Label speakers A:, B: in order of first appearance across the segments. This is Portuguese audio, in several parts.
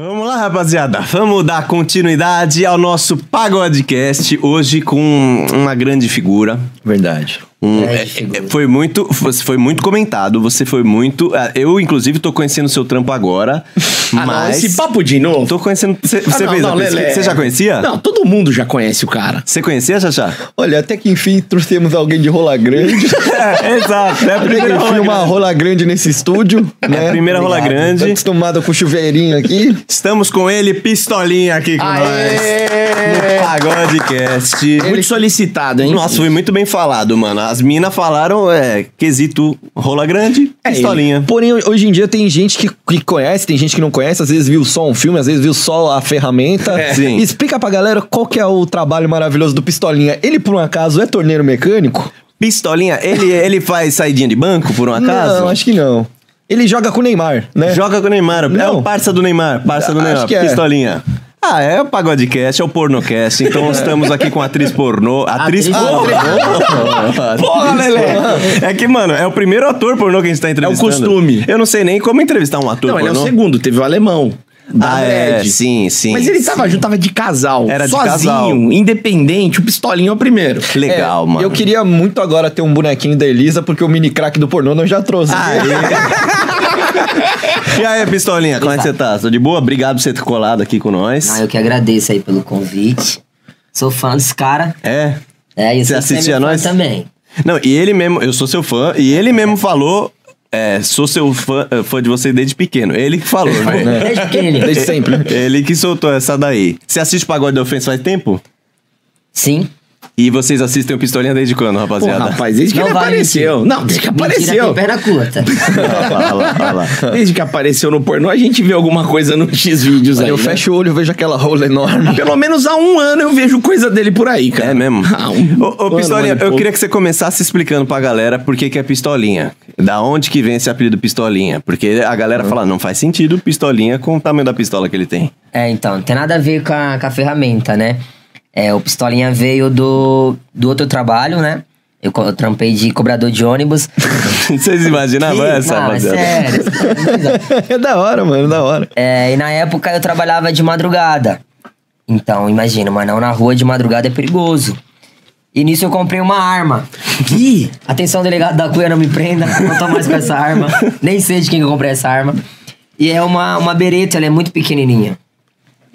A: Vamos lá, rapaziada. Vamos dar continuidade ao nosso Pagodcast hoje com uma grande figura.
B: Verdade.
A: Um-
C: Grande
A: é- é-
C: figura.
A: foi muito, você foi muito comentado. Você foi muito. ah, Eu inclusive tô conhecendo seu trampo agora,
B: Ah, não,
A: mas
B: esse papo de novo.
A: tô conhecendo. Você
B: Ah,
A: você
B: não,
A: fez a
B: não,
A: pesquisa?
B: Lelé.
A: Você já conhecia?
B: Não, todo mundo já conhece o cara.
A: Você conhecia, Xaxá?
C: Olha, até que enfim trouxemos alguém de rola grande.
A: É, exato. É a
C: Até que
A: primeira
C: enfim uma rola grande nesse estúdio. né?
A: É, primeira rola
C: Obrigado.
A: grande.
C: Tô acostumado com chuveirinho aqui.
A: Estamos com ele, Pistolinha, aqui com
B: Aê!
A: nós. No Pagodcast.
B: Muito solicitado, hein?
A: Nossa, foi muito bem falado, mano. As minas falaram, é, quesito rola grande,
B: É
A: pistolinha.
C: Porém, hoje em dia tem gente que, que conhece, tem gente que não conhece, às vezes viu só um filme, às vezes viu só a ferramenta.
A: É. Sim.
C: Explica pra galera qual que é o trabalho maravilhoso do Pistolinha. Ele, por um acaso, é torneiro mecânico?
A: Pistolinha, ele, ele faz saidinha de banco, por um acaso?
C: Não, acho que não. Ele joga com o Neymar, né?
A: Joga com o Neymar. É
C: Não.
A: o parça do Neymar, parça do
C: Acho
A: Neymar.
C: que é.
A: Pistolinha. Ah, é o Pagodecast, é o Pornocast. Então estamos aqui com a atriz pornô. Atriz,
C: Atriz
A: pornô. Porra, Lelé! É que, mano, é o primeiro ator pornô que a gente tá entrevistando.
B: costume.
A: Eu não sei nem como entrevistar um ator
B: Não, ele é
A: pornô.
B: o segundo, teve o alemão. Da
A: Ah, é,
B: Red.
A: sim, sim,
B: Mas ele tava
A: sim.
B: junto, tava de casal.
A: Era de
B: sozinho,
A: casal.
B: independente. O pistolinho é o primeiro.
C: É,
A: Legal, mano.
C: Eu queria muito agora ter um bonequinho da Elisa, porque o mini crack do pornô não já trouxe.
B: Ah, é.
A: E aí, Pistolinha, como é que você tá? Tô de boa? Obrigado por você ter colado aqui com nós.
D: Ah, eu que agradeço aí pelo convite. Sou fã dos caras.
A: É.
D: É, e eu
A: Você
D: sei que
A: assistia
D: é meu fã
A: nós?
D: também.
A: Não, e ele mesmo, eu sou seu fã, e ele mesmo falou, é, sou seu fã, eh, fã de você desde pequeno. Ele que falou, né?
D: Desde pequeno.
C: Desde sempre.
A: Ele que soltou essa daí. Você assiste Pagode da Ofensa faz tempo?
D: Sim.
A: E vocês assistem o Pistolinha desde quando,
B: Pô,
A: rapaziada?
B: rapaz, desde que
D: Não
B: ele
D: vale
B: apareceu.
D: mentira.
B: Não, desde que
D: Mentira,
B: apareceu.
D: tem perna curta.
A: Olha lá, olha lá.
B: É. Desde que apareceu no pornô, a gente vê alguma coisa no X-Vídeos aí.
C: eu
B: né?
C: fecho o olho, vejo aquela rola enorme.
B: Pelo menos há um ano eu vejo coisa dele por aí, cara.
A: É mesmo?
B: Ah, um
A: ô, ô,
B: ano,
A: Pistolinha,
B: um ano e
A: eu
B: pouco.
A: queria que você começasse explicando pra galera por que, que é Pistolinha. Da onde que vem esse apelido Pistolinha? Porque a galera fala, não faz sentido Pistolinha com o tamanho da pistola que ele tem.
D: É, então, não tem nada a ver com a, com a ferramenta, né? É, o Pistolinha veio do, do outro trabalho, né? Eu, co- eu trampei de cobrador de ônibus.
A: Vocês imaginavam
D: E-
A: essa,
D: não, é
A: rapaziada?
D: sério.
C: é da hora, mano, é da hora.
D: É, e na época eu trabalhava de madrugada. Então, imagina, mas não na rua de madrugada é perigoso. E nisso eu comprei uma arma. Ih, atenção, delegado da Cunha, não me prenda. Não tô mais com essa arma. Nem sei de quem que eu comprei essa arma. E é uma, uma bereta, ela é muito pequenininha.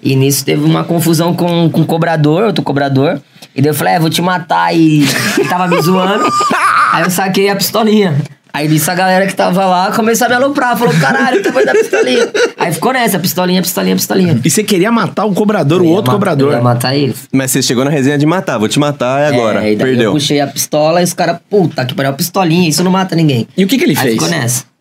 D: E nisso teve uma confusão com, com o cobrador, outro cobrador. E daí eu falei, é, vou te matar. E ele tava me zoando. Aí eu saquei a pistolinha. Aí nisso a galera que tava lá começou a me aloprar. Falou, caralho, o tamanho da pistolinha. Aí ficou nessa, pistolinha, pistolinha, pistolinha.
B: E você queria matar o cobrador, o
D: Eu ia
B: outro
D: ma-
B: cobrador.
D: Eu ia matar ele.
A: Mas você chegou na resenha de matar, vou te matar é agora.
D: É, e daí eu
A: Perdeu.
D: puxei a pistola e os caras, puta que pariu, a pistolinha, isso não mata ninguém.
B: E o que que ele
D: Aí
B: fez?
D: ficou nessa.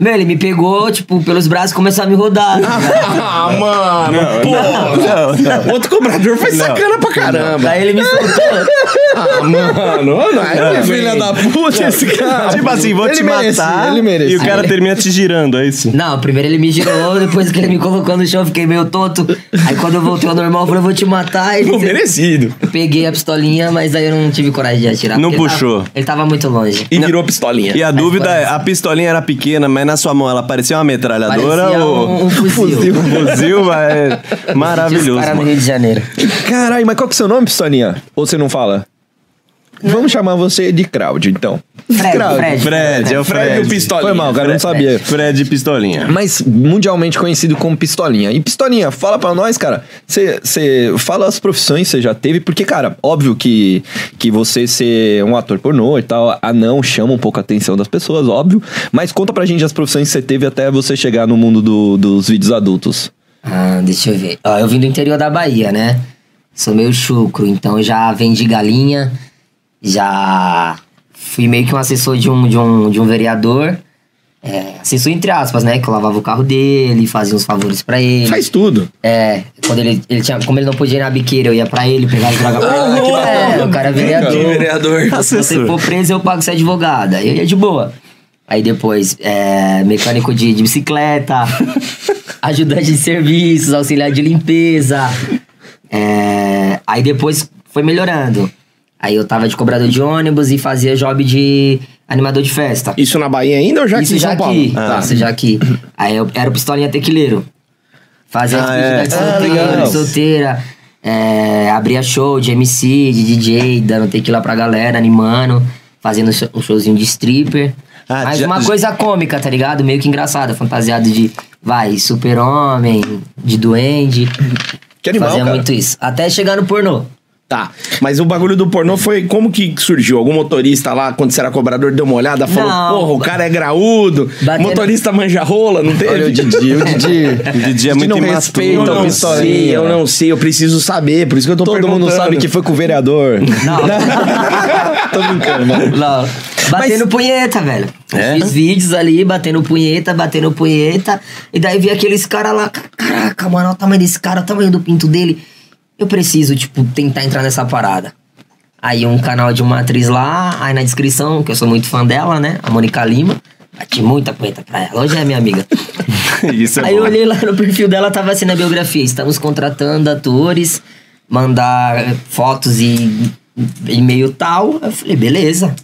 D: Meu, ele me pegou, tipo, pelos braços e começou a me rodar. tá
B: Ah, mano. pô.
A: Não, não.
B: Outro cobrador foi sacana pra caramba.
D: daí ele me soltou.
B: Ah, mano. Não, é
C: Filha da puta, esse cara.
A: Tipo assim, vou
C: Ele
A: te
C: merece,
A: matar.
C: Ele merece.
A: E o cara termina te girando, é isso?
D: Não, primeiro ele me girou, depois que ele me colocou no chão, eu fiquei meio tonto. Aí quando eu voltei ao normal, eu falei, eu vou te matar. Ele
B: Pô, merecido.
D: Peguei a pistolinha, mas aí eu não tive coragem de atirar.
A: Não
D: porque ele tava-
A: puxou.
D: ele tava muito longe.
B: E virou pistolinha.
A: E a dúvida é, a pistolinha era pequena, mas na sua mão ela parecia uma metralhadora
D: Parecia
A: ou
D: um, um fuzil.
C: fuzil.
A: um fuzil, mas
D: Os
A: maravilhoso,
D: caras no
A: mano.
D: Rio de Janeiro.
C: Caralho, mas qual que é o seu nome, Pistolinha? Ou você não fala? Vamos chamar você de Crowd, então.
D: Fred,
C: Crowd.
D: Fred.
A: Fred, é o
B: Fred e o
A: Fred.
B: pistolinha.
C: Foi mal, cara, eu não sabia.
A: Fred e pistolinha.
C: Mas mundialmente conhecido como Pistolinha. E Pistolinha, fala pra nós, cara. Você fala as profissões que você já teve, porque, cara, óbvio que, que você ser um ator pornô e tal, ah não, chama um pouco a atenção das pessoas, óbvio. Mas conta pra gente as profissões que você teve até você chegar no mundo do- dos vídeos adultos.
D: Ah, deixa eu ver. Ó, eu vim do interior da Bahia, né? Sou meio chucro, então já vendi galinha, já fui meio que um assessor de um, de um, de um vereador. É, assessor entre aspas, né? Que eu lavava o carro dele, fazia uns favores pra ele.
B: Faz tudo.
D: É, quando ele, ele tinha. Como ele não podia ir na biqueira, eu ia pra ele, pegar e droga pra ele.
B: louco!
D: É, o cara é
B: Ah, Que
D: vereador.
B: vereador.
D: Se você é for preso, eu pago ser advogada. Eu ia de boa. Aí depois, é, mecânico de, de bicicleta, ajudante de serviços, auxiliar de limpeza. É, aí depois foi melhorando. Aí eu tava de cobrador de ônibus e fazia job de animador de festa.
B: Isso na Bahia ainda ou já aqui
D: Isso
A: Ah,
B: em São
D: já
B: Paulo?
D: aqui.
B: Tá.
D: Isso já aqui. Aí eu era o pistolinha tequileiro. Fazer
A: Ah,
D: as
A: é.
D: despedidas
C: Ah,
D: de solteiro,
C: legal.
D: de solteira. É, abria show de MC, de DJ, dando tequila pra galera, animando, fazendo sho- um showzinho de stripper.
A: Ah,
D: Mas
A: já-
D: uma
A: já-
D: coisa cômica, tá ligado? Meio que engraçada, fantasiado de, vai, super-homem, de duende.
C: Que animal,
D: Fazia
C: cara.
D: muito isso. Até chegar no pornô.
B: Tá, mas o bagulho do pornô foi como que surgiu? Algum motorista lá, quando você era cobrador, deu uma olhada, falou,
D: Não.
B: porra, o cara é graúdo,
D: Bater-
B: motorista manja rola, não teve?
C: Olha o Didi, o Didi.
A: O Didi é muito
C: não
A: imaturo,
C: respeita
B: eu
C: o
B: não
C: pistolinha. né?
A: né?
B: sei, eu não sei, eu preciso saber, por isso que eu tô
C: Todo
B: perguntando.
C: mundo sabe que foi com o vereador.
D: Não.
C: Tô brincando, mano.
D: Lá, Batendo punheta, velho.
A: É?
D: Fiz vídeos ali, batendo punheta, batendo punheta. E daí vi aqueles caras lá, ca- caraca, mano, olha o tamanho desse cara, olha o tamanho do pinto dele. Eu preciso, tipo, tentar entrar nessa parada. Aí um canal de uma atriz lá, aí na descrição, que eu sou muito fã dela, né? A Mônica Lima. Bati muita punheta pra ela. Hoje é minha amiga.
A: Isso é
D: Aí eu
A: bom.
D: olhei lá no perfil dela, tava assim na biografia. Estamos contratando atores, mandar eh, fotos e e-mail tal. Eu falei, beleza.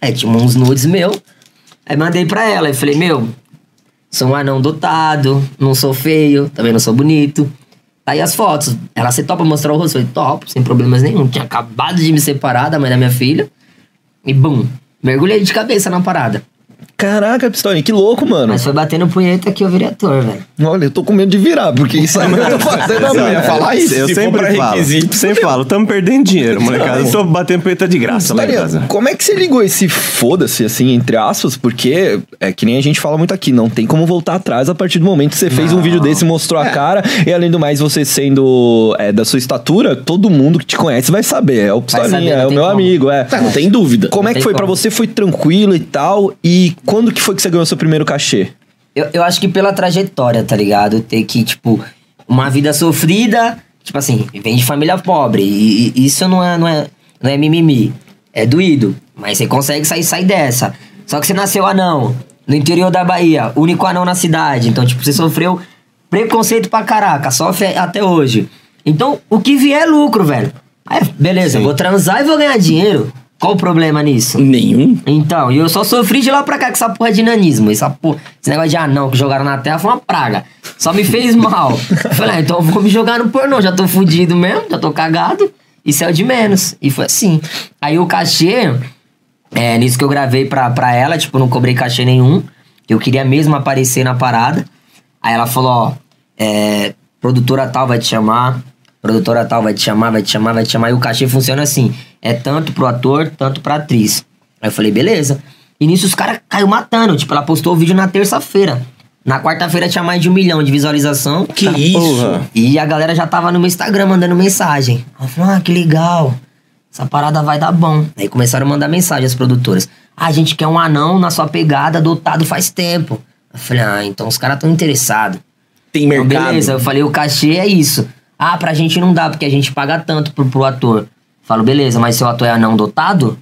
D: Aí tinha uns nudes meu. Aí mandei pra ela. Eu falei, meu, sou um anão dotado, não sou feio, também não sou bonito. Tá Aí as fotos. Ela, você topa mostrar o rosto? Eu falei, topo, sem problemas nenhum. Tinha acabado de me separar da mãe da minha filha. E bum, mergulhei de cabeça na parada.
C: Caraca, pistolinha, que louco, mano.
D: Mas foi batendo punheta que eu virei ator, velho.
C: Olha, eu tô com medo de virar, porque isso aí eu tô fazendo a
B: Eu ia
C: minha.
D: é
B: falar isso,
A: Eu
B: se for pra
A: sempre falo.
B: requisito.
A: Sempre falo, tamo perdendo dinheiro, molecada. Eu tô batendo preta de
B: tá
A: graça lá em
C: Pistolinha,
A: casa.
C: como é que você ligou esse foda-se, assim, entre aspas? Porque é que nem a gente fala muito aqui, não tem como voltar atrás a partir do momento que você fez um vídeo desse, mostrou
B: É.
C: a cara, e além do mais, você sendo é, da sua estatura, todo mundo que te conhece vai saber. É o
D: Vai saber,
C: Pistolinha,
D: não
C: é o
D: tem
C: meu
D: como.
C: amigo, é.
B: Tá, não tem dúvida.
C: Como é
D: Não
C: que
D: tem
C: foi pra
D: como.
C: você? Foi tranquilo e tal? E quando que foi que você ganhou seu primeiro cachê?
D: Eu, eu acho que pela trajetória, tá ligado? Ter que, tipo, uma vida sofrida, tipo assim, vem de família pobre. E, e isso não é, não, é, não é mimimi. É doído. Mas você consegue sair, sair dessa. Só que você nasceu anão, no interior da Bahia, único anão na cidade. Então, tipo, você sofreu preconceito pra caraca, sofre até hoje. Então, o que vier é lucro, velho. Aí, beleza, eu vou transar e vou ganhar dinheiro. Qual o problema nisso?
B: Nenhum.
D: Então, e eu só sofri de lá pra cá com essa porra de nanismo. Essa porra, esse negócio de anão que jogaram na terra foi uma praga. Só me fez mal. Eu Falei, ah, então eu vou me jogar no pornô. Já tô fudido mesmo, já tô cagado. Isso é o de menos. E foi assim. Aí o cachê, é, nisso que eu gravei pra, pra ela, tipo, não cobrei cachê nenhum. Eu queria mesmo aparecer na parada. Aí ela falou, ó, é, produtora tal vai te chamar, produtora tal vai te chamar, vai te chamar, vai te chamar. E o cachê funciona assim, é tanto pro ator, tanto pra atriz. Aí eu falei, beleza. E nisso os caras caiu matando, tipo, ela postou o vídeo na terça-feira. Na quarta-feira tinha mais de um milhão de visualização. Tá.
B: Que isso?
D: E a galera já tava no meu Instagram mandando mensagem. Ela falou, ah, que legal. Essa parada vai dar bom. Aí começaram a mandar mensagem as produtoras. Ah, a gente quer um anão na sua pegada, dotado faz tempo. Eu falei, ah, então os caras tão interessados.
B: Tem
D: Então,
B: mercado.
D: beleza, eu falei, o cachê é isso. Ah, pra gente não dá, porque a gente paga tanto pro, pro ator. Falo, beleza, mas seu ator é anão dotado?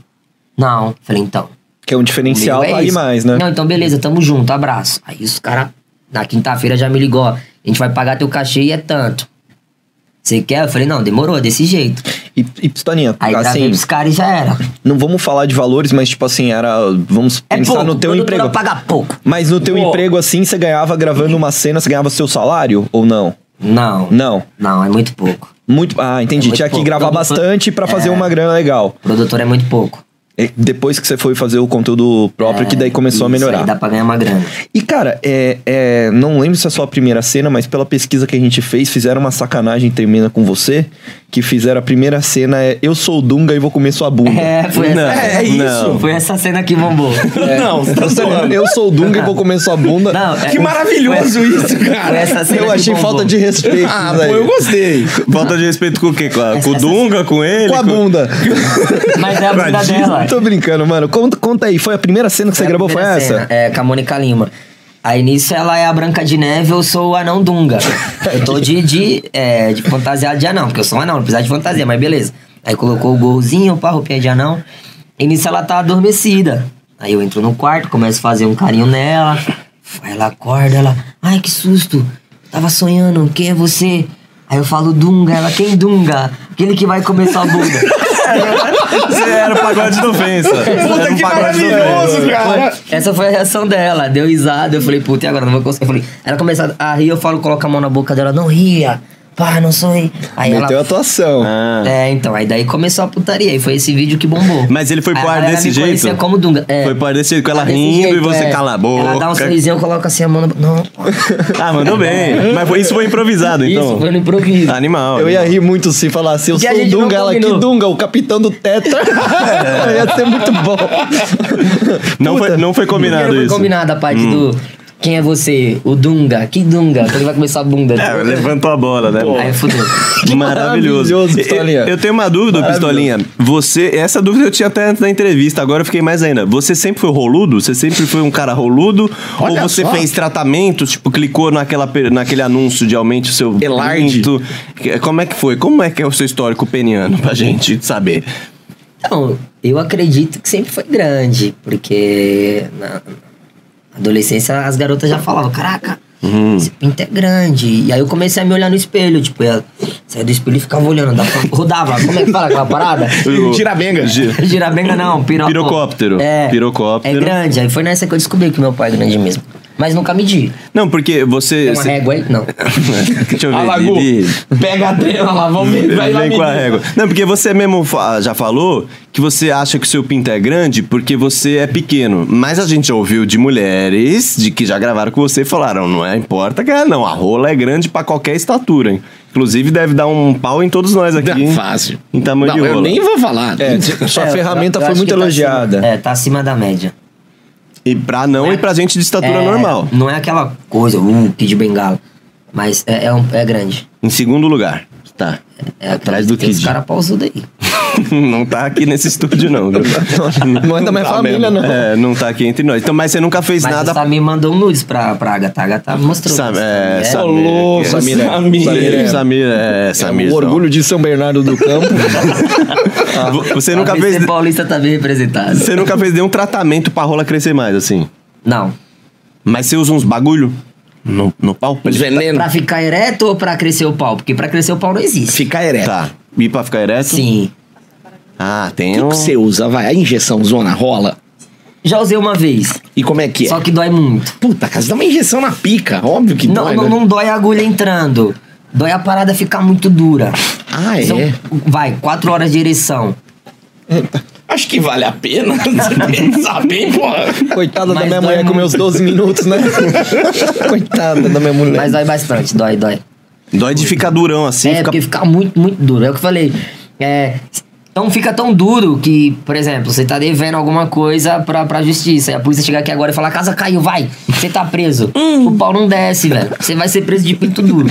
D: Não. Falei, então.
C: Que é um
D: Comigo
C: diferencial,
D: é
C: pague
D: isso.
C: mais, né?
D: Não, então beleza, tamo junto, abraço. Aí os caras, na quinta-feira já me ligou, ó, a gente vai pagar teu cachê e é tanto. Você quer? Eu falei, não, demorou, desse jeito.
C: E, e Pistolinha,
D: Aí gravei
C: assim,
D: pros caras e já era.
C: não vamos falar de valores, mas tipo assim, era. Vamos
D: É
C: pensar
D: pouco,
C: no teu
D: produtora
C: emprego.
D: paga pouco.
C: Mas no teu
B: Pô.
C: emprego, assim, você ganhava gravando uma cena, você ganhava seu salário ou não?
D: Não.
C: Não.
D: Não, é muito pouco.
C: Muito. Ah, entendi.
D: É muito
C: Tinha que
D: pouco.
C: gravar
D: Todo-
C: bastante pra fazer
D: É.
C: uma grana legal.
D: Produtor é muito pouco.
C: E depois que você foi fazer o conteúdo próprio, é que daí começou a
D: É, Isso, aí
C: melhorar.
D: dá pra ganhar uma grana.
C: E, cara, é, é, não lembro se é a sua primeira cena, mas pela pesquisa que a gente fez, fizeram uma sacanagem tremenda com você, que fizeram a primeira cena é Eu sou o Dunga e vou comer sua bunda.
D: É, foi
A: Não,
D: essa.
A: é isso.
D: Não. Foi essa cena que bombou.
B: Não, você tá zoando.
C: Então, Eu sou o Dunga e vou comer sua bunda.
D: Não, é-
B: Que maravilhoso
D: foi-
B: isso, cara.
D: Foi essa cena é
C: eu
D: que
C: achei
D: bombou.
C: falta de respeito.
B: Ah,
C: isso
B: pô,
C: aí.
B: eu gostei.
A: Falta de respeito com o quê? Com, a- com o
D: Essa-
A: Dunga, com ele?
C: Com a bunda.
D: Mas é a bunda
A: Tadinho,
D: dela.
C: Tô brincando, mano. Conta, conta aí, foi a primeira cena que você
D: a
C: gravou, foi
D: primeira
C: essa?
D: cena, É, com a Mônica Lima. Aí nisso ela é a Branca de Neve, eu sou o anão Dunga. Eu tô de, de, é, de fantasiado de anão, porque eu sou um anão, não precisa de fantasia, mas beleza. Aí colocou o golzinho pra roupinha de anão. E nisso ela tá adormecida. Aí eu entro no quarto, começo a fazer um carinho nela. Aí ela acorda, ela. Ai, que susto! Tava sonhando, quem é você? Aí eu falo Dunga, ela, quem Dunga? Aquele que vai comer sua bunda.
A: Você era o pagode da ofensa. Você era
B: Puta
A: um
B: que
A: pagode da ofensa.
B: maravilhoso, cara.
D: Essa foi a reação dela. Deu risada. Eu falei, puta, e agora? Não vou conseguir. Eu falei, ela começa a rir, eu falo, coloca a mão na boca dela. Não ria. Pá, não sorri. Aí
C: Meteu
D: É, ela...
C: atuação.
A: Ah.
D: É, então, aí daí começou a putaria. E foi esse vídeo que bombou.
A: Mas ele foi
D: Aí
A: pro
D: a
A: ar
D: galera
A: desse
D: me
A: jeito?
D: conhecia como Dunga. É.
A: Foi pro ar desse jeito, com ela
D: Desse
A: rindo e
D: jeito,
A: você
D: é.
A: cala a boca.
D: Ela dá um sorrisinho, coloca assim a mão na... Não.
A: Ah, mandou bem. Mas foi- isso foi improvisado, então.
D: Isso, foi no improviso.
A: Animal.
C: Eu ia
A: animal.
C: rir muito se falasse, eu
D: Que a
C: sou o
D: gente não
C: Dunga, ela que
D: combinou.
C: Dunga, o capitão do Tetra. ia ser muito bom.
A: Não foi, não foi
D: Primeiro
A: combinado
D: foi
A: isso. Hum.
D: combinada a parte do... Quem é você? O Dunga. Que Dunga? Quando vai começar a bunda?
A: É, levantou a bola, né?
D: Aí fudeu.
A: Maravilhoso.
C: maravilhoso,
A: Eu-
C: Pistolinha.
A: Eu, tenho uma dúvida, Pistolinha. Você, essa dúvida eu tinha até antes da entrevista, agora eu fiquei mais ainda. Você sempre foi roludo? Você sempre foi um cara roludo?
B: Olha
A: Ou você
B: só.
A: fez tratamentos, tipo, clicou naquela, per- naquele anúncio de aumente o seu
B: Elard.
A: pinto? Que- Como é que foi? Como é que é o seu histórico peniano pra gente saber?
D: Então, eu acredito que sempre foi grande, porque na adolescência as garotas já falavam, caraca,
C: Uhum.
D: esse pinto é grande. E aí eu comecei a me olhar no espelho, tipo, eu saía do espelho e ficava olhando, dava pra- rodava, como é que fala aquela parada?
A: O-
B: Girabenga.
A: Gi-
D: Girabenga não, piro...
A: Pirocóptero.
D: É,
A: Pirocóptero.
D: é grande. Aí foi nessa que eu descobri que meu pai é grande mesmo. Mas nunca medi.
A: Não, porque você.
D: Tem É uma
A: você-
D: régua aí? Não.
A: Deixa eu ver.
B: Alago.
A: Didi.
B: Pega a trela lá, vamos ver. Vai lá,
A: Vem com a
B: menino.
A: régua. Não, porque você mesmo fa- ah, já falou que você acha que o seu pinto é grande porque você é pequeno. Mas a gente ouviu de mulheres de que já gravaram com você e falaram: não é, importa que é, não. A rola é grande pra qualquer estatura. hein? Inclusive, deve dar um pau em todos nós aqui.
B: Não,
A: hein?
B: Tá fácil.
A: Em tamanho
B: Não,
A: de rola.
B: eu nem vou falar.
C: É, sua
D: É, eu-
C: ferramenta
D: eu
C: foi
D: acho
C: muito
D: que tá
C: elogiada.
D: acima- é, tá acima da média.
A: E pra não, e pra gente de estatura
D: É,
A: normal.
D: Não é aquela coisa, uh, Kid Bengala. Mas é, é, um- é grande.
A: Em segundo lugar. Tá.
D: É
A: Atrás do
D: Tem
A: Kid.
D: Os caras pausudos aí.
A: não tá aqui nesse estúdio, não. viu?
C: Não é da minha
A: tá
C: família,
A: mesmo.
C: não.
A: É, não tá aqui entre nós. Então, mas você nunca fez
D: Mas
A: nada
D: o Samir mandou um nudes pra, pra Agatha. A Agatha mostrou.
A: Sam-
D: pra
A: é,
D: Samir.
A: Samir.
B: Ô,
C: Samira.
B: Samira.
C: Samira.
A: Samir, é, Samir.
C: o orgulho de São Bernardo do Campo.
A: Vo- Você
D: Pra
A: nunca
D: ver
A: fez.
D: se paulista tá bem representado.
A: Você nunca fez nenhum tratamento pra rola crescer mais, assim.
D: Não.
A: Mas você usa uns bagulho no, no pau?
B: Os veneno.
D: Pra ficar ereto ou pra crescer o pau? Porque pra crescer o pau não existe.
B: Ficar ereto.
A: Tá. E pra ficar ereto?
D: Sim.
A: Ah,
B: O
A: tem
B: que,
A: um...
B: que você usa, vai? A injeção zona rola?
D: Já usei uma vez.
B: E como é que é?
D: Só que dói muito.
B: Puta, cara, você dá uma injeção na pica. Óbvio que
D: não,
B: dói,
D: não,
B: né?
D: não dói a agulha entrando. Dói a parada ficar muito dura.
B: Ah, é?
D: São- vai, quatro horas de ereção.
B: Acho que vale a pena pensar bem, porra.
C: Coitada da
D: Mas
C: minha
D: dói
C: mulher com
D: muito.
C: meus 12 minutos, né? Coitada da minha mulher.
D: Mas dói bastante, dói, dói.
A: Dói de ficar durão, assim.
D: é,
A: fica-
D: porque fica muito, muito duro. É o que eu falei. É, então fica tão duro que, por exemplo, você tá devendo alguma coisa pra, pra justiça. E a polícia chegar aqui agora e falar, a casa caiu, vai. Você tá preso. O pau não desce, velho. Você vai ser preso de pinto duro.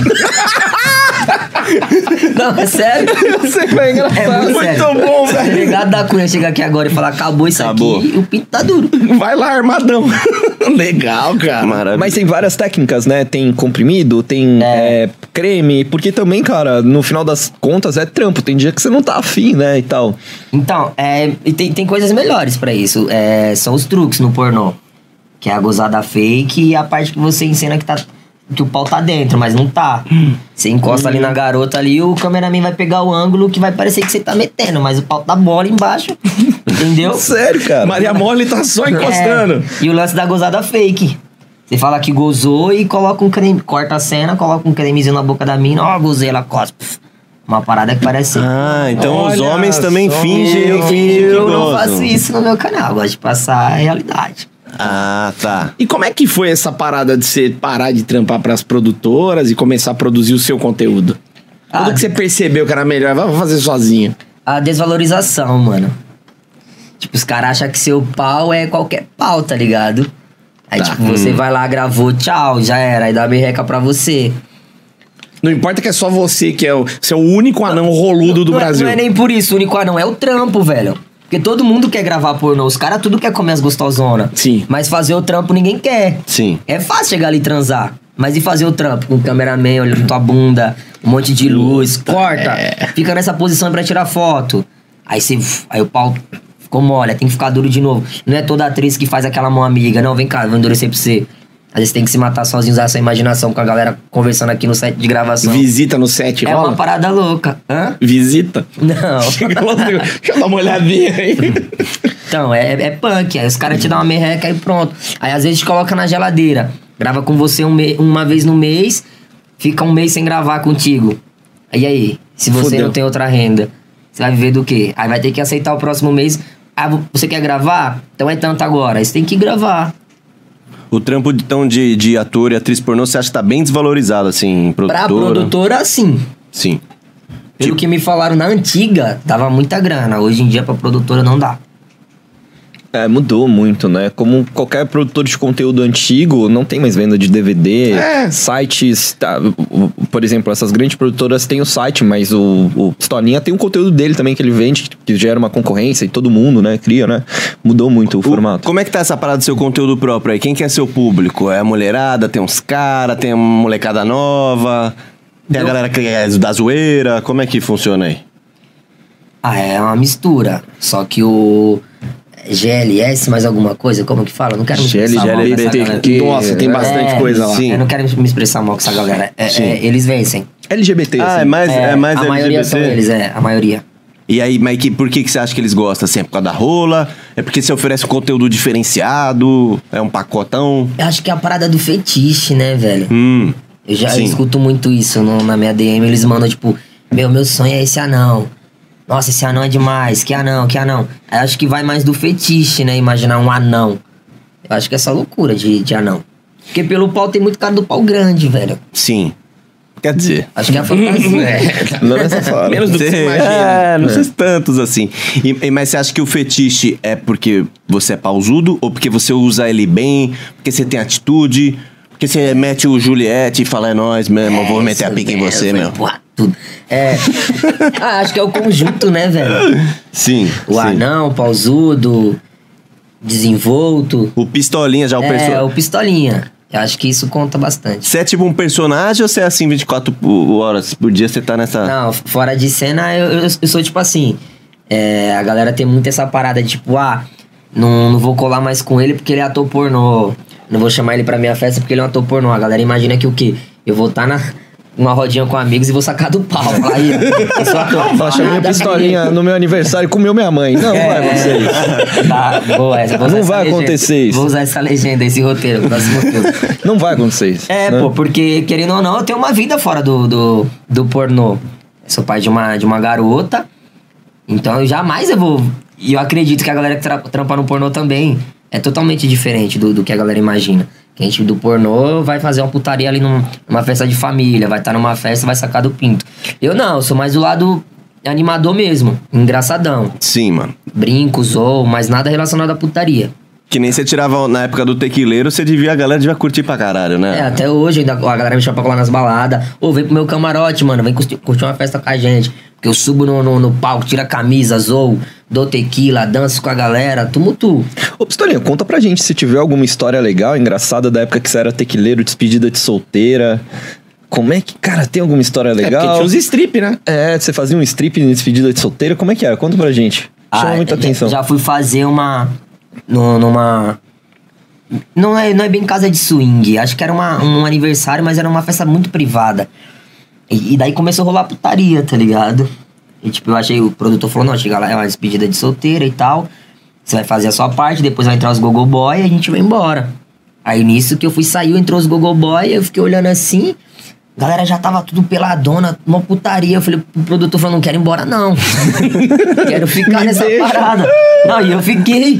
D: não, é sério.
C: Você vai engraçar.
D: É muito, sério.
B: bom,
D: O delegado da Cunha chegar aqui agora e falar, acabou isso
A: Acabou.
D: aqui, e o pinto tá duro.
B: Vai lá, armadão. Legal, cara.
A: Maravilha.
C: Mas tem várias técnicas, né? Tem comprimido, tem é, creme, porque também, cara, no final das contas é trampo. Tem dia que você não tá afim, né? E tal.
D: Então, é, e tem, tem coisas melhores pra isso. É, são os truques no pornô. Que é a gozada fake e a parte que você ensina que, tá, que o pau tá dentro, mas não tá. Você encosta ali na garota ali, o cameraman vai pegar o ângulo que vai parecer que você tá metendo, mas o pau tá bola embaixo. entendeu?
A: tá
C: Sério, cara.
B: Maria Mole tá só encostando.
D: É, e o lance da gozada fake. Você fala que gozou e coloca um creme. Corta a cena, coloca um cremezinho na boca da mina, ó, gozei, ela cospe. Uma parada que parece.
A: Ah, então os
C: Olha
A: homens também
C: só.
A: fingem,
D: Eu,
A: fingem que
D: eu não
A: gozam.
D: faço isso no meu canal, eu gosto de passar a realidade.
A: Ah, tá.
B: E como é que foi essa parada de você parar de trampar pras produtoras e começar a produzir o seu conteúdo?
D: Ah.
B: Quando que você percebeu que era melhor? Vai fazer sozinho.
D: A desvalorização, mano. Tipo, os caras acham que seu pau é qualquer pau, tá ligado? Aí, tipo, você vai lá, gravou, tchau, já era, aí dá merreca pra você.
B: Não importa que é só você que é o, você é o único anão roludo do
D: não, é-
B: Brasil.
D: não É, nem por isso, o único anão, é o trampo, velho. Porque todo mundo quer gravar pornô, os caras tudo quer comer as gostosona.
B: Sim.
D: Mas fazer o trampo ninguém quer.
A: Sim.
D: É fácil chegar ali e transar. Mas e fazer o trampo? Com o cameraman olhando tua bunda, um monte de luz, corta,
B: é.
D: fica nessa posição pra tirar foto. Aí você. Aí o pau ficou mole, aí tem que ficar duro de novo. Não é toda atriz que faz aquela mão amiga, não, vem cá, vou endurecer pra você. Às vezes tem que se matar sozinho, usar sua imaginação com a galera conversando aqui no set de gravação.
B: Visita no set,
D: é
B: rola?
D: uma parada louca. Hã?
B: Visita?
D: Não.
B: Chega lá, deixa eu dar uma olhadinha aí.
D: Então, é, é punk. Aí os caras te dão uma merreca e pronto. Aí às vezes te coloca na geladeira. Grava com você um me- uma vez no mês, fica um mês sem gravar contigo. E aí? Se você
B: Fudeu.
D: não tem outra renda, você vai viver do quê? Aí vai ter que aceitar o próximo mês. Ah, vo- você quer gravar? Então é tanto agora. Aí Você tem que gravar.
A: O trampo de, então, de, de ator e atriz pornô, você acha que tá bem desvalorizado, assim, produtora?
D: Pra produtora, sim.
A: Sim.
D: Pelo que me falaram na antiga, dava muita grana. Hoje em dia, pra produtora, não dá.
C: É, mudou muito, né? Como qualquer produtor de conteúdo antigo, não tem mais venda de DVD,
B: É.
C: sites, tá, o- o- por exemplo, essas grandes produtoras têm o site, mas o, o Pistolinha tem o conteúdo dele também que ele vende, que, que gera uma concorrência e todo mundo, né, cria, né? Mudou muito o,
A: O-
C: formato.
A: Como é que tá essa parada do seu conteúdo próprio aí? Quem que é seu público? É a mulherada? Tem uns caras? Tem uma molecada nova? Tem a galera que é da zoeira? Como é que funciona aí?
D: Ah, é uma mistura. Só que o GLS mais alguma coisa, como que fala? Eu Não quero me
C: GL,
D: expressar mal com essa
C: GLBT,
D: galera.
C: que-
B: Nossa, tem bastante
D: É,
B: coisa lá.
A: sim.
D: Eu não quero me expressar mal com essa galera. É, é, eles vencem.
C: LGBT,
A: Ah, é
C: assim.
A: mais, é, mais
D: a
A: LGBT?
D: maioria são eles, é, a maioria.
A: E aí, mas que, por que, que você acha que eles gostam? Assim, é por causa da rola? É porque você oferece um conteúdo diferenciado? É um pacotão?
D: Eu acho que é a parada do fetiche, né, velho?
A: Hum.
D: Eu já
A: Sim.
D: escuto muito isso no- na minha DM. Eles mandam, tipo, meu, meu sonho é esse anão. Nossa, esse anão é demais. Que anão, que anão. Eu acho que vai mais do fetiche, né? Imaginar um anão. Eu acho que é essa loucura de, de anão. Porque pelo pau tem muito cara do pau grande, velho.
A: Sim. Quer dizer.
D: Acho que é a fantasia.
C: Não nessa fora.
B: Menos do que se
A: Você-
B: imagina.
A: É, não sei se tantos assim. E- e- mas você acha que o fetiche é porque você é pausudo ou porque você usa ele bem, porque você tem atitude, porque você mete o Juliette e fala, é nóis mesmo, eu vou
D: É,
A: meter a
D: isso
A: pica em
D: mesmo,
A: você,
D: eu
A: meu.
D: empurro tudo. É. Ah, acho que é o conjunto, né, velho?
A: Sim.
D: O
A: sim.
D: anão, o pausudo, desenvolto.
A: O pistolinha já, o
D: é,
A: personagem.
D: o pistolinha. Eu acho que isso conta bastante.
A: Você é tipo um personagem ou você é assim 24 po- horas por dia, você tá nessa.
C: Ah.
D: Não, fora de cena, eu, eu, eu sou tipo assim. é, a galera tem muito essa parada de tipo, ah, não, não vou colar mais com ele porque ele é ator pornô. Não vou chamar ele pra minha festa porque ele é um ator pornô. A galera imagina que o quê? Eu vou estar na. Uma rodinha com amigos e vou sacar do pau. Falar, "Ih, eu sou ator."
C: Ela chamou
D: Nada a ver. É.
C: pistolinha no meu aniversário e comeu minha mãe. Não é vai acontecer isso.
D: isso. Tá, boa, essa, vou usar
C: Não
D: essa
C: vai
D: legenda.
C: acontecer isso.
D: Vou usar essa legenda, esse roteiro, pro próximo filme.
C: Não vai acontecer isso.
D: É,
C: né?
D: pô, porque querendo ou não, eu tenho uma vida fora do, do, do pornô. Eu sou pai de uma, de uma garota, então eu jamais eu vou. E eu acredito que a galera que tra- trampa no pornô também é totalmente diferente do, do que a galera imagina. Que a gente do pornô vai fazer uma putaria ali num- numa festa de família, vai estar numa festa, vai sacar do pinto. Eu não, eu sou mais do lado animador mesmo, engraçadão.
A: Sim, mano.
D: Brinco, zoo, mas nada relacionado à putaria.
A: Que nem você tirava na época do tequileiro, você devia, a galera devia curtir pra caralho, né?
D: É, até hoje ainda a galera me chama pra colar nas baladas. Ô, vem pro meu camarote, mano. Vem curtir, curtir uma festa com a gente. Porque eu subo no, no, no palco, tiro a camisa, zoo, dou tequila, danço com a galera, tumultu.
C: Ô, Pistolinha, conta pra gente se tiver alguma história legal, engraçada da época que você era tequileiro, despedida de solteira. Como é que, cara, tem alguma história
B: É porque
C: legal?
B: tinha os strip, né?
C: É, você fazia um strip em despedida de solteira, como é que era? Conta pra gente. Chama
D: Ah,
C: muita
D: já-
C: atenção.
D: Já fui fazer uma. no- numa. Não é, não é bem casa de swing. Acho que era uma, um aniversário, mas era uma festa muito privada. E, e daí começou a rolar putaria, tá ligado? E tipo, eu achei, o produtor falou, não, chega lá, é uma despedida de solteira e tal. Você vai fazer a sua parte, depois vai entrar os gogo boy e a gente vai embora. Aí nisso que eu fui saiu, entrou os gogo boy, eu fiquei olhando assim. a Galera já tava tudo peladona, uma putaria. Eu falei pro produtor, falou, não quero ir embora não. quero ficar nessa parada. Não, e eu fiquei.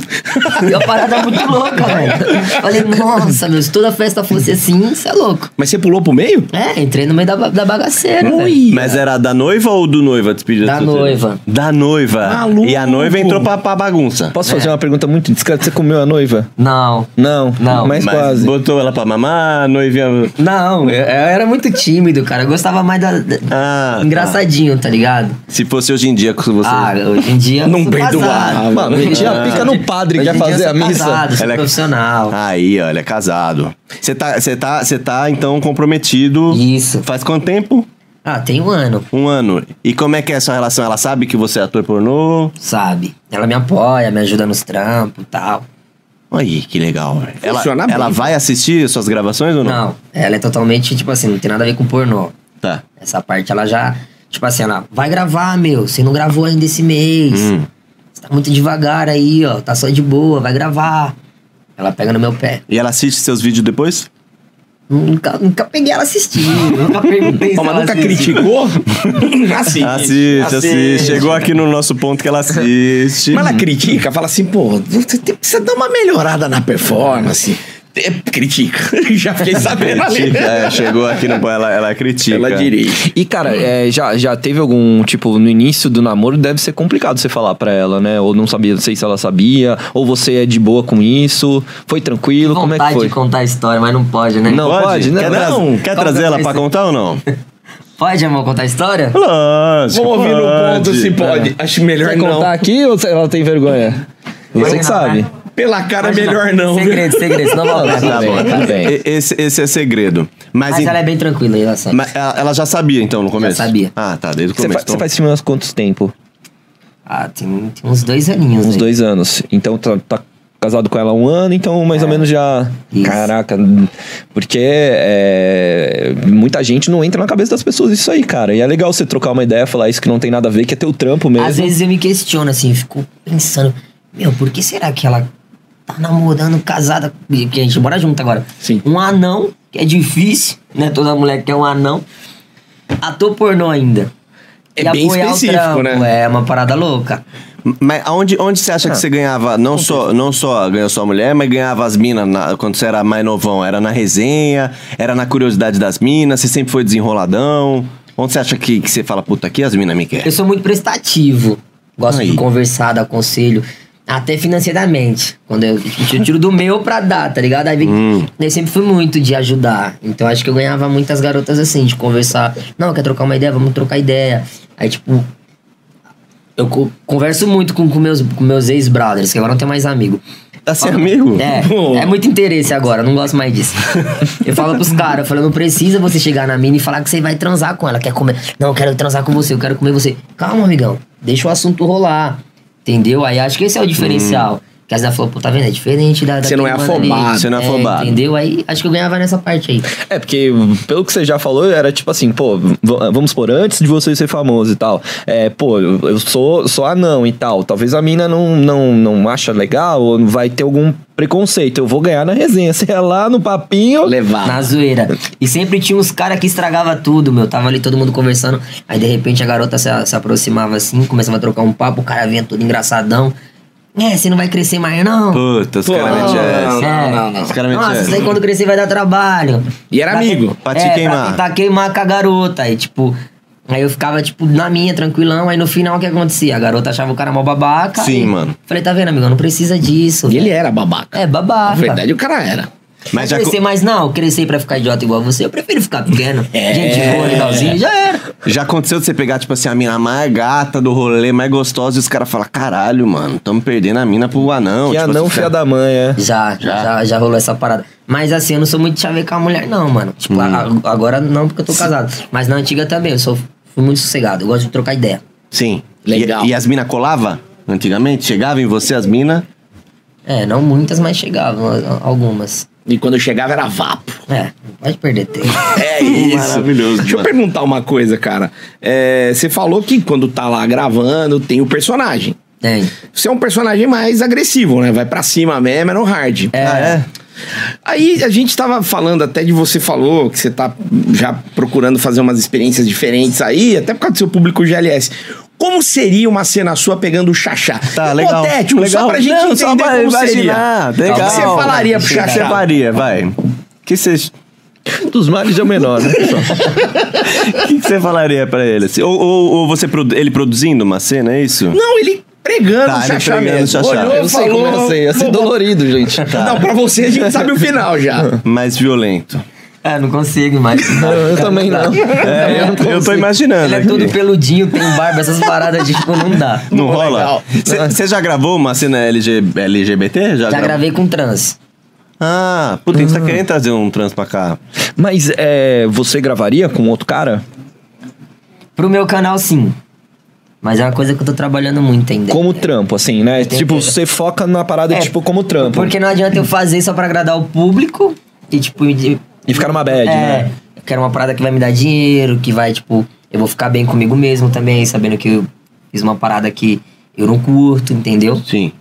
D: E a parada é muito louca, velho. Falei, nossa, meu, se toda festa fosse assim, isso é louco.
B: Mas você pulou pro meio?
D: É, entrei no meio da, ba- da bagaceira. velho.
A: Mas era da noiva ou do noiva a despedida
D: Da
A: de solteiro?
D: noiva.
A: Da noiva.
B: Maluco.
A: E a noiva entrou pra, pra bagunça.
C: Posso fazer uma pergunta muito discreta? Você comeu a noiva?
D: Não.
C: Não,
D: Não,
C: mas,
A: Mas
C: quase.
A: Botou ela pra mamar, a noivinha.
D: Não, eu, eu era muito tímido, cara. Eu gostava mais da. da-
A: Ah, tá.
D: engraçadinho, tá, ligado?
A: Se fosse hoje em dia com você.
D: Ah, hoje em dia. eu
B: Não
D: sou
B: perdoava.
D: casado. Ah,
C: Mano, metia a pica no padre que ia
D: Hoje em dia eu
C: fazer
D: sou
C: a missa.
D: Casado, sou
A: Ela é-
D: profissional.
A: Aí, olha, é casado. Você tá, você tá, você tá então comprometido.
D: Isso.
A: Faz quanto tempo?
D: Ah, tem um ano,
A: Um ano. E como é que é a sua relação? Ela sabe que você é ator pornô?
D: sabe? Ela me apoia, me ajuda nos trampos e tal.
A: Aí, que legal. velho. Ela,
B: Funciona bem.
A: ela vai assistir as suas gravações ou não?
D: Não, ela é totalmente, tipo assim, não tem nada a ver com pornô.
A: Tá.
D: Essa parte ela já. Tipo assim, ela vai gravar, meu. Você não gravou ainda esse mês.
C: Hum.
D: Você tá muito devagar aí, ó. Tá só de boa, vai gravar. Ela pega no meu pé.
A: E ela assiste seus vídeos depois?
D: Nunca, nunca peguei ela assistindo. nunca perguntei se
B: Ó, mas
D: ela
B: nunca
D: assiste.
B: criticou? assim.
A: Assiste, assiste. Chegou aqui no nosso ponto que ela assiste.
B: Mas ela critica, fala assim, pô, você tem- precisa dar uma melhorada na performance. É, critica. Já fiquei sabendo ali.
A: critica, é, chegou aqui no. Ela, ela critica.
B: Ela dirige.
C: E, cara, é, já, já teve algum, tipo, no início do namoro deve ser complicado você falar pra ela, né? Ou não sabia, não sei se ela sabia, ou você é de boa com isso, foi tranquilo, como é que
D: Vontade
C: foi?
D: de contar a história, mas não pode, né?
C: Não.
A: Pode?
C: pode, né?
A: Quer, tra-
C: Não.
A: quer trazer ela pra contar ou não?
D: Pode, amor, contar a história?
A: Lógico.
B: Vamos ouvir no ponto assim,
A: pode. é.
B: se pode. Acho melhor
C: Quer
B: não.
C: contar aqui ou ela tem vergonha? Você que
D: não,
C: sabe.
D: né?
B: Pela
C: é
B: cara,
D: Pode
B: melhor não. viu?
D: Segredo, segredo, senão
C: Não,
D: volta.
C: tá bom, tá bem.
A: E- Esse, esse é segredo. Mas,
D: Mas
A: em-
D: ela é bem tranquila em relação. a isso.
A: mas ela ela já sabia, então, no começo?
D: sabia.
A: Ah, tá, desde o
C: Você,
A: começo.
C: fa-
A: então.
C: você faz filme há quantos tempo?
D: Ah, tem, tem uns dois aninhos.
C: Uns
D: aí.
C: dois anos. Então tá, tá casado com ela há um ano, então mais ou menos já.
D: É. Isso.
C: Caraca. Porque é, muita gente não entra na cabeça das pessoas isso aí, cara. E é legal você trocar uma ideia, falar isso que não tem nada a ver, que é teu trampo mesmo.
D: Às vezes eu me questiono assim, fico pensando, meu, por que será que ela tá namorando, casada, que a gente mora junto agora?
B: Sim.
D: Um anão, que é difícil, né? Toda mulher quer um anão. Ator pornô ainda.
B: É bem
D: apoiar o
B: específico,
D: trampo,
B: né?
D: É uma parada louca.
A: Mas aonde, onde você
D: Ah.
A: acha que você ganhava? Não só, não só ganhou sua mulher, mas ganhava as minas na- quando você era mais novão? Era na resenha? Era na curiosidade das minas? Você sempre foi desenroladão? Onde você acha que, que você fala, puta, aqui as minas me
D: Eu
A: querem?
D: sou muito prestativo. Gosto
A: É. Aí.
D: de conversar, dar conselho. Até financeiramente. Quando eu, eu tiro do meu pra dar, tá ligado? Aí, vem- eu sempre fui muito de ajudar. Então acho que eu ganhava muitas garotas assim, de conversar. Não, quer trocar uma ideia? Vamos trocar ideia. Aí, tipo. Eu co- converso muito com, com meus, com meus ex-brothers, que agora não tem mais amigo.
A: Tá sem amigo?
D: É,
B: Pô.
D: é muito interesse agora, não gosto mais disso. Eu falo pros caras, eu falo, não precisa você chegar na mina e falar que você vai transar com ela, quer comer. Não, eu quero transar com você, eu quero comer você. Calma, amigão, deixa o assunto rolar. Entendeu? Aí acho que esse é o diferencial. Que as ela falou, pô, tá vendo? É diferente da.
B: Você não é
D: daquele mano ali.
B: afobado,
A: você não é afobado.
D: Entendeu? Aí acho que eu ganhava nessa parte aí.
C: É, porque pelo que você já falou, era tipo assim, pô, v- vamos por antes de você ser famoso e tal. É, pô, eu eu sou, sou anão e tal. Talvez a mina não, não, não acha legal ou vai ter algum preconceito. Eu vou ganhar na resenha. Se é lá no papinho.
B: Levar.
D: Na zoeira. E sempre tinha uns caras que estragava tudo, meu. Tava ali todo mundo conversando. Aí de repente a garota se, se aproximava assim, começava a trocar um papo, o cara vinha todo engraçadão. É, você não vai crescer mais, não.
A: Puta, os
B: Pô,
A: caras metem
B: não, não,
A: essa.
D: É.
B: não, não.
A: Os caras metem
D: Nossa,
A: essa.
D: isso aí quando crescer vai dar trabalho.
B: E era
D: Pra
B: amigo.
D: ten-
A: Pra te
D: é,
A: queimar.
D: Pra tentar queimar com a garota. Aí, tipo. Aí eu ficava, tipo, na minha, tranquilão. Aí no final o que acontecia? A garota achava o cara mó babaca.
A: Sim,
D: e-
A: mano.
D: Falei, tá vendo, amigo? Não precisa disso.
B: E ele
D: velho.
B: era babaca.
D: É,
B: Na
D: babaca.
B: verdade, o cara era.
A: Mas
D: Mas
A: já
D: crescer,
A: co-
D: mas não, crescer pra ficar idiota igual você, eu prefiro ficar pequeno. Gente boa, legalzinho, já
C: É.
D: era.
A: Já aconteceu de você pegar, tipo assim, a mina mais gata do rolê, mais gostosa, e os caras falam, caralho, mano, tamo perdendo a mina pro anão.
C: Que
A: tipo,
C: anão
A: assim,
C: filha
A: cara-
C: da mãe, é.
D: Já, já, já, rolou essa parada. Mas assim, eu não sou muito de chavecar a mulher, não, mano. Tipo, a- a- agora não, porque eu tô casado. Mas na antiga também, eu sou fui muito sossegado, eu gosto de trocar ideia.
A: Sim.
B: Legal.
A: E, e as minas colava? Antigamente? Chegava em você as minas?
D: É, não muitas, mas chegavam a- algumas.
B: E quando eu chegava era vapo.
D: É, não pode perder tempo.
B: É isso.
A: Hum, Maravilhoso,
B: Deixa eu
A: mano.
B: perguntar uma coisa, cara. É, você falou que quando tá lá gravando, tem o personagem.
D: Tem.
B: Você é um personagem mais agressivo, né? Vai pra cima mesmo, é no hard.
D: É.
A: Ah, é?
B: Aí a gente tava falando até de você falou que você tá já procurando fazer umas experiências diferentes aí, até por causa do seu público GLS. Como seria uma cena sua pegando o Xaxá?
A: Tá, legal.
B: Hipotético,
A: legal.
B: só pra gente
A: Não,
B: entender
A: só pra
B: como
A: imaginar.
B: seria.
A: Legal.
B: O que você falaria pro
A: O que você
B: Xaxá?
A: faria, vai? O que você, o
C: Dos males é o menor, né, pessoal?
A: que você falaria pra ele? assim? Ou, ou- ou você, produ- ele produzindo uma cena, é isso?
B: Não, ele pregando
A: Tá,
B: o
A: ele
B: Xaxá
A: pregando o
B: mesmo.
A: Xaxá.
B: Olhou,
A: assim, Eu
C: sei
B: falou,
C: como eu Tá. sei, ia ser
B: vou-
C: dolorido, gente.
B: Não, pra você a gente sabe o final já.
A: Mais violento.
D: É, não consigo mais.
C: Não, eu também não.
A: É, eu,
C: consigo.
A: tô imaginando.
D: Ele é
A: aqui.
D: todo peludinho, tem barba, essas paradas de tipo, não dá.
A: Não
B: Pô,
A: rola?
B: legal.
A: Você já gravou uma cena LG LGBT? Já,
D: Já
A: gra-
D: gravei com trans.
A: Ah, puta,
B: Uhum.
A: você tá querendo trazer um trans pra cá?
C: Mas é, você gravaria com outro cara?
D: Pro meu canal, sim. Mas é uma coisa que eu tô trabalhando muito ainda.
C: Como trampo, assim, né? Tipo, você foca na parada,
D: É,
C: tipo, como trampo.
D: Porque não adianta eu fazer só pra agradar o público e, tipo, e-
C: E ficar numa bad,
D: é,
C: né?
D: Eu quero uma parada que vai me dar dinheiro, que vai, tipo, eu vou ficar bem comigo mesmo também, sabendo que eu fiz uma parada que eu não curto, entendeu?
A: Sim.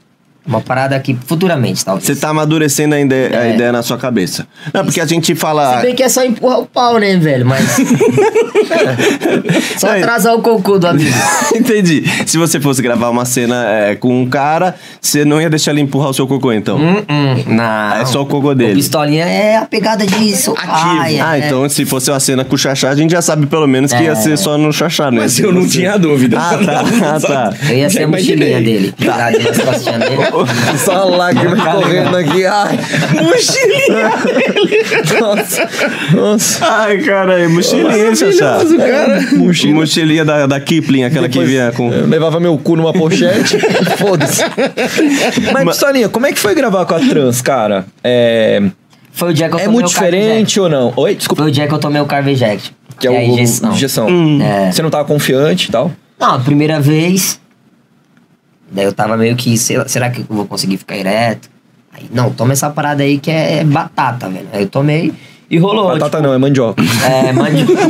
D: Uma parada que futuramente, talvez.
A: Você tá amadurecendo a ide- a ideia, na sua cabeça. Não, porque a gente fala.
D: É. Se bem que é só empurrar o pau, né, velho? Mas. só
A: Aí.
D: atrasar o concurso do amigo.
A: Entendi. Se você fosse gravar uma cena é, com um cara, você não ia deixar ele empurrar o seu cocô, então.
D: Hum, hum, não.
A: Ah, é só o cocô dele.
D: O pistolinha é a pegada de socar. é,
A: ah,
D: é.
A: então se fosse uma cena com o Xaxá, a gente já sabe pelo menos que ia
D: É.
A: ser só no Xaxá, né?
B: Mas
A: Se
B: eu não
A: você-
B: tinha dúvida.
A: Ah, tá, ah, tá.
D: Eu
B: Já
D: ia ser a mochilinha
B: imaginei.
C: Tá.
D: dele. Pesado nas costinhas dele.
C: Só a lágrima correndo aqui. Ai, nossa. Nossa.
A: Ai, caralho, mochilinha, Xaxá.
B: Maravilhoso, cara.
A: Mochilinha. Mochilinha da, da Kipling, aquela que
C: Depois É.
A: vinha com.
C: eu levava meu cu numa pochete. Foda-se. Mas, Pistolinha, como é que foi gravar com a trans, cara? É,
D: Foi o dia que eu
C: é
D: tomei
C: muito
D: o Carveject.
C: diferente ou não? Oi, desculpa.
D: Foi o dia que eu tomei o Carveject.
C: Que é o
D: a injeção.
C: injeção.
D: É.
C: Você não tava confiante e tal?
D: Não, a primeira vez. Daí eu tava meio que, sei lá, será que eu vou conseguir ficar ereto? Aí, não, toma essa parada aí que é batata, velho. Aí eu tomei e rolou.
C: Batata não, é mandioca.
D: É, mandioca.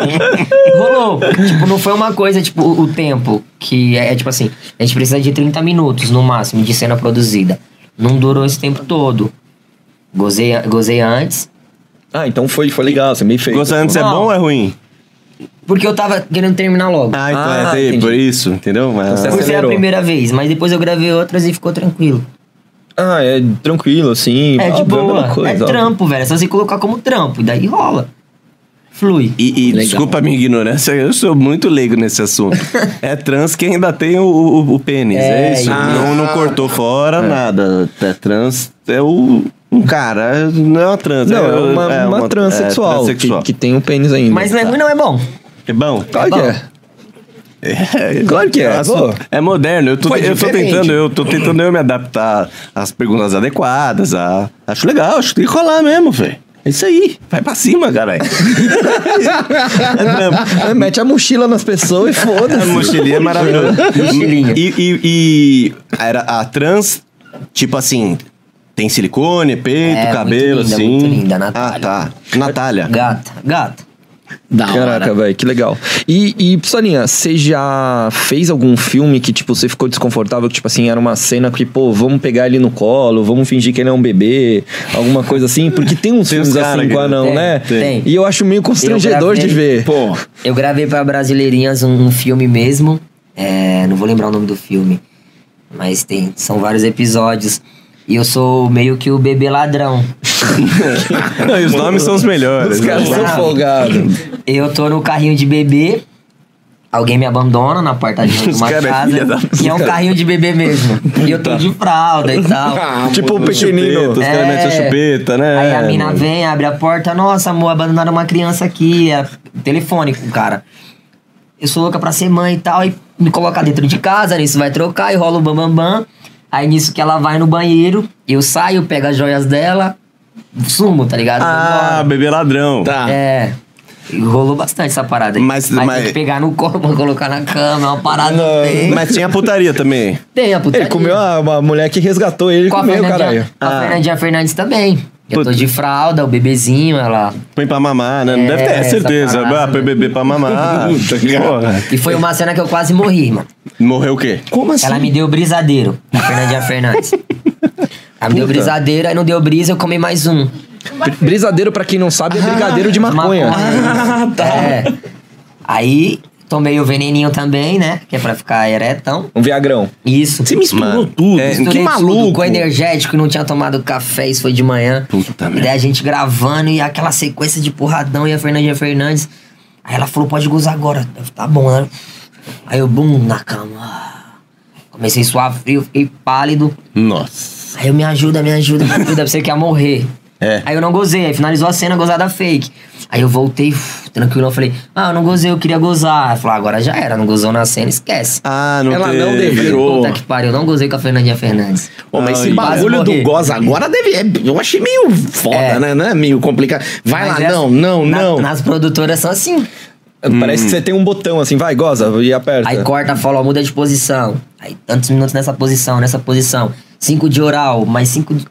D: Rolou. Tipo, não foi uma coisa, tipo, o o tempo. Que é, é tipo assim, a gente precisa de 30 minutos no máximo de cena produzida. Não durou esse tempo todo. Gozei, gozei antes,
C: Ah, então foi, foi legal, você me fez.
A: Gostar antes é
D: Não.
A: bom ou é ruim?
D: porque eu tava querendo terminar logo.
A: Ah, então
C: Ah,
A: é, tem-
C: entendi.
A: por isso, entendeu? Mas,
C: Então
D: Por ser a
C: acelerou.
D: primeira vez, mas depois eu gravei outras e ficou tranquilo.
C: Ah, é tranquilo, assim. ah,
D: É de
C: a mesma
D: boa.
C: coisa,
D: é
C: ó.
D: trampo, velho. É só você colocar como trampo. E daí rola. Flui.
A: E, e desculpa a minha ignorância, eu sou muito leigo nesse assunto. é trans que ainda tem o, o, o pênis, é,
D: É,
A: isso?
D: isso.
A: Não, não cortou fora, nada. É trans, é o, um cara, não é uma trans.
C: Não,
A: é,
C: é uma,
A: é
C: uma
A: é
C: transexual,
A: transexual.
C: Que, que tem um pênis ainda.
D: mas não é ruim, não é bom.
A: É bom?
C: Claro que
D: bom.
C: é. Claro que é,
A: É,
C: pô.
A: é moderno, eu tô,
B: Foi
A: eu tô
B: diferente.
A: tentando, eu tô tentando eu me adaptar às perguntas adequadas. A, acho legal, acho que tem que rolar mesmo, velho. É isso aí, vai pra cima, caralho.
C: É, Mete a mochila nas pessoas e
A: A
C: foda-se.
A: mochilinha é maravilhosa.
D: Mochilinha.
A: E, e- e era a trans, tipo assim, tem silicone, peito,
D: É, muito
A: cabelo,
D: linda,
A: assim.
D: muito linda, Natália.
A: Ah, tá. Natália.
D: Gata, gata.
B: Da hora.
C: Caraca, velho, que legal. E, e Pistolinha, você já fez algum filme que, tipo, você ficou desconfortável, que, tipo assim, era uma cena que, pô, vamos pegar ele no colo, vamos fingir que ele é um bebê, alguma coisa assim? Porque tem uns
A: Tem uns
C: filmes
A: cara
C: assim
A: que-
C: com anão,
D: Tem,
C: né?
D: tem.
C: E eu acho meio constrangedor
D: Eu
C: de
D: gravei-
C: ver.
B: Pô,
D: Eu gravei pra Brasileirinhas um, um filme mesmo. É, não vou lembrar o nome do filme. Mas tem, são vários episódios. E eu sou meio que o bebê ladrão.
A: Não, e os nomes são os melhores.
C: Os caras
A: né?
C: são
D: Sabe?
C: folgados.
D: Eu tô no carrinho de bebê. Alguém me abandona na portadinha de
A: Os
D: uma
A: cara é
D: casa.
A: filha da
D: e é um
A: puta.
D: carrinho de bebê mesmo. E eu tô de fralda e tal.
B: Ah,
C: tipo o
A: um
B: mano.
A: Chupeta,
C: pequenino.
A: os caras metem a chupeta, né?
D: É. Aí a mina vem, abre a porta, nossa, amor, abandonaram uma criança aqui, é telefone com o cara. Eu sou louca pra ser mãe e tal, e me coloca dentro de casa, nisso vai trocar, e rola o bam, bam, bam. Aí nisso que ela vai no banheiro, eu saio, pego as joias dela, sumo, tá ligado? Vou
A: Ah,
D: embora.
A: bebê ladrão.
B: Tá.
D: É. E rolou bastante essa parada. aí.
A: Mas-
D: Aí
A: mas-
D: tem que pegar no colo pra colocar na cama, é uma parada. feia.
A: Mas tinha putaria também.
D: Tem a putaria.
C: Ele comeu a- uma mulher que resgatou ele,
D: com a
C: comeu,
D: Fernandinha,
C: caralho.
D: com a
A: Ah.
D: Fernandinha Fernandes também. Eu tô
A: Puta.
D: de fralda, o bebezinho, ela...
A: Põe pra mamar, né? Não
D: É,
A: deve ter, é
D: essa
A: certeza. Ah,
D: parada.
A: põe bebê pra mamar. Porra.
D: E foi uma cena que eu quase morri, mano.
A: Morreu o quê?
B: Como assim?
D: Ela me deu brisadeiro, a Fernandinha Fernandes. Ela me deu brisadeiro, aí não deu brisa, eu comi mais um.
C: Br- Brisadeiro, pra quem não sabe, é brigadeiro de maconha.
D: Ah, tá. Aí tomei o veneninho também, né? Que é pra ficar eretão.
C: Um viagrão.
D: Isso.
B: Você misturou
A: Mano,
B: tudo.
A: é,
B: que
D: Misturei tudo
B: maluco.
D: Com energético, não tinha tomado café, isso foi de manhã.
A: Puta
D: E
A: merda.
D: daí a gente gravando e aquela sequência de porradão e a Fernandinha Fernandes. Aí ela falou, pode gozar agora. Eu, tá bom, né? Aí eu, bum, na cama. Comecei a suar frio, fiquei pálido.
A: Nossa.
D: Aí eu, me ajuda, me ajuda, me ajuda, você quer morrer.
A: É.
D: Aí eu não gozei, aí finalizou a cena, gozada fake. Aí eu voltei, uf, tranquilo, eu falei, ah, eu não gozei, eu queria gozar. Aí falou, agora já era, não gozou na cena, esquece.
A: Ah, não
B: Ela não
A: teve.
B: devia. virou.
D: Puta que pariu, eu não gozei com a Fernandinha Fernandes.
B: Pô, mas
A: Ai.
B: esse bagulho
D: Quase
B: do
D: morri.
B: goza agora deve. é- eu achei meio foda,
D: É.
B: né? Não é meio complicado. Vai
D: Mas
B: lá,
D: é-
B: não, não,
D: na-
B: não.
D: Nas produtoras são assim.
E: Hum.
C: Parece que você tem um botão assim, vai, goza, e aperta.
B: Uhum.
D: Aí corta, fala, ó, muda de posição. Aí tantos minutos nessa posição, nessa posição. Cinco de oral, mais cinco de...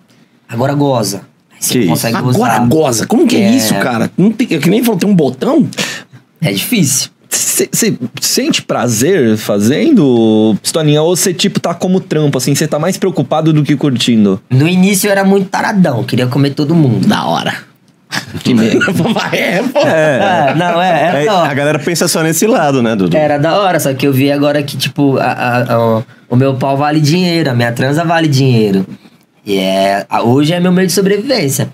D: Agora goza. Aí você
A: Que
D: consegue
B: Agora
D: gozar.
B: goza. Como que é, isso, cara? Não tem, é que nem falou, tem um botão?
D: É difícil.
C: Você sente prazer fazendo, Pistolinha? Ou você, tipo, tá como trampo, assim, você tá mais preocupado do que curtindo?
D: No início eu era muito taradão, queria comer todo mundo.
B: Da hora. é, pô.
D: É, não, é, era
A: É,
D: da
A: a
D: hora.
A: galera pensa só nesse lado, né, Dudu?
D: Era da hora, só que eu vi agora que, tipo, a- a- a- o- o meu pau vale dinheiro, a minha transa vale dinheiro. E é, a- hoje é meu meio de sobrevivência.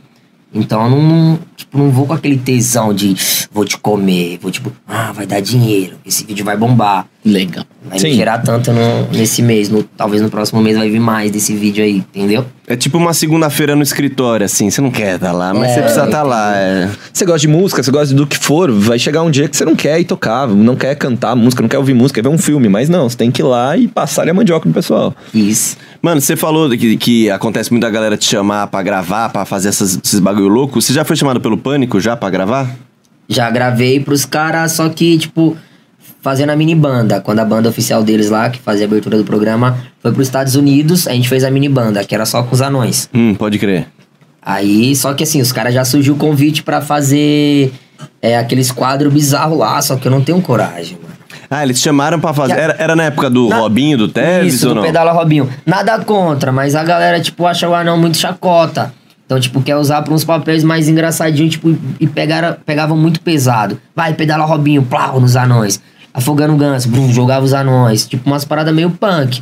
D: Então eu não, não- tipo, não vou com aquele tesão de vou te comer, vou tipo, ah, vai dar dinheiro, esse vídeo vai bombar.
B: Legal.
D: Vai
C: Sim.
D: me gerar tanto no- nesse mês, no- talvez no próximo mês vai vir mais desse vídeo aí, entendeu?
A: É tipo uma segunda-feira no escritório, assim. Você não quer estar lá, mas
D: É,
A: você precisa estar lá. é.
C: Você gosta de música, você gosta do que for, vai chegar um dia que você não quer ir tocar, não quer cantar música, não quer ouvir música, quer ver um filme, mas não, você tem que ir lá e passar a mandioca no pessoal.
D: Isso.
A: Mano, você falou que, que acontece muito a galera te chamar pra gravar, pra fazer essas- esses bagulho louco. Você já foi chamado pelo Pânico já pra gravar?
D: Já gravei pros caras, só que, tipo, fazendo a mini banda. Quando a banda oficial deles lá, que fazia a abertura do programa, foi pros Estados Unidos, a gente fez a mini banda, que era só com os anões.
A: Hum, pode crer.
D: Aí, só que assim, os caras já surgiu o convite pra fazer é, aqueles quadros bizarros lá, só que eu não tenho coragem, mano.
A: Ah, eles te chamaram pra fazer.
D: Já-
A: Era, era na época do
D: Na-
A: Robinho, do Tevez
D: Isso,
A: ou
D: do
A: não?
D: Pedala Robinho. Nada contra, mas a galera, tipo, acha o anão muito chacota. Então, tipo, quer usar pra uns papéis mais engraçadinhos, tipo, e- e pegaram, pegavam muito pesado. Vai, pedala Robinho, plau, nos anões. Afogando o ganso, brum, jogava os anões. Tipo, umas paradas meio punk.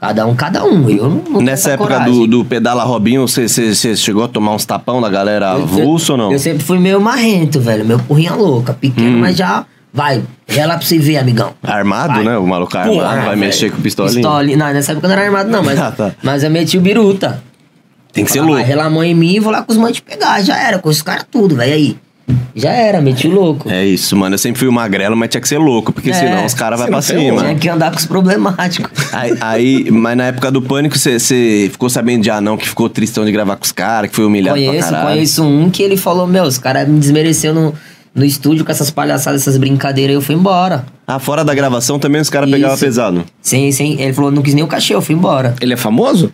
D: Cada um, cada um. Eu não, não tenho
A: Nessa
D: essa
A: época
D: coragem.
A: do, do Pedala Robinho, você- você você chegou a tomar uns tapão da galera
D: Eu-
A: avulso ou não? Hum.
D: Eu sempre fui meio marrento, velho. Meu porrinha louca, é pequeno, mas já... Vai, gela pra você ver, amigão.
A: Armado,
D: Vai.
A: né? O maluco armado
D: Porra,
A: vai
D: velho.
A: mexer com pistolinha.
D: Pistolinha. Não, nessa época eu não era armado, não, mas,
A: Ah, tá.
D: mas eu meti o biruta.
A: Tem que ser
D: Ah,
A: louco.
D: relamou em mim e vou lá com os mães pegar. Já era, com os caras tudo, velho. Aí. Já era, meti o louco.
A: É isso, mano. Eu sempre fui o magrelo, mas tinha que ser louco, porque
D: É,
A: senão os caras vão pra cima.
D: Tinha que andar com os problemáticos.
A: Aí, aí- mas na época do pânico, você ficou sabendo de anão que ficou tristão de gravar com os caras, que foi humilhado
D: conheço,
A: pra caralho.
D: conheço um que ele falou: Meu, os caras me desmereceu no, no estúdio com essas palhaçadas, essas brincadeiras. aí Eu fui embora.
A: Ah, fora da gravação também os caras
D: Isso.
A: pegavam pesado.
D: Sim, sim. Ele falou: Não quis nem o cachê, eu fui embora.
B: Ele é famoso?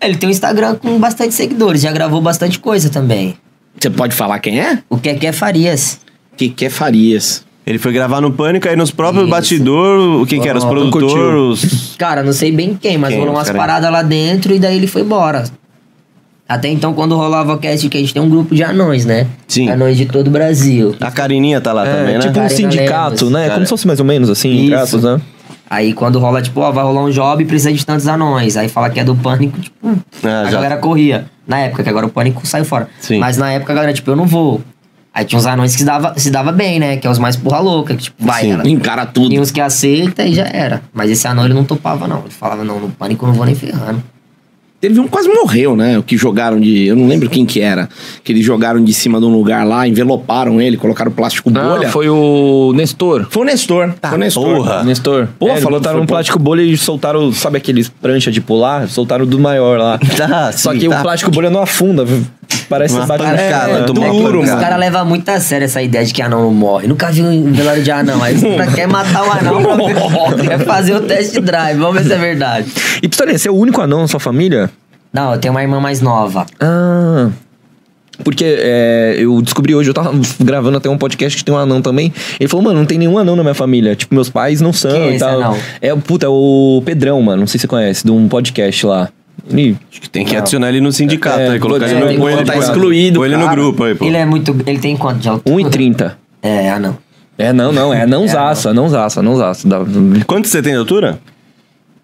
D: Ele tem um Instagram com bastante seguidores, já gravou bastante coisa também.
B: Você pode falar quem é?
D: O que é que é Farias?
B: Que que é Farias.
A: Ele foi gravar no pânico, aí nos próprios
D: Isso.
A: batidor, o quem que era? Os
D: Não, não
A: produtores.
D: Cara, não sei bem quem, mas
A: Quem,
D: rolou umas
A: cara?
D: paradas lá dentro e daí ele foi embora. Até então, quando rolava o cast, que a gente tem um grupo de anões, né?
A: Sim.
D: Anões de todo o Brasil.
A: A Carininha tá lá
C: É,
A: também, né?
C: tipo um
D: Karina
C: sindicato,
D: Lemos,
C: né?
A: cara.
C: Como se fosse mais ou menos assim,
D: Isso.
C: graças, né?
D: Aí quando rola, tipo, ó, vai rolar um job e precisa de tantos anões. Aí fala que é do pânico, tipo,
A: Ah,
D: a
A: já.
D: galera corria. Na época, que agora o pânico saiu fora.
A: Sim.
D: Mas na época a galera, tipo, eu não vou. Aí tinha uns anões que se dava, se dava bem, né? Que é os mais porra louca, que tipo, vai,
A: Sim.
D: ela.
B: Encara tudo.
D: E um- uns que aceita e já era. Mas esse anão ele não topava, não. Ele falava, não, no pânico eu não vou nem ferrando.
B: Teve um que quase morreu, né? O que jogaram de. Eu não lembro quem que era. Que eles jogaram de cima de um lugar lá, enveloparam ele, colocaram plástico
D: Ah,
B: bolha.
E: foi o Nestor.
B: Foi o Nestor.
D: Tá,
B: foi o Nestor.
A: porra. Ah.
C: Nestor. Pô,
B: É, ele
C: falou, botaram
B: foi
C: um
B: bom.
C: plástico bolha e soltaram, sabe aqueles prancha de pular? Soltaram do maior lá.
A: Tá,
C: Só
A: sim,
C: que
A: tá.
C: o plástico bolha não afunda, viu? parece
A: Uma
C: bate-
A: pancada,
C: É,
A: tomou
C: é,
A: uma
C: duro,
A: pancada.
D: Os
A: Cara.
D: caras levam muito a sério essa ideia de que anão não morre. Nunca vi um velório de anão. Aí os caras querem matar o anão pra ver- quer fazer o test drive. Vamos ver se é verdade.
C: E Pistolinha, você é o único anão na sua família?
D: Não, eu tenho uma irmã mais nova.
C: Ah. Porque é, eu descobri hoje, eu tava gravando até um podcast que tem um anão também. Ele falou, mano, não tem nenhum anão na minha família. Tipo, meus pais não são
D: Quem é
C: e
D: esse
C: tal.
D: anão?
C: É, o- puta, é o Pedrão, mano. Não sei se você conhece, de um podcast lá. Ele-
A: Acho que Tem que adicionar ele no sindicato,
C: É,
A: aí colocar
C: pode-
A: ele
D: é,
A: no
D: tem que
A: põe ele
D: botar
A: no-
B: excluído,
A: Põe ele no
B: cara.
A: grupo aí, pô.
D: Ele é muito. Ele tem quanto de altura?
C: 1,30.
D: É, anão.
C: É, não, não, é anãozaço, anãozaço, anãozaço. Dá-
A: Quanto você tem de altura?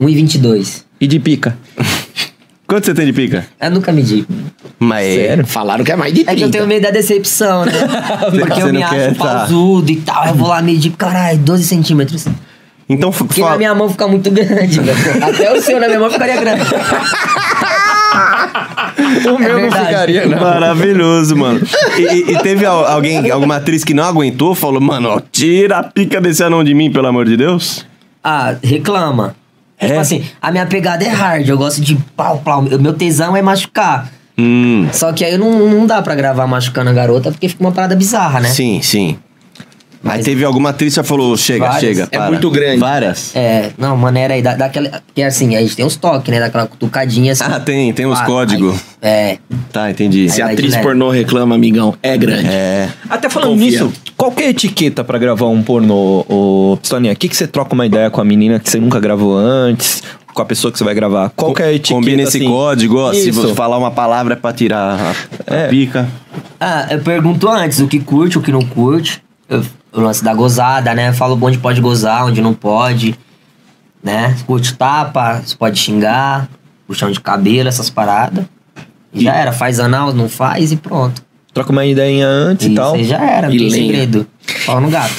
D: 1,22.
C: E de pica.
A: Quanto você tem de pica?
D: Eu nunca medi.
A: Mas
B: Falaram que é mais de 30.
D: É que eu tenho medo da decepção, né? Porque
A: Você
D: eu me
A: não quer
D: acho
A: tá.
D: pausudo e tal. Eu vou lá medir, caralho, 12 centímetros.
A: Então, fa-
D: Que na minha mão fica muito grande, velho. Até o seu na minha mão ficaria grande.
A: Então,
D: o meu não ficaria,
A: né? Maravilhoso, mano. E, e- e teve al- alguém, alguma atriz que não aguentou, falou, mano, ó, tira a pica desse anão de mim, pelo amor de Deus.
D: Ah, reclama.
A: É?
D: Tipo assim, a minha pegada é hard, eu gosto de pau, pau. O meu tesão é machucar.
A: Hum,
D: Né? Só que aí não, não dá pra gravar machucando a garota, porque fica uma parada bizarra, né?
A: sim, sim. Aí teve alguma atriz que já falou: chega,
D: Várias.
A: chega.
B: É
A: para.
B: muito grande.
A: Várias.
D: É, não, maneira aí, dá, dá aquela. Porque assim, a gente tem uns toques, né? Daquela cutucadinha assim.
A: Ah, tem, tem uns
D: Ah,
A: códigos.
D: aí- é.
A: Tá, entendi.
B: Se
D: Aí
B: a
D: vai
B: atriz
D: de leve.
B: pornô reclama, amigão, é grande.
A: É.
C: Até falando
B: Confia.
C: nisso, qual que é a etiqueta pra gravar um pornô, ô Pistolinha? O que, que você troca uma ideia com a menina que você nunca gravou antes, com a pessoa que você vai gravar? Qual que é a etiqueta?
A: Combina esse
C: assim?
A: código, ó. Se
C: Isso.
A: você falar uma palavra é pra tirar a, a
C: É.
A: pica.
D: Ah, eu pergunto antes o que curte, o que não curte. Eu- o lance da gozada, né? Eu falo onde pode gozar, onde não pode. Né? Se Curte tapa, se pode xingar, puxão de cabelo, essas paradas. E já era, faz anal, não faz e pronto.
C: Troca uma ideinha antes Então, e,
D: E
C: tal.
D: aí já era, não
B: E
D: tem
B: lenha.
D: segredo. Pau no gato.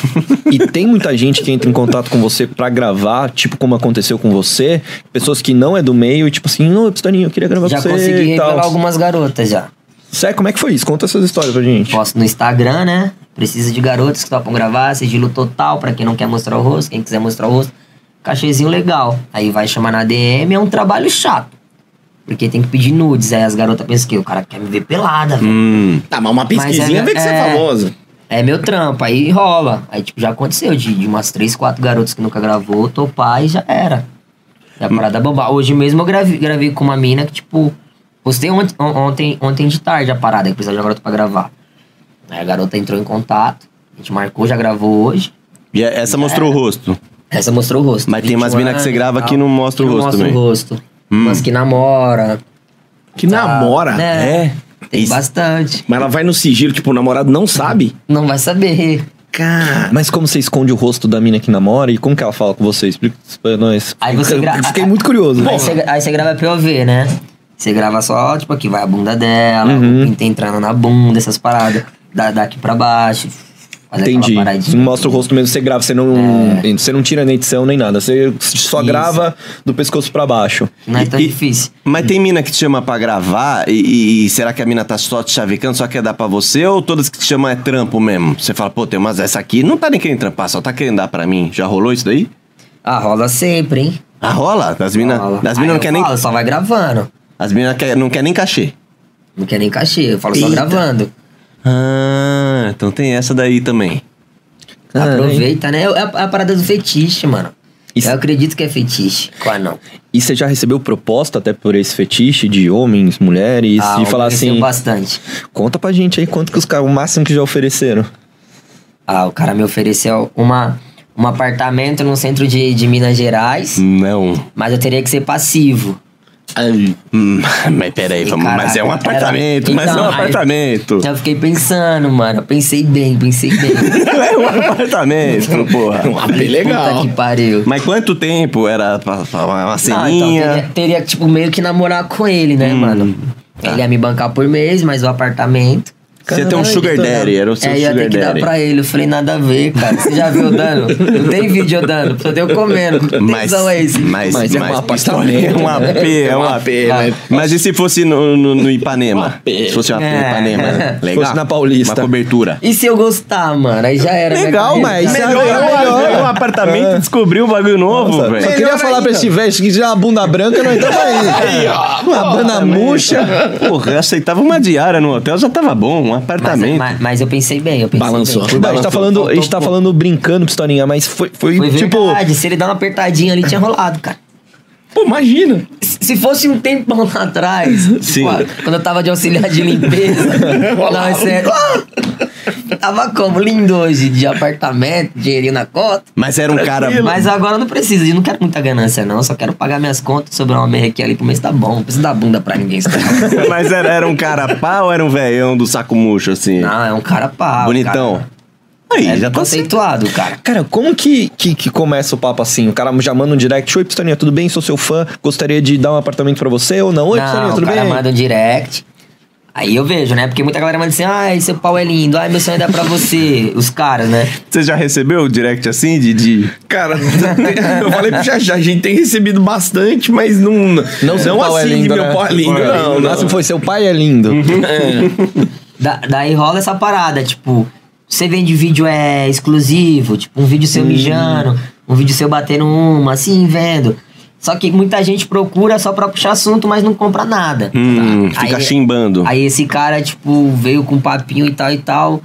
C: E tem muita gente que entra em contato com você pra gravar, tipo como aconteceu com você, pessoas que não é do meio, e tipo assim, não, então. Pistolinha, eu queria gravar
D: já
C: com
D: consegui
C: você e
D: revelar
C: tal.
D: algumas garotas já.
C: Sério, como é que foi isso? Conta essas histórias pra gente.
D: Posto no Instagram, né? Precisa de garotas que topam gravar, sigilo total pra quem não quer mostrar o rosto, quem quiser mostrar o rosto, cachezinho legal. Aí vai chamar na DM, é um trabalho chato. Porque tem que pedir nudes, aí as garotas pensam que o cara quer me ver pelada, velho.
A: Hum.
B: Tá, mas uma pesquisinha
D: é-
B: vê que você é
D: é.
B: famoso.
D: É meu trampo, aí rola. Aí, tipo, já aconteceu de, de umas três, quatro garotas que nunca gravou, topar e já era. E
A: Hum.
D: a parada é bombar. Hoje mesmo eu gravei, gravei com uma mina que, tipo, postei ont- on- ontem, ontem de tarde a parada, que precisava de uma garota pra gravar. Aí a garota entrou em contato, a gente marcou, já gravou hoje.
A: E é- essa mostrou o rosto.
D: Essa mostrou o rosto.
A: Mas tem umas
D: 21
A: mina que você
D: anos e
A: grava
D: tal,
A: que não mostra o
D: que não
A: rosto
D: mostra o
A: também. Hum.
D: rosto. Umas que namora.
B: Que
D: tá,
B: namora.
D: né?
A: É.
D: Tem
A: Isso.
D: bastante.
B: Mas ela vai no sigilo, tipo, o namorado não sabe.
D: Não vai saber.
B: Cara.
C: Mas como você esconde o rosto da mina que namora e como que ela fala com você? Explica isso pra nós.
D: Aí você gra-
C: Eu Fiquei muito curioso.
D: Aí você, aí você grava POV, né? Você grava só, tipo, aqui vai a bunda dela,
C: Uhum.
D: o pinto entrando na bunda, essas paradas. Dá, daqui pra baixo. Faz aquela
C: Entendi.
D: paradinha. É.
C: Não mostra o rosto mesmo, você grava, você não, você não tira nem edição nem nada. Você só
D: Isso.
C: grava do pescoço pra baixo.
D: Não é tão
A: E- e-
D: difícil.
A: Mas tem mina que te chama pra gravar e, e- e será que a mina tá só te chavecando, só quer dar pra você? Ou todas que te chamam é trampo mesmo? Você fala, pô, tem umas essa aqui, não tá nem querendo trampar, só tá querendo dar pra mim. Já rolou isso daí?
D: Ah, rola sempre, hein?
A: Ah, rola? As minas
D: Rola.
A: as
D: Aí
A: mina não
D: eu
A: quer nem.
D: falo, só vai gravando.
A: As minas quer, não quer nem cachê.
D: Não quer nem cachê, eu falo só
B: Eita.
D: gravando.
A: Ah, então tem essa daí também.
C: Ah,
D: Aproveita, né? É a, é a parada do fetiche, mano.
C: Isso.
D: Eu acredito que é fetiche. Qual não?
C: E você já recebeu proposta até por esse fetiche de homens, mulheres,
D: Ah,
C: de falar
D: ofereceu
C: assim,
D: bastante.
C: conta pra gente aí quanto que os caras, o máximo que já ofereceram.
D: Ah, o cara me ofereceu uma, um apartamento no centro de, de Minas Gerais,
A: Não.
D: mas eu teria que ser passivo.
A: Hum, mas peraí,
D: Ih,
A: vamos, mas
D: caraca,
A: é um apartamento,
D: era-
A: mas é um
D: Então, aí-
A: apartamento.
D: Então eu fiquei pensando, mano. Eu pensei bem, pensei bem.
A: é um apartamento, porra.
B: Ah, bem legal.
D: Puta que pariu.
A: Mas quanto tempo era pra, pra uma uma
D: Não, então
A: ceninha?
D: teria, teria que, tipo, meio que namorar com ele,
A: Hum,
D: né, mano?
A: tá.
D: Ele ia me bancar por mês, mas o apartamento.
A: Você tem um sugar daddy, era o seu
D: É, ia ter
A: sugar
D: que dar
A: daddy.
D: pra ele. Eu falei, nada a ver, cara. Você já viu eu dando? Não tem vídeo eu dando, só tem eu comendo. Que
A: Mas,
D: tesão é esse?
A: mas,
C: Mas
A: mas,
C: é um apartamento,
A: é um AP, é um AP.
B: né?
A: Mas e se fosse no, no, no Ipanema? Se fosse um uma
D: É.
A: Ipanema, né? legal.
C: fosse na Paulista.
A: Uma cobertura.
D: E se eu gostar, mano? Aí já era. minha
C: Legal,
D: carreira,
C: mas-
D: já
C: Melhor,
D: era.
C: melhor.
A: Pegou um apartamento e descobriu um bagulho novo,
C: Só
A: velho.
C: queria
B: Melhor
C: falar pra
B: ainda.
C: esse velho que já a bunda branca não entrava aí. Uma banda murcha.
A: Porra, eu aceitava uma diária no hotel, já tava bom, um
D: Mas,
A: apartamento.
D: mas- é mas eu pensei bem, eu pensei
B: Balançou.
D: bem.
B: Foi
C: Não, a gente tá falando, a gente tá falando brincando, pistolinha, mas foi, foi,
D: Foi
C: tipo.
D: verdade, se ele dá uma apertadinha ali, tinha rolado, cara.
B: Pô, imagina.
D: Se se fosse um tempão lá atrás, tipo,
A: Sim.
D: ah, quando eu tava de auxiliar de limpeza, não, é sério. Ah! tava como? Lindo hoje, de apartamento, dinheirinho na conta.
A: Mas era um cara.
D: Mas agora eu não precisa, eu não quero muita ganância, não. Eu só quero pagar minhas contas, sobrar uma merrequinha ali pro mês, tá bom. Não precisa dar bunda pra ninguém. sabe?
A: Mas era, era um cara pá ou era um velhão do saco murcho, assim?
D: Não, é um cara pá.
A: Bonitão.
D: O
A: Aí,
D: cara, é
A: já tá certo.
D: conceituado, cara.
C: Cara, como que, que, que começa o papo assim? O cara já manda um direct, oi pistolinha, tudo bem? Sou seu fã, gostaria de dar um apartamento pra você ou não? Oi pistolinha,
D: Não,
C: tudo
D: o cara
C: bem?
D: manda um direct. Aí eu vejo, né? Porque muita galera manda assim, ai, seu pau é lindo, ai, meu sonho é dar pra você. Os caras, né?
A: Você já recebeu o direct assim, Didi?
B: Cara, eu falei pro Jajá, a gente tem recebido bastante, mas não. Não,
C: seu pau é
B: assim,
C: lindo,
B: meu
C: né?
B: pau é lindo. Não, não.
C: Nossa, foi seu pai é lindo.
D: Da- daí rola essa parada, tipo, você vende vídeo é exclusivo, tipo, um vídeo
A: Uhum.
D: seu mijando, um vídeo seu batendo uma, assim, vendo. Só que muita gente procura só pra puxar assunto, mas não compra nada.
A: Hum,
D: Tá?
A: fica chimbando.
D: um Aí esse cara, tipo, veio com papinho e tal e tal.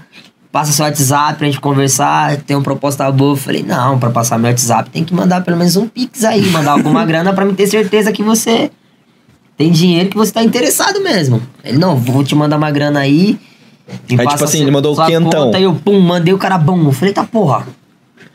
D: passa seu WhatsApp pra gente conversar, tem uma proposta boa. Eu falei, não, pra passar meu WhatsApp tem que mandar pelo menos um Pix aí, mandar alguma grana pra me ter certeza que você tem dinheiro que você tá interessado mesmo. Ele, não, vou te mandar uma grana aí. me
C: Aí, tipo
D: passa
C: assim,
D: sua-
C: ele mandou
D: sua
C: 500.
D: conta, Aí eu, pum, mandei o cara, bum. Eu falei, tá porra,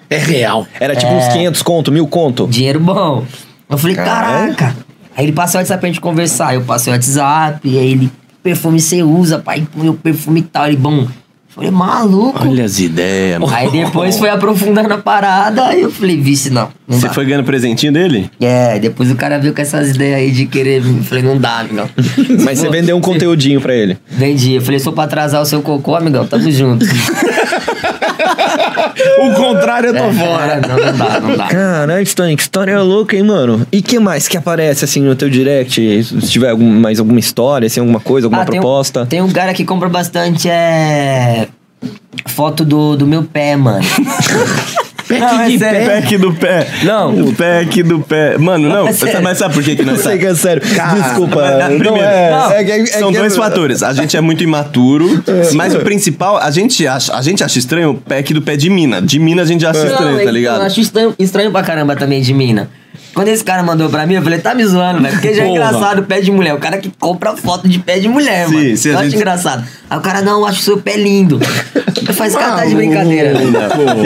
B: É real.
C: Era tipo uns 500 conto, mil conto.
D: dinheiro bom. Eu falei,
C: Caralho.
D: caraca. Aí ele passou o WhatsApp pra gente conversar. Eu passei o WhatsApp, aí ele, perfume você usa, pai, põe o perfume e tal. Ele, bom. Eu falei, maluco.
A: Olha as ideias, mano.
D: Aí depois foi aprofundando a parada, aí eu falei, vice, não. não
A: Você
D: dá.
A: foi ganhando presentinho dele?
D: É, depois o cara veio com essas ideias aí de querer. Eu falei, não dá, amigão.
C: Mas você vendeu um conteúdinho pra ele.
D: Vendi. Eu falei, sou pra atrasar o seu cocô, amigão, tamo junto.
B: O contrário eu tô fora.
D: É, não, não dá, não dá.
C: Caralho, Stanley, que história louca, hein, mano? E que mais que aparece, assim, no teu direct? Se tiver algum- mais alguma história, assim, alguma coisa, alguma
D: Ah, tem um-
C: proposta?
D: Tem um, cara que compra bastante é, foto do, do meu pé, mano.
B: Pack
D: Não, é
B: de
D: sério.
B: pé.
A: Pack do pé.
D: Não.
A: O pack do pé. Mano, não.
D: É
A: Mas,
D: sério.
A: sabe por que, que
C: Eu
A: nós
C: sei que é sério.
B: Cara,
C: Desculpa.
A: Mas, primeiro,
C: não é,
D: não,
C: é que- é
A: São
C: que-
A: dois fatores. A gente é muito imaturo,
B: É.
A: mas o principal, a gente acha, a gente acha estranho o pack do pé de mina. De mina a gente já acha
B: É.
A: estranho, tá
D: então,
A: ligado?
D: Eu acho estranho, estranho pra caramba também de mina. Quando esse cara mandou pra mim, eu falei, tá me zoando, velho. Porque já é
B: Porra.
D: engraçado o pé de mulher. O cara que compra foto de pé de mulher,
A: Sim,
D: mano.
A: sim, a
D: eu acho
A: gente-
D: engraçado. Aí o cara, não, eu acho seu pé lindo. Eu faz cara tá de brincadeira.
A: né?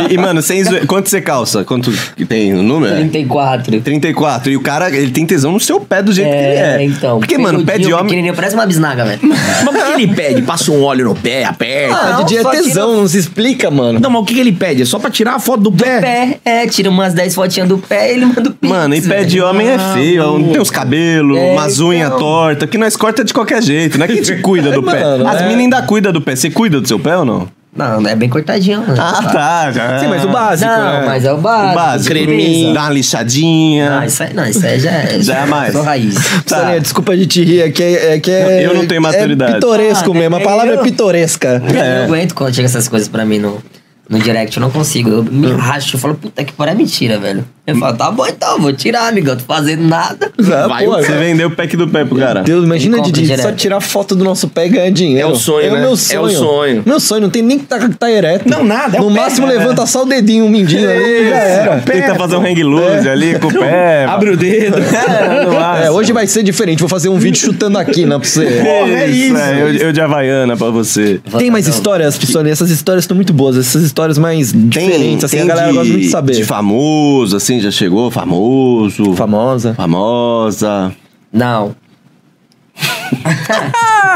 A: E, e, mano, sem zoe- quanto você calça? Quanto que tem o número?
D: 34.
A: 34. E o cara, ele tem tesão no seu pé do jeito que ele é.
D: então.
A: Porque, mano, pé de
D: peludinho,
A: homem.
D: pequenininho, Parece uma bisnaga, velho.
B: Mas o que ele pede? Passa um óleo no pé,
A: tá
B: aperta.
C: Ah,
D: Não,
C: Didi é
D: só que
C: tesão, não se explica, mano.
B: Não, mas o que, que ele pede? É só pra tirar a foto do, pé?
D: Ah. Pé, é, tira umas 10 fotinhas do pé e ele manda o pix,
A: Mano, e pé
D: velho.
A: de homem é feio, não tem os cabelos,
D: né? É,
A: umas unhas
D: então.
A: tortas, que nós corta de qualquer jeito, não é que a gente cuida do pé.
C: Mano,
A: As
C: é.
A: meninas ainda cuidam do pé. Você cuida do seu pé ou não?
D: Não, é bem cortadinho, mano.
A: Ah, tá. já-
C: Sim, mas o básico,
D: não,
C: né?
D: mas é o básico.
A: O básico.
B: creminho.
A: Dá uma lixadinha.
D: Não, isso aí não, isso aí já é.
A: Já é mais.
D: Só raiz.
A: Tá.
C: Sorry, desculpa de te rir, é que é. que é-
A: Eu não tenho maturidade.
C: É pitoresco
D: Ah,
C: mesmo, a
D: é
C: palavra
D: eu.
C: é pitoresca.
D: Eu não aguento quando chega essas coisas pra mim no, no direct, eu não consigo. Eu me
A: Hum.
D: racho, eu falo, puta que pariu, é mentira, velho. Eu falo, tá bom então, vou tirar, amigão, tô fazendo nada.
C: Ah,
B: Vai,
C: pô,
B: o
A: Você vendeu o pack do pé pro cara.
C: Deus, imagina,
D: Ele compra
C: Didi,
D: direto.
C: só tirar foto do nosso pé e ganhar dinheiro.
B: É o sonho,
C: É
B: né?
C: o meu sonho.
B: É o sonho.
C: Meu sonho, não tem nem que tá, tá ereto.
B: Não, nada, é
C: No
B: o pé,
C: máximo
B: né?
C: levanta só o dedinho, o mindinho ali, já era.
A: Tenta fazer um hang loose ali com o pé.
B: Abre o dedo.
A: É, não acha.
C: É, hoje vai ser diferente, vou fazer um vídeo chutando aqui, né, pra você.
A: Porra, é isso.
B: É
A: eu, eu de Havaiana pra você.
C: Tem mais histórias, Pistone? Essas histórias estão muito boas, essas histórias mais diferentes, assim, a galera gosta muito de saber.
A: De famoso, assim, já chegou, famoso.
C: Famosa.
A: Famosa.
D: Não.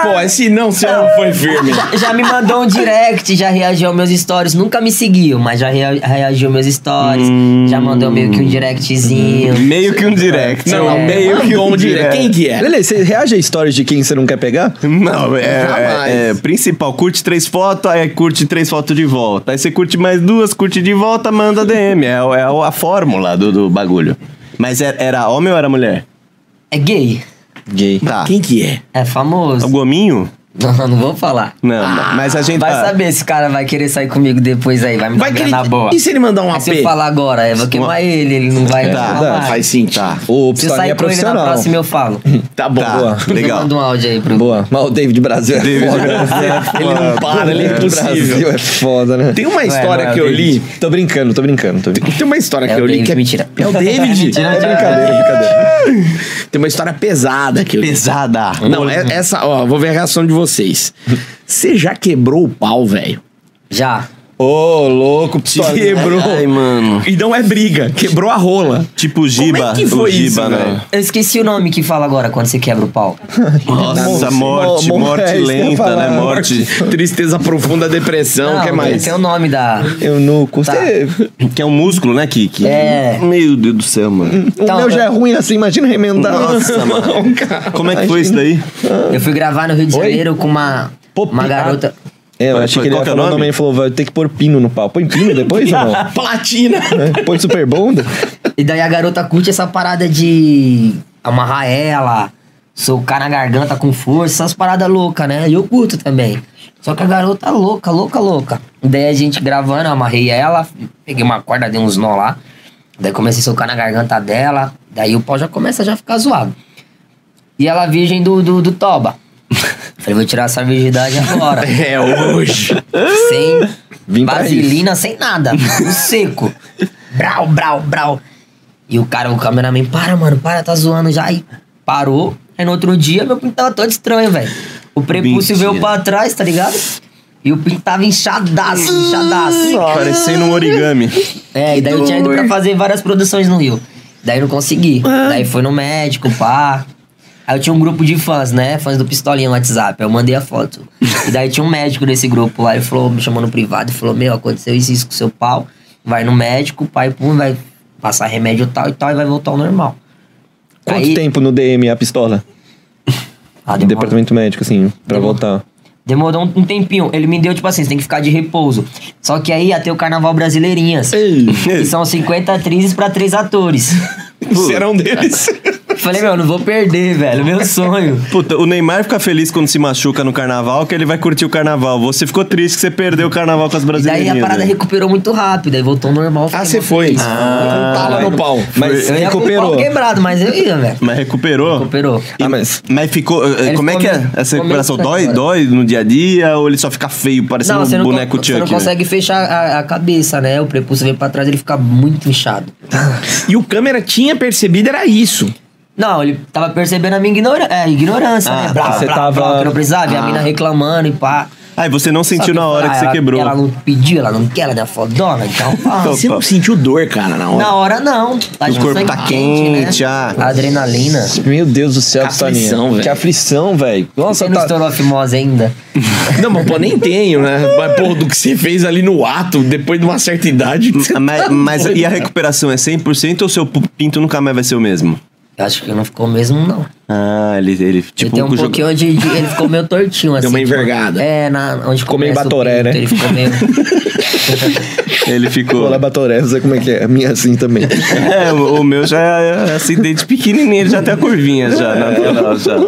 B: Pô, esse não, você não foi firme.
D: Já, já me mandou um direct, já reagiu aos meus stories. Nunca me seguiu, mas já rea- reagiu aos meus stories. Já mandou meio que um directzinho.
A: Meio que um direct.
B: Não, meio
C: É.
B: que um direct. Quem que é?
C: Lele, você reage a histórias de quem você não quer pegar?
A: Não, é,
B: Jamais.
A: é, é, Principal, curte três fotos, aí curte três fotos de volta. Aí você curte mais duas, curte de volta, manda DM. É, o- é o- a fórmula do, do bagulho. Mas era, era homem ou era mulher?
D: É gay.
C: Gay.
A: Tá.
B: Quem que é?
D: É famoso.
A: O gominho?
D: Não, não vou falar.
A: Não, mas a gente.
D: Vai
A: ah,
D: saber se o cara vai querer sair comigo depois aí. Vai me
B: Tá. Vai
D: dar
B: que ele...
D: na boa.
B: E se ele mandar um
D: Aí
B: AP?
D: se eu falar agora, eu vou queimar ele, ele não vai
A: Tá,
D: falar
C: tá,
D: mais.
B: Faz sentido. Tá,
C: O
D: Se eu
C: Pistone
D: sair
C: é
D: com ele na
C: profissional.
D: próxima, eu falo.
B: tá bom.
A: Tá,
C: Boa.
D: Eu
A: legal.
D: mando um áudio aí pro...
C: Boa. Mas o David Brasil é
A: David
C: foda.
A: Brasil é
B: Ele não
A: foda.
B: para, ele é
C: David Brasil
B: impossível.
C: é foda, né?
B: Tem uma
D: Não é,
B: história
D: não é,
B: que eu li...
C: Tô brincando, tô brincando. Tô brincando.
B: Tem uma história
D: É
B: que
D: o
B: eu li
D: David,
B: que é...
D: mentira.
B: É o David?
D: Mentira,
C: É
D: mentira.
C: brincadeira, é brincadeira.
B: Tem uma história pesada que eu li.
A: Pesada.
B: Não, é- essa... Ó, vou ver a reação de vocês. Você já quebrou o pau, velho?
D: Já.
C: Ô, louco, Pistone.
B: Quebrou.
A: Ai, mano.
B: E não é briga, quebrou a rola.
A: Tipo Giba.
B: Como é que
A: o
B: foi
A: Giba,
B: isso,
A: né?
B: velho?
D: Eu esqueci o nome que fala agora quando você quebra o pau.
A: Nossa,
C: Nossa,
A: morte,
C: mo- mo-
A: morte
C: é isso que eu ia
A: lenta,
C: falar.
A: né? Morte.
B: Tristeza profunda, depressão, o que mais?
D: Tem o nome da...
C: Eu não custei.
A: Que é um músculo, né, Kiki?
D: É.
A: Meu Deus do céu, mano.
C: o
D: Então,
C: meu já é
D: eu-
C: ruim assim, imagina remendar.
A: Nossa, mano. Como é que foi isso daí?
D: Eu fui gravar no Rio de
C: Oi?
D: Janeiro com uma,
C: Pô,
D: uma
C: pi-
D: garota...
C: É, eu
A: Mas
C: achei
A: foi-
C: que ele
A: qual
C: ia
A: que é o
C: falar o
A: nome?
C: nome e falou, vai ter que pôr pino no pau. Põe pino depois ou não?
B: Platina!
C: É, Põe super bonda.
D: E daí a garota curte essa parada de amarrar ela, socar na garganta com força, essas paradas loucas, né? E eu curto também. Só que a garota é louca, louca, louca. Daí a gente gravando, eu amarrei ela, peguei uma corda, dei uns nó lá. Daí comecei a socar na garganta dela. Daí o pau já começa a já ficar zoado. E ela é virgem do, do, do Toba. Falei, vou tirar essa virgindade agora.
B: É hoje.
D: sem
C: Vim pra
D: Vaselina sem nada, no seco. Brau, brau, brau. E o cara, o cameraman, para, mano, para, tá zoando já. Aí parou. Aí no outro dia, meu pinto tava todo estranho, velho. O prepúcio
A: Mentira.
D: veio pra trás, tá ligado? E o pinto tava inchadaço, inchadaço.
A: Parecendo um origami.
D: É, e daí eu tinha ido
B: dor.
D: pra fazer várias produções no Rio. Daí não consegui. Daí foi no médico, pá. Aí eu tinha um grupo de fãs, né? Fãs do Pistolinha no WhatsApp. Eu mandei a foto. E daí tinha um médico nesse grupo lá. Ele falou, me chamou no privado e falou: Meu, aconteceu isso, e isso com seu pau. Vai no médico, pai, pum, vai passar remédio tal e tal e vai voltar ao normal.
C: Quanto
D: Aí-
C: tempo no DM a pistola?
D: Ah,
C: No
D: demorou.
C: Departamento médico, assim, pra voltar.
D: Demorou um um tempinho. Ele me deu, tipo assim, você tem que ficar de repouso. Só que aí ia ter o Carnaval Brasileirinhas. Que são 50 atrizes pra três atores.
B: Será um deles.
D: Falei, meu, não vou perder, velho. Meu sonho.
A: Puta, o Neymar fica feliz quando se machuca no carnaval, que ele vai curtir o carnaval. Você ficou triste que você perdeu o carnaval com as
D: E daí
A: brasileirinhas.
D: a parada
A: né?
D: recuperou muito rápido, aí voltou ao normal.
B: Ah,
D: fiquei
B: você
D: muito
B: foi.
D: feliz.
B: Ah, tala no pau.
C: Mas
D: eu ia com o é pau
C: recuperou.
D: quebrado, mas eu ia, velho.
A: Mas recuperou?
D: Recuperou.
C: Ah, mas.
A: Mas ficou. eh,
D: Ele
A: como é
D: ficou
A: que é
D: meio-
A: essa
D: ficou meio
A: recuperação?
D: estranho
A: Dói,
D: agora.
A: dói no dia a dia ou ele só fica feio, parecendo
D: não, você
A: um
D: não,
A: boneco
D: con- você
A: Chuck?
D: não
A: velho?
D: consegue fechar a, a cabeça, né? O prepulso vem pra trás, ele fica muito inchado.
B: E o câmera tinha percebido, era isso.
D: Não, ele tava percebendo a minha ignorância, é, ignorância né? Blá,
C: você
D: blá,
C: tava-
D: blá, que não precisava, e a mina reclamando e pá.
A: Ah, e você não
D: Só
A: Ah. sentiu na hora
D: ah,
A: que você
D: ela-
A: quebrou.
D: Ela não pediu, ela não quer, ela é fodona, então... pá.
B: Você não sentiu dor, cara, na hora.
D: Na hora não. Tá
A: O
D: de
A: corpo
D: sangue né?
A: tá quente, ah.
D: A Adrenalina.
C: Meu Deus do céu,
B: Que aflição,
C: Pistolinha.
B: velho.
C: Que aflição, velho. Nossa,
D: Você não
C: tá.
D: estourou a fimose ainda?
B: Não, mas pô, nem tenho, né? Mas, porra, do que você fez ali no ato, depois de uma certa idade.
C: tá
A: Ah, Mas, mas e a recuperação é 100% ou seu pu- pinto nunca mais vai ser o mesmo?
D: Eu acho que não ficou mesmo, não.
A: Ah, ele, ele
D: ele
A: tipo
D: tem um
A: joga-
D: pouquinho de, de- Ele ficou meio tortinho, assim.
B: uma
D: tipo,
B: envergada.
D: é, na, onde
C: Ficou meio
D: começa o
C: Batoré,
D: pinto,
C: né?
D: Ele ficou meio...
A: ele
C: Vou
A: ficou.
C: lá Batoré, não sei como é que é. A minha assim também.
A: É, o o meu já é assim, desde pequenininho, ele já tem a curvinha já, natural já.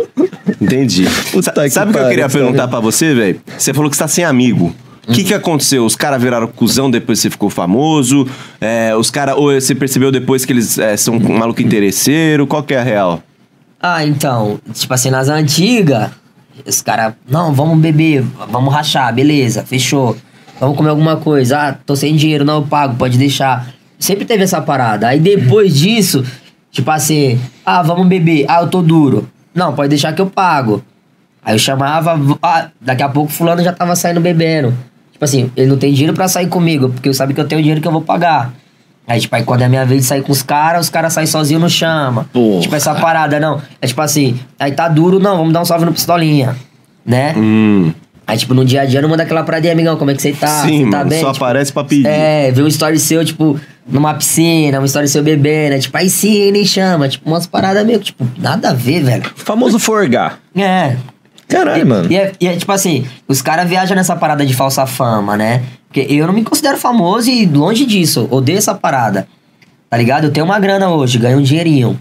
A: Entendi.
C: Puta
A: Sa-
C: que
A: sabe o que eu
C: pariu,
A: queria
C: sabe?
A: perguntar pra você, velho? Você falou que você tá sem amigo. O
D: Hum.
A: que, que aconteceu? Os caras viraram cuzão depois que você ficou famoso? É, os caras. Ou você percebeu depois que eles é, são um maluco interesseiro? Qual que é a real?
D: Ah, então, tipo assim, nas antigas, os caras, não, vamos beber, vamos rachar, beleza, fechou. Vamos comer alguma coisa, ah, tô sem dinheiro, não, eu pago, pode deixar. Sempre teve essa parada. Aí depois disso, tipo assim, ah, vamos beber, ah, eu tô duro. Não, pode deixar que eu pago. Aí eu chamava, v- ah, daqui a pouco fulano já tava saindo bebendo. Tipo assim, ele não tem dinheiro pra sair comigo, porque eu sabe que eu tenho dinheiro que eu vou pagar. Aí, tipo, aí quando é a minha vez de sair com os caras, os caras saem sozinhos não chama.
B: Porra.
D: Tipo, essa parada, não. É tipo assim, aí tá duro, não, vamos dar um salve no pistolinha. Né?
A: Hum.
D: Aí, tipo, no dia a dia não manda aquela parada aí, amigão, como é que você tá?
A: Sim,
D: você tá
A: mano,
D: bem?
A: só
D: Tipo,
A: aparece pra pedir.
D: É, vê um story seu, tipo, numa piscina, um story seu bebendo, é, tipo, aí sim, nem chama. Tipo, umas paradas meio que, tipo, nada a ver, velho.
C: Famoso forgar.
D: É.
C: Caralho, mano.
D: E é, e é, tipo assim, os caras viajam nessa parada de falsa fama, né? Porque eu não me considero famoso e longe disso, odeio essa parada. Tá ligado? Eu tenho uma grana hoje, ganho um dinheirinho.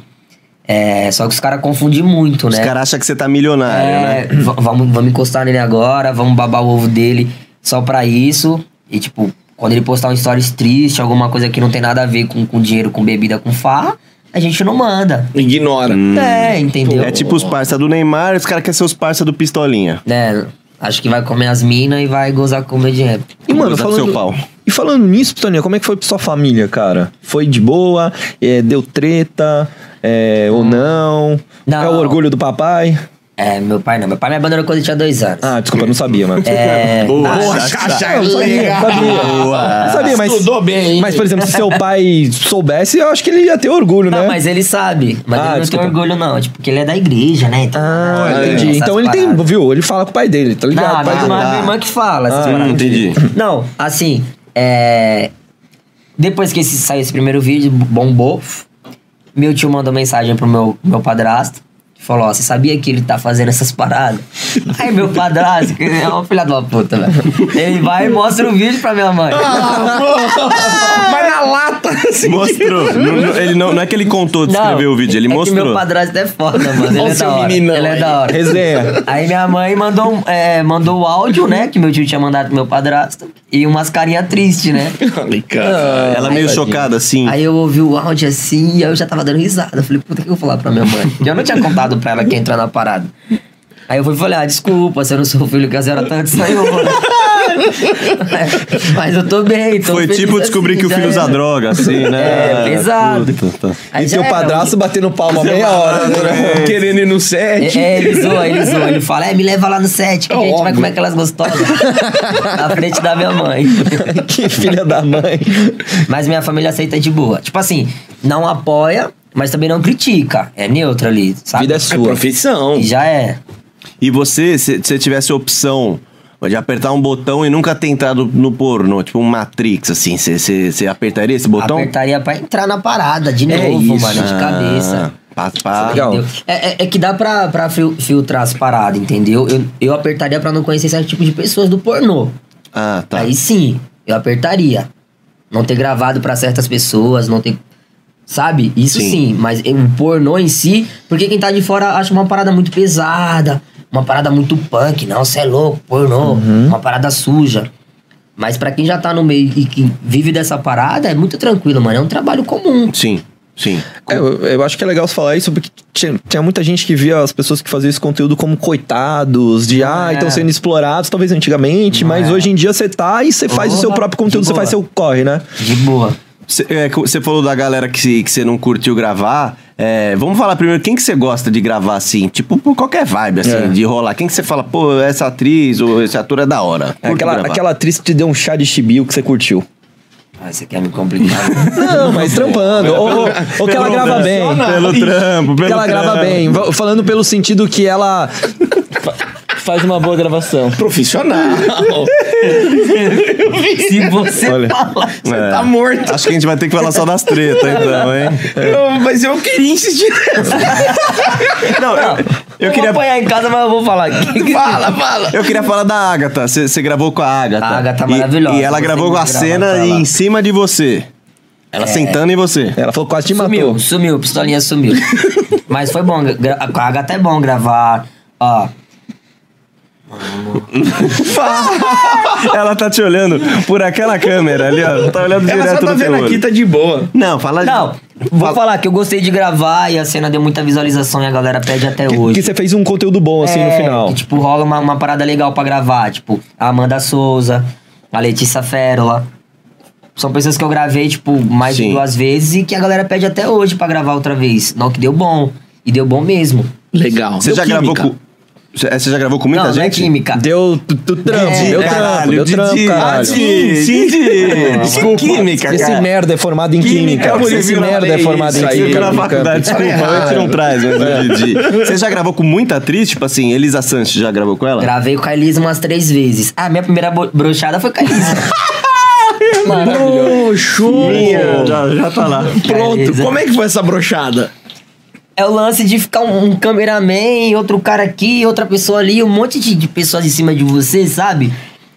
D: É, só que os caras confundem muito,
A: Os
D: né?
A: caras acham que você tá milionário, né?
D: É, va- vamos, vamos encostar nele agora, vamos babar o ovo dele só pra isso. E tipo, quando ele postar um stories triste, alguma coisa que não tem nada a ver com, com dinheiro, com bebida, com farra, a gente não manda.
B: Ignora.
C: Hum.
D: É, entendeu?
A: É tipo os parça do Neymar, os caras querem ser os parça do Pistolinha.
D: É, acho que vai comer as minas e vai gozar com o meu dinheiro.
C: E, mano,
A: Gozar do
C: falando,
A: seu pau.
C: e falando nisso, Pistolinha, como é que foi pra sua família, cara? Foi de boa? É, deu treta? É, ou não?
D: Não.
C: É o orgulho do papai?
D: É, meu pai não. Meu pai me abandonou quando eu tinha dois anos.
C: Ah, desculpa, eu não sabia, mano.
D: É,
A: Boa,
B: Porra,
C: Ah, eu sabia, sabia. Eu sabia, mas.
B: é Estudou bem, hein?
C: Mas, por exemplo, se seu pai soubesse, eu acho que ele ia ter orgulho,
D: não,
C: né?
D: mas ele sabe. Mas
C: Ah,
D: ele não
C: desculpa.
D: tem orgulho, não. Tipo, porque ele é da igreja, né? Então,
C: Ah,
D: essas
C: entendi. Então ele tem,
D: paradas.
C: viu? Ele fala com o pai dele, tá ligado?
D: Não,
C: O pai
D: minha
C: dele.
D: irmã, minha irmã que fala. essas paradas.
A: entendi.
D: Não, assim, é... Depois que esse, saiu esse primeiro vídeo, bombou. Meu tio mandou mensagem pro meu, meu padrasto. Falou, ó, você sabia que ele tá fazendo essas paradas? Aí meu padrasto, que é uma filha de uma puta, velho. Ele vai e mostra o vídeo pra minha mãe.
B: Mas na lata, assim.
A: Mostrou. Não- não- ele não, não é que ele contou, descreveu o vídeo, ele
D: é
A: mostrou.
D: Que meu padrasto é foda, mano. Ele
B: Olha
D: é
B: o seu
D: da hora.
B: meninão
D: Ele é
B: aí.
D: da hora.
C: Resenha.
D: Aí minha mãe mandou, um- é, mandou o áudio, né? Que meu tio tinha mandado pro meu padrasto. E umas carinhas tristes, né?
B: Ai, cara.
A: Ela meio chocada, assim.
D: Aí eu ouvi o áudio assim e aí eu já tava dando risada. Eu falei, puta, o que eu vou falar pra minha mãe? E eu não tinha contado pra ela que ia entrar na parada. Aí eu fui e falei, ah, desculpa, se eu não sou o filho que a senhora tanto tá saiu. Mas eu tô bem, tô
A: Foi
D: feliz
A: tipo descobrir
D: assim,
A: que o
D: já
A: filho
D: era.
A: usa droga, assim, né?
D: É, pesado.
A: Puta, tá.
D: Aí
C: e
D: já
C: seu
D: era, né?
C: padrasto batendo palma meia hora. né?
B: Querendo ir no set.
D: É, é, ele zoa, ele zoa. Ele fala, é, me leva lá no set, que a gente vai
B: óbvio.
D: comer aquelas gostosas. na frente da minha mãe.
C: que filha da mãe.
D: Mas minha família aceita de boa. Tipo assim, não apoia, mas também não critica. É neutro ali, sabe?
C: Vida é
B: É
C: sua.
B: profissão.
D: E já é.
A: E você, se você tivesse a opção de apertar um botão e nunca ter entrado no pornô, tipo um Matrix, assim, você- você você apertaria esse botão?
D: Apertaria pra entrar na parada de
B: É
D: novo,
B: isso.
D: mano, de cabeça.
A: Ah, pá, pá.
C: Legal.
D: Entendeu? É, é- é que dá pra, pra fil- filtrar as paradas, entendeu? Eu, eu apertaria pra não conhecer certo tipo de pessoas do pornô.
A: Ah, tá.
D: Aí sim, eu apertaria. Não ter gravado pra certas pessoas, não ter. Sabe? Isso
A: Sim.
D: sim, mas o pornô em si, porque quem tá de fora acha uma parada muito pesada, uma parada muito punk, não, você é louco, pornô, uma parada suja. Mas pra quem já tá no meio e que vive dessa parada, é muito tranquilo, mano. É um trabalho comum.
A: Sim, sim.
C: É, eu, eu acho que é legal você falar isso, porque tinha, tinha muita gente que via as pessoas que faziam esse conteúdo como coitados, de ah,
D: É.
C: estão sendo explorados, talvez antigamente,
D: Não
C: mas
D: é.
C: hoje em dia você tá e você faz o seu
D: Opa,
C: próprio conteúdo,
D: de
C: você faz
D: boa.
C: seu corre, né?
D: De boa.
A: Você é, falou da galera que você não curtiu gravar. É, vamos falar primeiro quem que você gosta de gravar assim, tipo por qualquer vibe assim,
C: É.
A: de rolar. Quem que você fala, pô, essa atriz ou esse ator é da hora.
C: É Aquela, aquela atriz que te deu um chá de chibio que você curtiu.
D: Ah, você quer me complicar?
C: Não, mas trampando. ou, ou- ou que ela grava bem.
A: Pelo trampo, pelo
C: que ela grava
A: trampo.
C: bem. Va- Falando pelo sentido que ela fa- faz uma boa gravação.
B: Profissional.
D: Se você
C: Olha.
D: fala.
B: Você
A: É.
B: tá morto.
A: Acho que a gente vai ter que falar só das tretas então, hein?
B: Eu- mas eu queria insistir.
A: Não, eu, eu
D: Eu
A: queria,
D: vou apanhar em casa, mas eu vou falar.
B: fala, fala.
A: eu queria falar da Agatha. Você você gravou com a Agatha.
D: A Agatha
A: E-
D: maravilhosa,
A: E ela
D: gostei
A: gravou
D: muito
A: com a
D: de gravar com
A: cena
D: ela.
A: em cima de você. Ela sentando em você.
C: Ela falou quase te
D: Sumiu,
C: matou.
D: sumiu, pistolinha sumiu. Mas foi bom, gra- com a Agatha é bom gravar. Ó,
A: Ela tá te olhando por aquela câmera ali, ó. Tá olhando
B: Ela só
A: direto
B: tá
A: no teu
B: vendo
A: olho.
B: aqui, tá de boa.
A: Não, fala
D: não, vou falar que eu gostei de gravar e a cena deu muita visualização e a galera pede até
C: Que, que
D: hoje.
C: você fez um conteúdo bom, assim, no
D: É,
C: final.
D: Que, tipo, rola uma, uma parada legal pra gravar. Tipo, a Amanda Souza, a Letícia Férola. São pessoas que eu gravei, tipo, mais
A: Sim.
D: de duas vezes e que a galera pede até hoje pra gravar outra vez. Não, que deu bom. E deu bom mesmo.
B: Legal.
A: Você já gravou com. Você é, você já gravou com muita
D: não, não é
A: gente?
D: química.
C: Deu tu, tu trampo,
D: É,
C: deu trampo,
A: Caralho,
C: deu
A: Didi.
C: trampo,
A: Ah,
C: caralho.
A: Didi, Didi. Desculpa. Química,
C: Esse
A: cara.
C: merda é formado em
A: Química,
C: química.
A: por isso
C: Esse
A: que eu
C: merda é
B: falei
C: formado em
B: isso aí.
A: Química
C: química.
A: na faculdade,
B: Tá
A: desculpa,
B: errado.
A: a gente não traz, mas
D: É.
A: o Didi. Você já gravou com muita atriz? Tipo assim, Elisa Sanches já gravou com ela?
D: Gravei com a Elisa umas três vezes. Ah, minha primeira bo- brochada foi com a Elisa.
A: Minha, já, já tá lá.
B: Pronto.
D: Beleza.
B: Como é que foi essa brochada?
D: É o lance de ficar um, um cameraman, outro cara aqui, outra pessoa ali, um monte de, de pessoas em cima de você, sabe?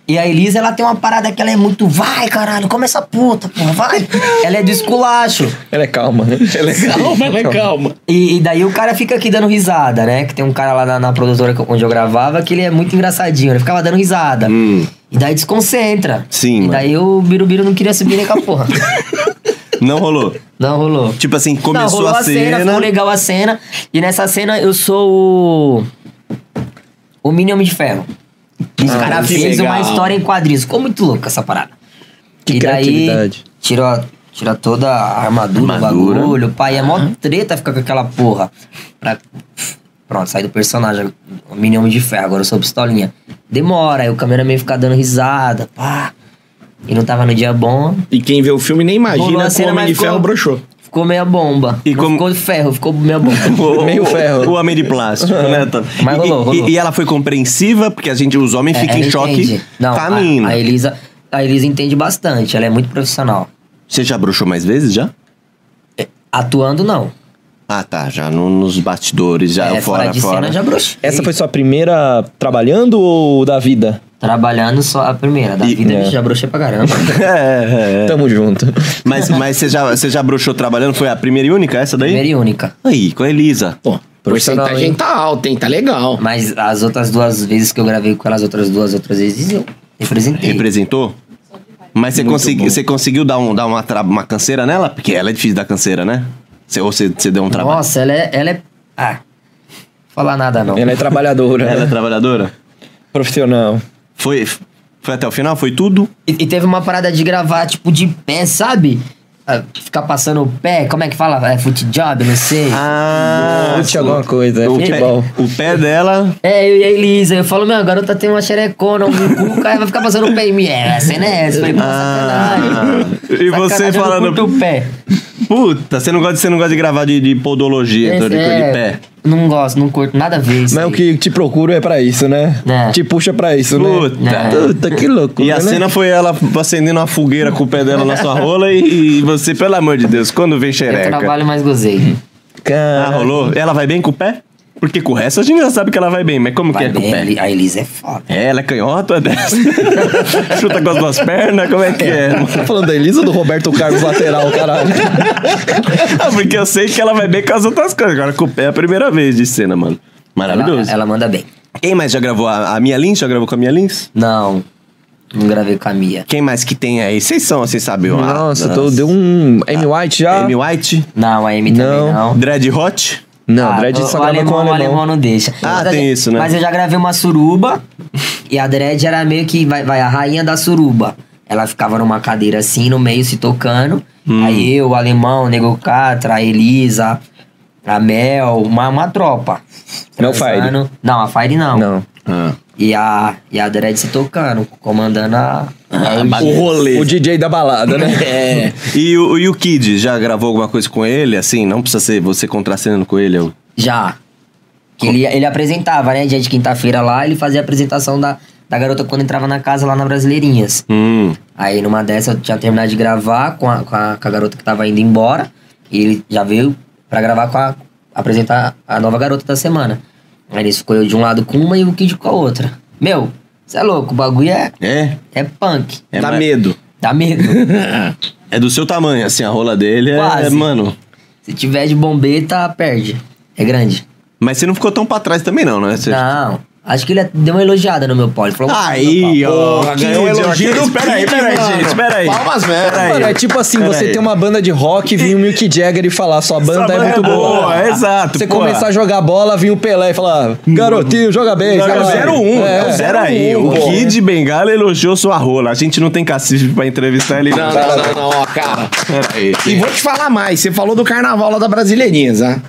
D: E a Elisa, ela tem uma parada que ela é muito. Vai, caralho, come essa puta, porra, vai. Ela é do esculacho.
C: Ela é calma, né?
B: Ela é calma, ela é calma.
D: E, e daí o cara fica aqui dando risada, né? Que tem um cara lá na, na produtora que- onde eu gravava que ele é muito engraçadinho, ele ficava dando risada. E daí desconcentra.
A: Hum. Sim,
D: E
A: mano.
D: daí o Birubiru não queria subir nem com a porra.
A: Não rolou.
D: Não rolou.
A: Tipo assim,
D: Não,
A: começou
D: rolou
A: a cena.
D: Ficou legal a cena. E nessa cena eu sou o. O Mini Homem de Ferro. E
A: Ah,
D: os caras
B: que
D: fez uma
B: legal.
D: história em quadrinhos. Ficou muito louco essa parada.
C: Que
D: e daí
C: criatividade.
D: tirou, tirou toda a armadura,
A: Armadura.
D: o bagulho. Pai, é mó treta ficar com aquela porra. Pra- Pronto, saí do personagem. O Mini Homem de Ferro, agora eu sou pistolinha. Demora, aí o cameraman fica dando risada, pá. E não tava no dia bom.
B: E quem vê o filme nem
D: Rolou é
B: imagina
D: a
B: que o
D: cena,
B: Homem
D: mas
B: de Ferro
D: ficou-
B: broxou.
D: Ficou meia bomba.
A: E
D: Não
A: como-
D: Ficou ferro, ficou meia bomba.
A: O,
C: Meio
A: o-
C: ferro.
A: O homem de plástico, né? Tá.
D: É. Mas
A: E-
D: rolou, rolou.
A: E, e ela foi compreensiva, porque a gente, os homens
D: É,
A: ficam
D: ela
A: em choque Tá,
D: entende. Não,
A: com a
D: a,
A: mina.
D: a Elisa, a Elisa entende bastante, ela é muito profissional. É,
A: Você já bruxou mais vezes já?
D: Atuando, não.
A: Ah, tá. Já no- nos bastidores, já
D: é,
A: Tá, fora,
D: de
A: fora.
D: cena, já broxei.
C: Essa foi sua primeira trabalhando ou da vida?
D: Trabalhando só a primeira, da
A: E-
D: vida
C: é.
D: já broxei pra caramba.
A: É, é, é.
C: Tamo junto.
A: Mas, mas você, já, você já bruxou trabalhando? Foi a primeira e única essa daí?
D: primeira e única.
A: Aí, com a Elisa.
B: Pô,
C: Profissional,
B: porcentagem
C: hein?
B: tá alta, hein? Tá legal.
D: Mas as outras duas vezes que eu gravei com ela, as outras duas outras vezes, eu representei.
A: Representou? Mas você, consegui, você conseguiu dar, um, dar uma, tra- uma canseira nela? Porque ela é difícil dar canseira, né? Você, ou você, você deu um trabalho.
D: Nossa, ela é, ela é... Ah, falar nada não.
C: Ela é trabalhadora,
A: Ela é
C: né?
A: trabalhadora?
C: profissional.
A: Foi. f- Foi até o final? Foi tudo?
D: E, e teve uma parada de gravar, tipo, de pé, sabe? Ah, Ficar passando o pé, como é que fala? É foot job, não sei.
A: Ah!
C: Chute alguma coisa, é
A: o, pé,
C: futebol.
A: o pé dela.
D: É, eu e a Elisa. Eu falo, meu, a garota tem uma xerecona, um bucu, o cara vai ficar passando o pé em mim. É, a cena é essa. Eu Falei, pô, sacanagem.
A: E você
D: Sacanagem, eu não
A: falando-
D: curto o pé.
A: Puta, você não gosta, você não gosta de gravar de, de podologia, então, de, coisa de
D: É,
A: pé.
D: Não gosto, não curto nada a ver isso
C: Mas o
D: aí.
C: que te procuro é pra isso, né?
D: É.
C: Te puxa pra isso,
A: Puta. né?
C: né? Puta, que louco.
A: E a cena foi ela acendendo uma fogueira com o pé dela na sua rola e, e você, pelo amor de Deus, quando vem
D: Eu
A: xereca.
D: trabalho, mas gozei.
A: Ah, rolou? Ela vai bem com o pé? Porque com o resto a gente já sabe que ela vai bem, mas como
D: Vai
A: que é com o
D: bem,
A: pé?
D: Eli- A Elisa é foda.
A: É, ela é canhota, é dessa. Chuta com as duas pernas, como é que é? mano?
C: Tá falando da Elisa ou do Roberto Carlos lateral, caralho?
A: Ah, porque eu sei que ela vai bem com as outras coisas. Agora com o pé é a primeira vez de cena, mano.
D: Ela,
A: Maravilhoso.
D: ela manda bem.
A: Quem mais já gravou? A, a Mia Lins já gravou com a Mia Lins?
D: Não, não gravei com a Mia.
A: Quem mais que tem aí? Vocês são, vocês sabem. ó.
C: Nossa, tô, deu um M. White já?
A: Amy White,
D: Não, a Amy
C: Não.
D: também não.
A: Dread Hot.
C: Não,
D: Ah,
C: Dredd
D: o-
C: só
D: o
C: grava com
D: alemão,
C: o
D: o
C: alemão.
D: alemão não deixa.
A: Ah,
D: Mas
A: tem
D: eu-
A: isso, né?
D: Mas eu já gravei uma suruba e a dread era meio que vai, vai a rainha da suruba. Ela ficava numa cadeira assim, no meio, se tocando.
C: Hum.
D: Aí eu, o alemão, o Nego Catra, a Elisa, a Mel, uma, uma tropa.
C: Não, Fire.
D: Transando. Não, a Fire não.
C: Não. Ah.
D: E a, e a Dredd se tocando, comandando a.
C: o rolê. O DJ da balada, né? é.
A: E o, e o Kid, já gravou alguma coisa com ele? Assim, não precisa ser você contracenando com ele. eu-
D: Já. Que ele, ele apresentava, né? Dia de quinta-feira lá, ele fazia a apresentação da, da garota quando entrava na casa lá na Brasileirinhas.
A: Hum.
D: Aí numa dessa eu tinha terminado de gravar com a, com a, com a garota que tava indo embora. E ele já veio pra gravar com a. apresentar a nova garota da semana. Aí nisso ficou eu de um lado com uma e o Kid com a outra. Meu, você é louco, o bagulho é,
A: É?
D: é punk.
A: É,
B: Dá
A: mas-
B: medo.
D: Dá medo.
A: É do seu tamanho, assim, a rola dele é,
D: Quase.
A: mano.
D: Se tiver de bombeta, perde. É grande.
A: Mas você não ficou tão pra trás também, não, né? Você...
D: Não. Acho que ele deu uma elogiada no meu pau. Ele falou,
A: Aí, ó.
B: Porra,
A: Kid,
B: ganhou um elogio
A: ok,
B: do
A: Espera aí,
B: Kid,
A: espera aí,
B: mano.
A: gente. Espera aí.
B: Palmas mesmo.
A: Espera aí.
C: Mano, é tipo assim,
A: Pera
C: você
A: aí.
C: tem uma banda de rock, vir o Milk Jagger e falar, sua banda é
A: banda
C: muito
A: é
C: boa.
A: boa, exato,
C: Você
A: pô.
C: começar a jogar bola, vir o Pelé e falar, garotinho, joga um, bem.
A: Não,
C: caralho."
A: é o 01, é o 01. aí. O
C: um, pô.
A: Kid Bengala elogiou sua rola. A gente não tem cacife pra entrevistar ele.
B: Não, não, não, não, ó, cara.
A: Peraí.
B: E vou te falar mais, você falou do carnaval lá da Brasileirinhas, né?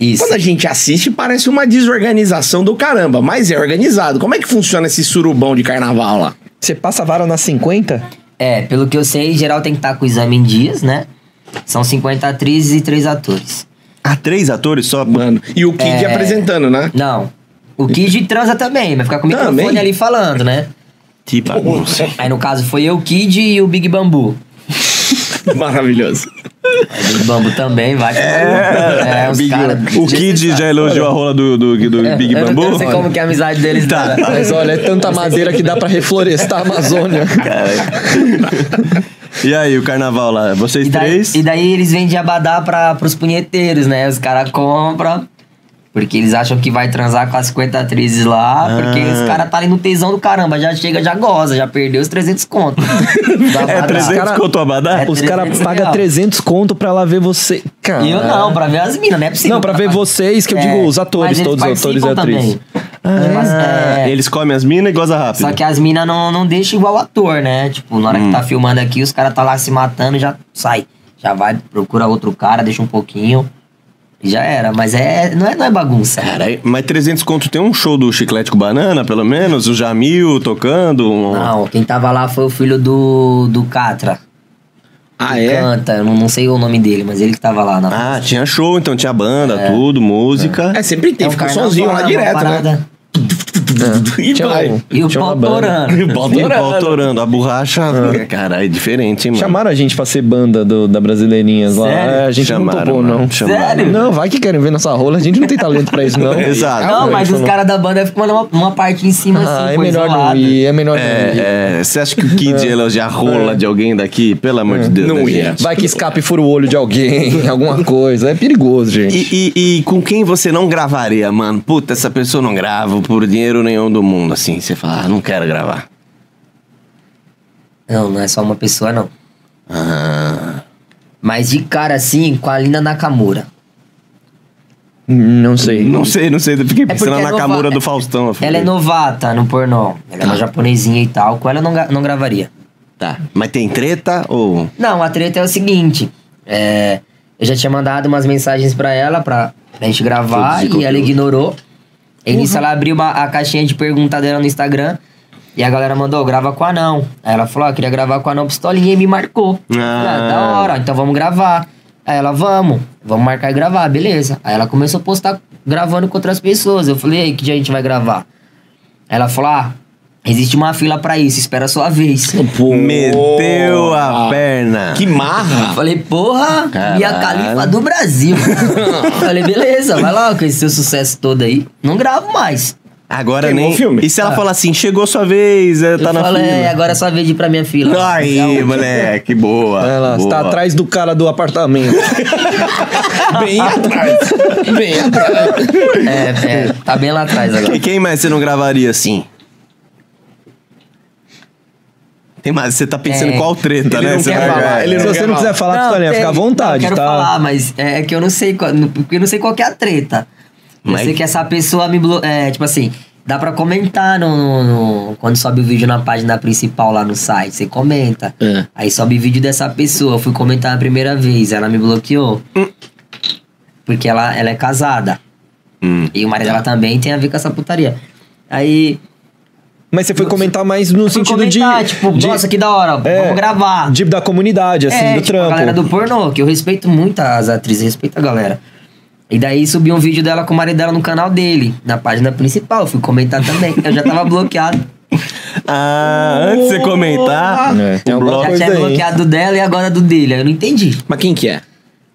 D: Isso.
B: Quando a gente assiste, parece uma desorganização do caramba, mas é organizado. Como é que funciona esse surubão de carnaval lá?
C: Você passa a vara na 50?
D: É, pelo que eu sei, geral tem que estar com o exame em dias, né? São 50 atrizes e 3 atores.
A: Ah, três atores só?
B: Mano, e o Kid
D: É.
B: apresentando, né?
D: Não. O Kid transa também, vai ficar com o microfone
B: Também?
D: ali falando, né?
A: Que bagunça.
D: Aí no caso foi eu, o Kid e o Big Bambu.
B: Maravilhoso.
D: Aí O Big Bambu também vai. É, os
A: Big-
D: cara-
A: o Kid já elogiou a rola do, do, do
D: É,
A: Big
D: eu não-
A: Bambu?
D: Eu não sei como que é a amizade deles.
A: Tá.
D: não, né?
C: Mas olha, é tanta madeira que dá pra reflorestar a Amazônia.
A: E aí, o carnaval lá? Vocês
D: é. E daí,
A: três?
D: e daí eles vendem abadá pra, pros punheteiros, né? Os caras compram. Porque eles acham que vai transar com as 50 atrizes lá. Porque
A: Ah.
D: os caras tá ali no tesão do caramba. Já chega, já goza, já perdeu os 300 conto. Do
A: É
D: abadá.
A: 300
C: cara-
A: conto o abadá?
D: É
C: Os
D: 300
C: caras pagam
D: real.
C: 300 conto pra lá ver você. Cara,
D: E eu
A: Ah.
D: não, pra ver as minas, não é possível. É.
C: Não, pra ver vocês, que eu digo os atores,
D: mas eles
C: todos os atores e
D: participam
C: atrizes.
D: também. Mas, é,
A: Eles comem as minas e gozam rápido.
D: Só que as minas não, não deixam igual o ator, né? Tipo, na hora que tá filmando aqui, os caras tá lá se matando e já sai. Já vai, procura outro cara, deixa um pouquinho. E já era. Mas é, não, é, não é bagunça.
A: Caralho, mas 300 conto tem um show do Chiclete com Banana, pelo menos? O Jamil tocando? um-
D: Não, quem tava lá foi o filho do, do Catra.
B: Ah,
D: que
B: é?
D: Canta, eu não, não sei o nome dele, mas ele que tava lá na.
A: Ah, tinha show, então tinha banda,
D: É.
A: tudo, música.
B: É, sempre tem,
D: um
B: fica
D: carnaval,
B: sozinho lá
D: uma
B: direto, né?
D: parada.
B: E
C: Tinha
B: vai.
C: um-
D: E o
C: tinha uma
D: pau
C: banda.
D: torando.
A: E o pau torando, a borracha.
B: Ah.
A: Caralho, é diferente, hein, mano?
C: Chamaram a gente pra ser banda do- da Brasileirinhas lá.
D: Sério?
C: É, A gente não topou,
A: mano,
C: não.
A: Chamaram.
D: Sério?
C: Não, vai que querem ver nossa rola. A gente não tem talento pra isso, não.
A: Exato.
D: Não,
C: Ah,
D: mas
C: velho,
D: os caras da banda ficam mandando uma, uma parte em cima
C: Ah,
D: assim,
C: é
D: foi
C: melhor não
D: isolado.
C: ir, é melhor não ir.
A: É, é, você acha que o Kid ia elogiar a rola de alguém daqui? Pelo amor de Deus,
D: é
B: Não
A: né,
B: ia.
A: gente?
C: Vai que escape e fura o olho de alguém, alguma coisa. É perigoso, gente.
A: E, e- e com quem você não gravaria, mano? Puta, essa pessoa não grava por dinheiro nenhum do mundo, assim. Você fala, ah, não quero gravar.
D: Não, não é só uma pessoa, não.
A: Ah,
D: Mas de cara assim, com a Linda Nakamura.
C: Não sei.
A: Não sei, não sei. Eu fiquei
D: É
A: pensando
D: porque
A: na
D: é nova-
A: Nakamura do Faustão. eu falei,
D: Ela é novata no pornô. Ela é uma japonesinha e tal. Com ela eu não, ga- não gravaria.
A: Tá. Mas tem treta ou.
D: Não, a treta é o seguinte. é, eu já tinha mandado umas mensagens pra ela pra, pra gente gravar e ela ignorou. E nisso ela abriu uma- a caixinha de pergunta dela no Instagram. E a galera mandou, grava com a não. Aí ela falou, ó, queria gravar com a não pistolinha e me marcou. Eu falei,
A: Ah.
D: da hora, então vamos gravar. Aí ela, vamos, vamos marcar e gravar, beleza. Aí ela começou a postar gravando com outras pessoas. Eu falei, "Ei, que dia a gente vai gravar? Aí ela falou, ah, existe uma fila pra isso, espera a sua vez.
B: Pô,
A: Meteu a perna.
B: Oh. Ah. Que marra.
D: Eu Falei, porra, minha
A: Caralho.
D: califa do Brasil. Eu Falei, beleza, vai lá com esse seu sucesso todo aí. Não gravo mais.
A: Agora
B: Queimou
A: nem.
B: o filme. Ah.
A: E se ela falar assim, chegou sua vez, é, tá
D: eu
A: na
D: falei, é,
A: fila.
D: agora é sua vez de ir pra minha fila. É,
A: Aí, moleque, boa.
C: Ela
A: boa.
C: está tá atrás do cara do apartamento.
B: Bem atrás. Bem atrás.
D: É, é, tá bem lá atrás agora.
A: E quem mais você não gravaria assim? Tem mais, você tá pensando
D: É.
A: qual treta,
B: Ele
A: né?
B: não
A: Você
B: quer
A: vai
B: falar,
A: gravar.
B: ele
C: Se
B: não
C: você
B: quer
C: não quiser falar
D: Não,
C: pistolinha,
D: tem-
C: fica à vontade,
D: não, eu quero
C: tá?
D: falar, mas é que eu não sei qual, porque eu não sei qual que é a treta.
A: Mas-
D: Eu sei que essa pessoa me blo- é, tipo assim, dá pra comentar no, no- no- quando sobe o vídeo na página principal lá no site, você comenta.
B: É.
D: Aí sobe vídeo dessa pessoa, eu fui comentar a primeira vez, ela me bloqueou. Porque ela, ela é casada. E o marido dela também tem a ver com essa putaria. Aí
C: Mas você foi comentar mais no
D: fui
C: sentido
D: comentar,
C: de.
D: tipo,
C: de-
D: nossa, que da hora,
C: é,
D: vamos gravar
C: De, da comunidade, assim, do
D: tipo,
C: trampo.
D: A galera do pornô, que eu respeito muito as atrizes, respeito a galera. E daí subi um vídeo dela com o marido dela no canal dele, na página principal. Fui comentar também. Eu já tava bloqueado.
A: Ah, antes de você comentar,
C: É, tem
A: o
C: alguma
A: bloco.
D: já
C: coisa
D: tinha
C: aí.
D: bloqueado dela e agora do dele. Aí eu não entendi.
B: Mas quem que é?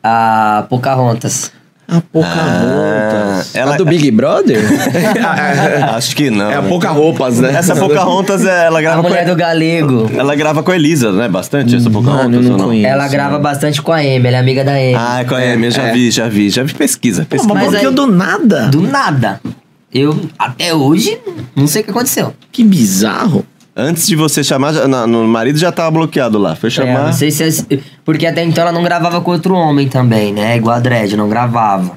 D: A Pocahontas.
C: A Pocahontas.
A: Ah, ela- é
C: A é do Big Brother?
A: Acho que não.
B: É a
A: né?
B: pouca roupas, né?
A: Essa Pocahontas, ela
D: A
A: grava com
D: mulher do Galego.
A: Ela grava com a Elisa, né? Bastante essa Pocahontas,
C: Mano, eu não
A: ou
C: conheço.
D: Ela grava bastante com a Amy, ela é amiga da Amy.
A: Ah, com a Amy, eu já vi, já vi, já vi. Pesquisa, pesquisa.
D: mas
B: porque
D: aí-
B: eu do
C: é.
B: nada.
D: Do nada. Eu, até hoje, não sei o que aconteceu.
B: Que bizarro.
A: Antes de você chamar, já- na- no marido já tava bloqueado lá. Foi
D: É,
A: chamar.
D: não sei se é- porque até então ela não gravava com outro homem também, né? Igual a Dredd, não gravava.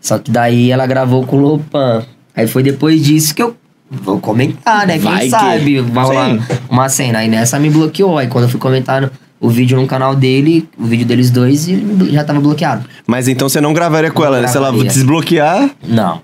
D: Só que daí ela gravou com o Lopan. Aí foi depois disso que eu vou comentar, né?
B: Vai que-
D: Quem sabe vai rolar
B: Sim.
D: uma cena. Aí nessa me bloqueou. Aí quando eu fui comentar no- o vídeo no canal dele, o vídeo deles dois, ele me blo- já tava bloqueado.
A: Mas então você não gravaria com
D: Não
A: ela, né? Se ela
D: gravaria.
A: desbloquear.
D: Não.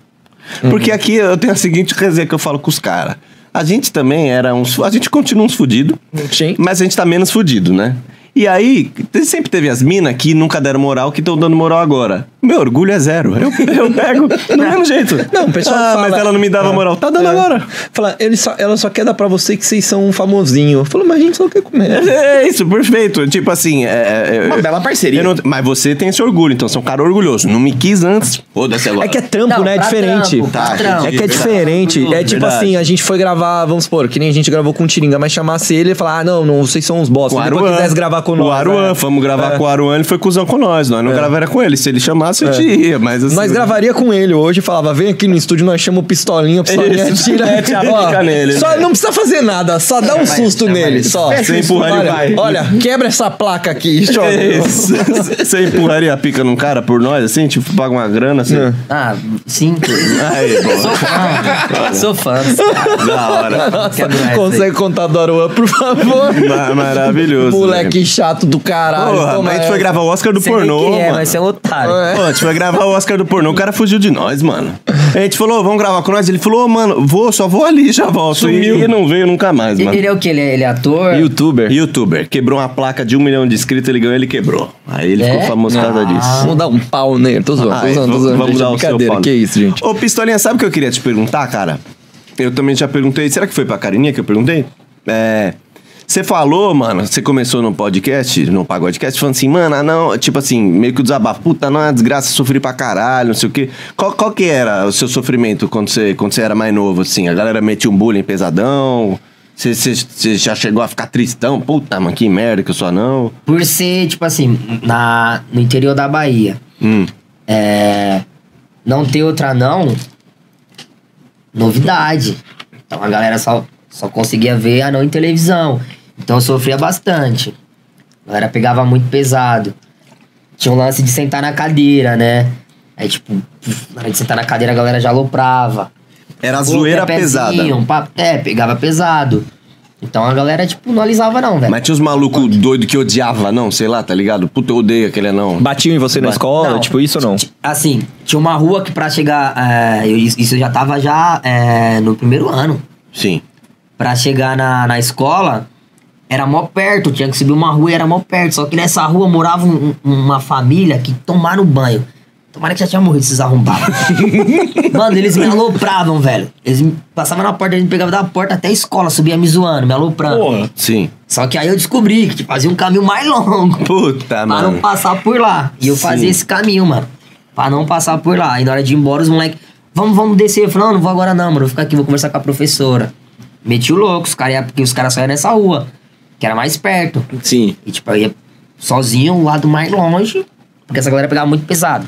C: Uhum.
A: Porque aqui eu tenho a seguinte resenha que eu falo com os caras. A gente também era uns. A gente continua uns fudido,
C: Sim.
A: mas a gente tá menos fudido, né? E aí, te- sempre teve as minas que nunca deram moral, que estão dando moral agora. Meu orgulho é zero. Eu, eu pego do mesmo jeito.
C: Não, o pessoal
A: ah,
C: fala-
A: mas ela não me dava
C: Ah,
A: moral. Tá dando
C: é.
A: agora.
C: Fala, ele só, ela só quer dar pra você que vocês são um famosinho. Eu falo, mas a gente só quer comer.
A: É é isso, perfeito. Tipo assim, é, é,
B: Uma
A: eu-
B: bela parceria.
A: eu não- mas você tem esse orgulho, então você é um cara orgulhoso. Não me quis antes. Foda-se agora.
C: É que é trampo,
D: Não,
C: né? É
D: pra
C: diferente.
D: trampo, pra
A: Tá,
D: trampo.
C: É que é
A: Verdade.
C: diferente. É tipo
A: Verdade.
C: assim, a gente foi gravar, vamos supor, que nem a gente gravou com o Tiringa, mas chamasse ele e falar, ah, não, não, vocês são uns bosta.
A: Com o
C: Se depois
A: Aruan.
C: quisesse gravar com
A: o
C: nós.
A: Aruan,
C: é.
A: fomos gravar
C: É.
A: com o Aruan, ele foi cuzão com nós. Nós não gravaria com ele. Se ele chamasse, eu te ia, mas assim.
C: Nós gravaria com ele hoje, falava, vem aqui no estúdio, nós chamamos pistolinha, pistolinha,
A: Isso.
C: tira,
A: É, tira,
C: ó,
A: fica nele,
C: Só
A: né?
C: não precisa fazer nada, só dá um susto
D: chama
C: nele,
D: ele.
C: só.
A: Fecha Sem o estúdio, empurrar ele
C: olha,
A: vai.
C: olha, quebra essa placa aqui, e joga.
A: É Isso. Você empurraria a pica num cara por nós, assim? Tipo, paga uma grana, assim?
C: Não.
D: Ah, sim.
A: Aí,
D: Sou
A: bom.
D: fã. Sou fã.
A: da hora.
C: Nossa,
D: Quebra essa aí.
C: consegue contar do Aruan, por favor?
A: Ma- Maravilhoso. né?
C: Moleque chato do caralho.
A: Porra,
C: Ah, toma
A: mas a
C: é.
A: gente
C: essa.
A: foi gravar o Oscar do
D: Sei nem
A: pornô.
D: quem é,
A: mano.
D: mas você é um otário.
C: É.
A: Pô, a gente foi gravar o Oscar do pornô, o cara fugiu de nós, mano. A gente falou, "Ô, vamos gravar com nós? Ele falou, "Ô, mano, vou, só vou ali, já volto. Sumiu. E não veio nunca mais, mano.
D: Ele é o quê? Ele é, ele é ator?
A: Youtuber. Youtuber. Quebrou uma placa de um milhão de inscritos, ele ganhou, ele quebrou. Aí ele
D: É?
A: ficou famoso por causa disso.
C: Vamos dar um pau nele. Tô zoando, tô
A: Aí,
C: zoando, tô zoando.
A: Ah, vamos
C: gente,
A: dar o seu
C: brincadeira,
A: pau.
C: que isso, gente.
A: Ô, Pistolinha, sabe o que eu queria te perguntar, cara? Eu também já perguntei. Será que foi pra Carininha que eu perguntei? É. Você falou, mano, você começou no podcast, no pagodecast, falando assim, mano, ah, não, tipo assim, meio que o desabafo, puta, não é uma desgraça, sofri pra caralho, não sei o quê. Qual, qual que era o seu sofrimento quando você, quando você era mais novo, assim? A galera metia um bullying pesadão, você, você, você já chegou a ficar tristão, puta, mano, que merda que eu sou não.
D: Por ser, tipo assim, na, no interior da Bahia,
A: Hum.
D: é, não ter outra não, novidade. Então a galera só, só conseguia ver a não em televisão. Então eu sofria bastante. A galera pegava muito pesado. Tinha um lance de sentar na cadeira, né? Aí, tipo, na hora de sentar na cadeira, a galera já aloprava.
A: Era
D: Pô,
A: zoeira pesada.
D: pezinho, um papo- é, pegava pesado. Então a galera, tipo, não alisava não, velho.
A: Mas tinha uns malucos doidos que odiava, não, sei lá, tá ligado? Puta, eu odeio aquele anão.
C: Batiam em você na escola,
D: Não.
C: tipo isso ou não?
D: Ti- Assim, tinha uma rua que pra chegar... é, eu- isso eu já tava já é, no primeiro ano.
A: Sim.
D: Pra chegar na, na escola, era mó perto. Tinha que subir uma rua e era mó perto. Só que nessa rua morava um- um- uma família que tomaram banho. Tomara que já tinha morrido esses arrombados. Mano, eles me alopravam, velho. Eles me- passavam na porta, eles me pegavam da porta até a escola, subia me zoando, me aloprando.
B: Porra.
A: Sim.
D: Só que aí eu descobri que tipo, fazia um caminho mais longo.
A: Puta, Tá,
D: Pra não
A: mano.
D: passar por lá. E eu fazia esse caminho, mano. Pra não passar por lá. E na hora de ir embora, os moleques. Vamos, vamos descer. Eu falei, não, não vou agora não, mano. Vou ficar aqui, vou conversar com a professora. Meti o louco, os caras iam- porque os caras só iam nessa rua. Que era mais perto.
B: Sim.
D: E tipo, eu ia sozinho, o lado mais longe. Porque essa galera pegava muito pesado.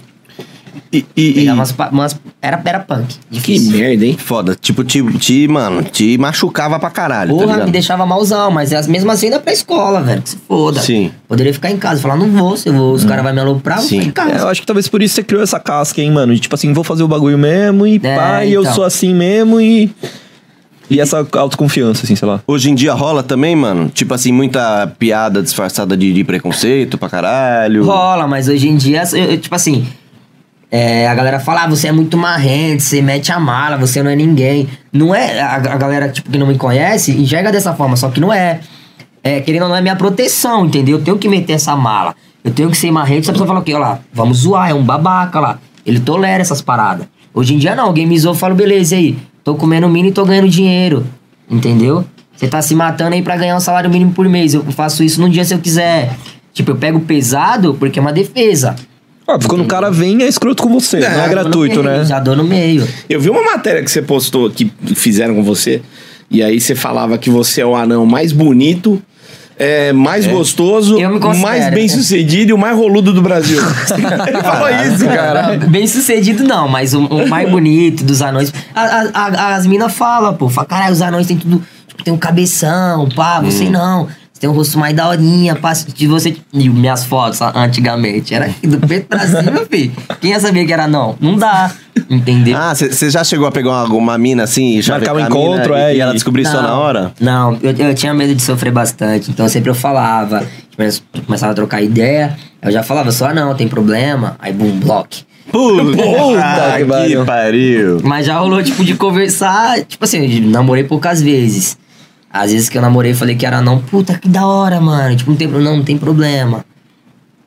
A: E, e- e-
D: Pegava umas, pa- umas- era, era punk.
B: Que
D: Difícil.
B: merda, hein?
A: Foda, tipo, te, te, mano, te machucava pra caralho, tá
D: Porra,
A: ligado?
D: me deixava malzão, mas é as mesmas assim ainda pra escola, velho. Que se foda.
A: Sim. Hum.
D: Poderia ficar em casa, falar, não vou, se eu vou, os caras vão me aloprar, vou
A: Sim.
D: ficar em casa.
C: É, eu acho que talvez por isso você criou essa casca, hein, mano? De, tipo assim, vou fazer o bagulho mesmo e
D: É,
C: pá, e eu
D: então.
C: sou assim mesmo e. E essa autoconfiança, assim, sei lá.
A: Hoje em dia rola também, mano? Tipo assim, muita piada disfarçada de, de preconceito pra caralho.
D: Rola, mas hoje em dia, eu- eu, tipo assim, é, a galera fala, ah, você é muito marrente, você mete a mala, você não é ninguém. Não é, a, a galera tipo, que não me conhece enxerga dessa forma, só que não é. É, querendo ou não, é minha proteção, entendeu? Eu tenho que meter essa mala. Eu tenho que ser marrente, se a pessoa fala, ok, ó lá, vamos zoar, é um babaca ó lá. Ele tolera essas paradas. Hoje em dia não, alguém me zoa, eu falo, beleza, e aí, tô comendo mini e tô ganhando dinheiro, entendeu? Você tá se matando aí pra ganhar um salário mínimo por mês, eu faço isso num dia se eu quiser. Tipo, eu pego pesado porque é uma defesa.
C: Ah, quando o cara vem é escroto com você, não é
D: Já dou no
C: gratuito,
D: meio,
C: né?
D: Já dou no meio.
B: Eu vi uma matéria que você postou que fizeram com você, e aí você falava que você é o anão mais bonito, é, mais gostoso,
D: Eu me considero.
B: mais bem sucedido e o mais roludo do Brasil. Ele falou
C: É,
B: isso, cara.
D: Bem sucedido não, mas o, o mais bonito dos anões. A- a- a- as minas falam, pô, fala, caralho, os anões tem tudo. Tipo, tem um cabeção, pá, você não. Você tem um rosto mais daorinha, pá. De você. E minhas fotos a- antigamente. Era aqui do peito pra cima, filho. Quem ia saber que era não? Não dá. Entendeu?
A: Ah, você já chegou a pegar uma, uma mina assim e já
C: Marcar um
A: a mina
C: encontro,
A: e,
C: é,
A: e ela
C: e-
A: descobrir só na hora?
D: Não, eu, eu tinha medo de sofrer bastante, então sempre eu falava, tipo, eu começava a trocar ideia, eu já falava só, ah, não, tem problema, aí bum, bloque.
A: Puta,
C: que pariu.
A: pariu.
D: Mas já rolou, tipo, de conversar. Tipo assim, eu namorei poucas vezes. Às vezes que eu namorei, eu falei que era não. Puta, que da hora, mano. Tipo, não tem, pro- não, não tem problema.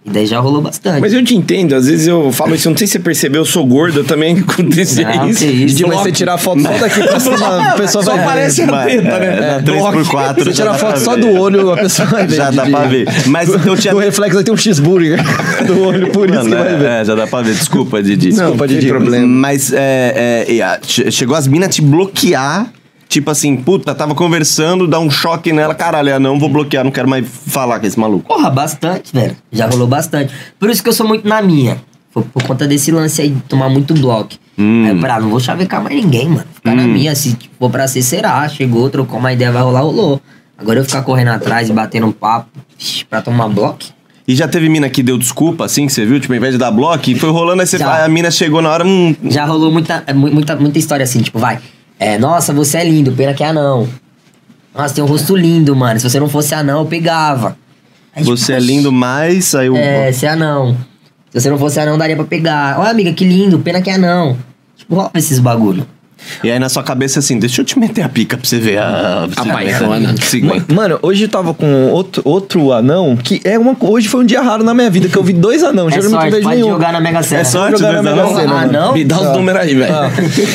D: E daí já rolou bastante.
B: Mas eu te entendo, às vezes eu falo isso, eu não sei se você percebeu, eu sou gordo, eu também acontecia
D: Não,
B: isso.
D: que isso.
C: De
D: Bloco.
C: você tirar foto só daqui pra cima, a pessoa
B: Só
C: vai ver.
B: aparece a
A: Vai,
B: teta,
A: é,
B: né?
A: dá três
B: Bloco.
A: por quatro.
C: Você tira
A: já dá
C: foto
A: pra
C: só
A: ver.
C: do olho, a pessoa vai ver.
A: Já dá
C: de-
A: pra ver. Mas então tinha.
C: Do reflexo aí tem um cheeseburger do olho, por isso
A: Mano,
C: que vai
A: é,
C: ver.
A: é, já dá pra ver. Desculpa, Didi.
C: Não,
A: Desculpa,
C: tem
A: Didi.
C: problema.
A: Mas é, é, e a- che- chegou as minas te bloquear. Tipo assim, puta, tava conversando, dá um choque nela. Caralho, é, não vou bloquear, não quero mais falar com esse maluco.
D: Porra, bastante, velho. Já rolou bastante. Por isso que eu sou muito na minha. Foi por conta desse lance aí de tomar muito bloco. Aí eu falei, ah, não vou chavecar mais ninguém, mano. Ficar na minha, se tipo, for pra ser, será. Chegou, trocou uma ideia, vai rolar, rolou. Agora eu ficar correndo atrás e batendo um papo ixi, pra tomar bloco.
A: E já teve mina que deu desculpa, assim, que você viu? Tipo, ao invés de dar bloco, e foi rolando, aí você,
D: Já.
A: a mina chegou na hora, hum,
D: Já rolou muita, é, mu- muita, muita história assim, tipo, vai. É, nossa, você é lindo, pena que é anão. Nossa, tem um rosto lindo, mano. Se você não fosse anão, eu pegava. Aí, tipo,
A: você é lindo, mas aí o...
D: É, você é anão. Se você não fosse anão, daria pra pegar. Ó, amiga, que lindo, pena que é anão. Tipo, rola esses bagulho.
A: E aí na sua cabeça assim, deixa eu te meter a pica pra você ver tá a...
B: A paixona.
A: Se aguenta.
C: Mano, hoje eu tava com outro, outro anão, que é uma. co- Hoje foi um dia raro na minha vida, que eu vi dois anãos.
D: é
C: geralmente eu
D: sorte,
C: vejo
D: pode
C: nenhum.
D: jogar na Mega Sena.
A: É sorte.
C: jogar na
A: dois
C: Mega
A: anãos.
C: Sena,
D: Ah,
C: mano.
D: não?
B: Me dá os
C: Tá.
B: números aí, velho.
C: Ah.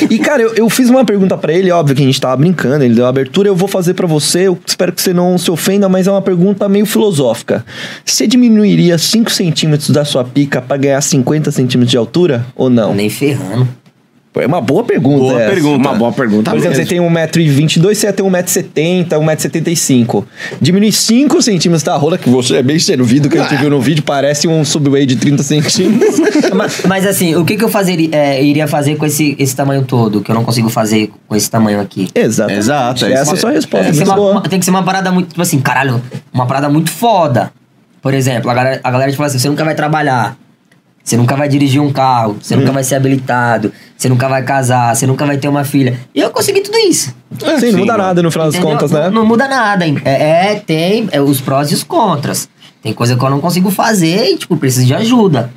C: E, cara, eu, eu fiz uma pergunta pra ele, óbvio que a gente tava brincando, ele deu a abertura, eu vou fazer pra você, eu espero que você não se ofenda, mas é uma pergunta meio filosófica. Você diminuiria 5 centímetros da sua pica pra ganhar 50 centímetros de altura ou não?
D: Nem ferrando.
C: Pô, É uma boa pergunta.
A: Boa
C: essa.
A: pergunta.
B: Uma boa pergunta
C: Por exemplo,
B: mesmo.
C: você tem 1,22m, você ia ter 1,70m, 1,75m. Diminui 5 centímetros da rola, que você é bem servido, que a gente viu no vídeo, parece um subway de 30 centímetros.
D: mas, mas assim, o que, que eu fazeria, é, iria fazer com esse, esse tamanho todo, que eu não consigo fazer com esse tamanho aqui?
C: Exato.
A: Exato, é
C: Essa
A: isso.
C: é a sua resposta.
D: Tem que, ser
C: muito
D: uma,
C: boa.
D: uma- tem que ser uma parada muito, tipo assim, caralho, uma parada muito foda. Por exemplo, a galera, a galera te fala assim, você nunca vai trabalhar. Você nunca vai dirigir um carro, você
C: Uhum.
D: nunca vai ser habilitado, você nunca vai casar, você nunca vai ter uma filha. E eu consegui tudo isso.
C: Sim, não muda nada no final das
D: Entendeu?
C: contas,
D: não,
C: né?
D: Não muda nada, hein? É, é, tem é, os prós e os contras. Tem coisa que eu não consigo fazer e, tipo, preciso de ajuda.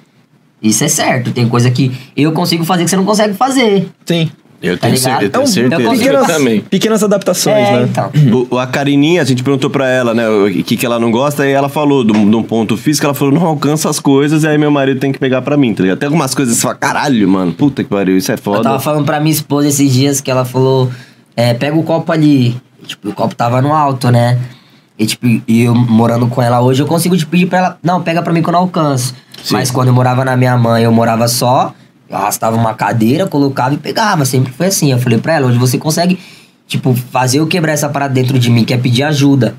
D: Isso é certo. Tem coisa que eu consigo fazer que você não consegue fazer.
C: Sim.
A: Eu
D: Tá
A: tenho,
D: ligado?
A: cer- Então, eu
D: É um-
A: tenho certeza.
D: é um
C: Pequenas,
B: também.
C: pequenas adaptações,
D: É,
C: né?
D: então.
A: O, a Carininha, a gente perguntou pra ela, né, o que, que ela não gosta, e ela falou de um de um ponto físico, ela falou, não alcança as coisas, e aí meu marido tem que pegar pra mim, tá ligado? Tem algumas coisas que você fala, caralho, mano, puta que pariu, isso é
D: Eu tava
A: foda.
D: falando pra minha esposa esses dias que ela falou: é, pega o copo ali. Tipo, o copo tava no alto, né? E, tipo, e eu morando com ela hoje, eu consigo te pedir pra ela. Não, pega pra mim que eu não alcanço. Mas quando eu morava na minha mãe, eu morava só, eu arrastava uma cadeira, colocava e pegava. Sempre foi assim. Eu falei pra ela, hoje você consegue, tipo, fazer eu quebrar essa parada dentro de mim, que é pedir ajuda.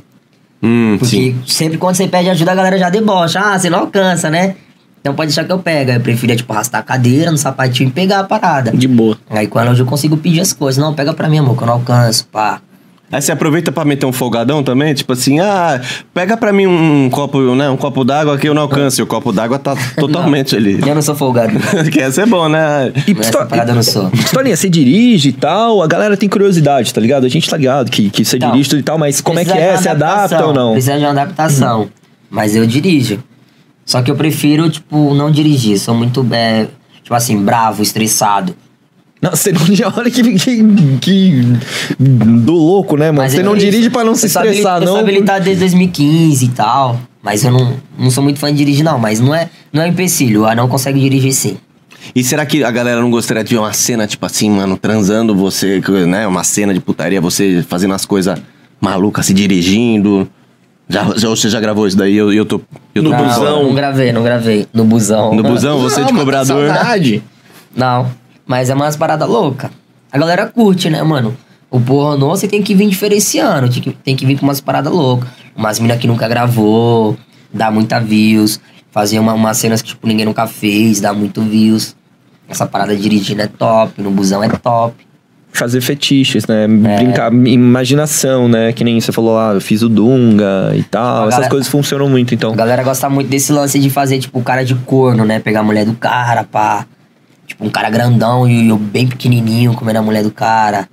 A: Hum,
D: Porque
A: sim.
D: sempre quando você pede ajuda, a galera já debocha. Ah, você não alcança, né? Então pode deixar que eu pego. Eu preferia, tipo, arrastar a cadeira no sapatinho e pegar a parada.
B: De boa.
D: Aí com ela hoje eu consigo pedir as coisas. Não, pega pra mim, amor, que eu não alcanço, pá.
A: Aí você aproveita pra meter um folgadão também, tipo assim, ah, pega pra mim um, copo, né, um copo d'água que eu não alcanço, e o copo d'água tá totalmente ali.
D: Eu não sou folgado.
A: que essa é bom, né?
C: E
D: Nessa parada eu não sou.
C: Pistolinha, você dirige e tal, a galera tem curiosidade, tá ligado? A gente tá ligado que, que você
D: Então,
C: dirige tudo e tal, mas como é que
D: Precisa de
C: é?
D: uma
C: Se adapta
D: adaptação,
C: ou não? Uhum.
D: Precisa de uma adaptação. Mas eu dirijo. Só que eu prefiro, tipo, não dirigir. Sou muito, é, tipo assim, bravo, estressado.
C: Nossa, você não já olha que, que, que- do louco, né, mano?
D: Mas
C: Você
D: eu-
C: não dirige pra não
D: eu
C: se
D: sou habili-
C: estressar,
D: Eu sou
C: não.
D: habilitado desde 2015 e tal. Mas eu não, não sou muito fã de dirigir, não. Mas não é, não é empecilho. Ah, não consegue dirigir sim.
A: E será que a galera não gostaria de ver uma cena, tipo assim, mano, transando você, né? Uma cena de putaria, você fazendo as coisas malucas, se dirigindo. Já, já- você já gravou isso daí? Eu, eu tô. Eu tô
B: No
A: por
D: não,
B: busão.
D: Não gravei, não gravei. No busão.
A: No busão, você de
B: mas
A: cobrador.
B: Saudade.
D: Não, mas é umas paradas loucas. A galera curte, né, mano? O porra não, você tem que vir diferenciando, tem que, tem que vir com umas paradas loucas. Umas mina que nunca gravou, dá muita views. Fazer uma, umas cenas que, tipo, ninguém nunca fez, dá muito views. Essa parada dirigindo é top, no busão é top.
C: Fazer fetiches,
D: É.
C: né? Brincar, imaginação, né? Que nem você falou, ah, eu fiz o Dunga e tal.
D: A
C: Essas
D: galera-
C: coisas funcionam muito,
D: A
C: então.
D: galera gosta muito desse lance de fazer, tipo, o cara de corno, né? Pegar a mulher do cara, pá. Tipo, um cara grandão e eu bem pequenininho comendo a mulher do cara.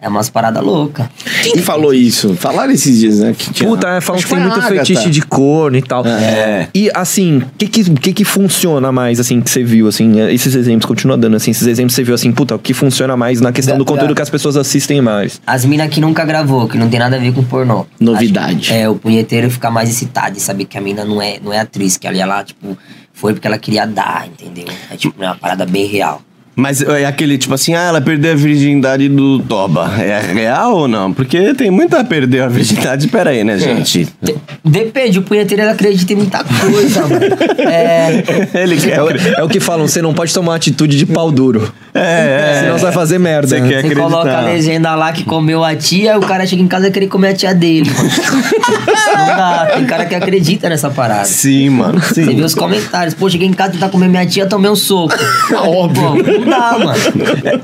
D: É umas paradas loucas.
B: Quem falou isso? Falaram esses dias, né? Que tinha-
C: Puta, é, falam
B: Acho
C: que tem
B: foi a
C: muito
B: Agatha.
C: fetiche de corno e tal.
A: É.
C: E assim, o que que, que que funciona mais, assim, que você viu, assim, é, esses exemplos, continua dando, assim, esses exemplos você viu, assim, puta, o que funciona mais na questão
D: Ga-
C: do conteúdo
D: ga-
C: que as pessoas assistem mais?
D: As minas que nunca gravou, que não tem nada a ver com pornô.
B: Novidade.
D: Acho que, é, o punheteiro fica mais excitado e saber que a mina não é, não é atriz, que ali ela, tipo, foi porque ela queria dar, entendeu? É tipo, é uma parada bem real.
A: Mas é aquele tipo assim, ah, ela perdeu a virgindade do Toba. É real ou não? Porque tem muita a perder a virgindade, pera aí, né, gente?
D: De- Depende, o punheteiro ele acredita em muita coisa, mano. É.
A: Ele
C: É,
A: quer.
C: o- é o que falam, você não pode tomar atitude de pau duro.
A: É, é.
C: Senão você vai fazer merda.
A: Você quer
D: Você
A: acreditar.
D: coloca a legenda lá que comeu a tia, o cara chega em casa e querer comer a tia dele, mano. Não dá, tem cara que acredita nessa parada.
A: Sim, mano.
D: Você vê
A: Sim.
D: os comentários, pô, cheguei em casa tentar comer minha tia, tomei um soco. Óbvio. Pô, não dá, mano.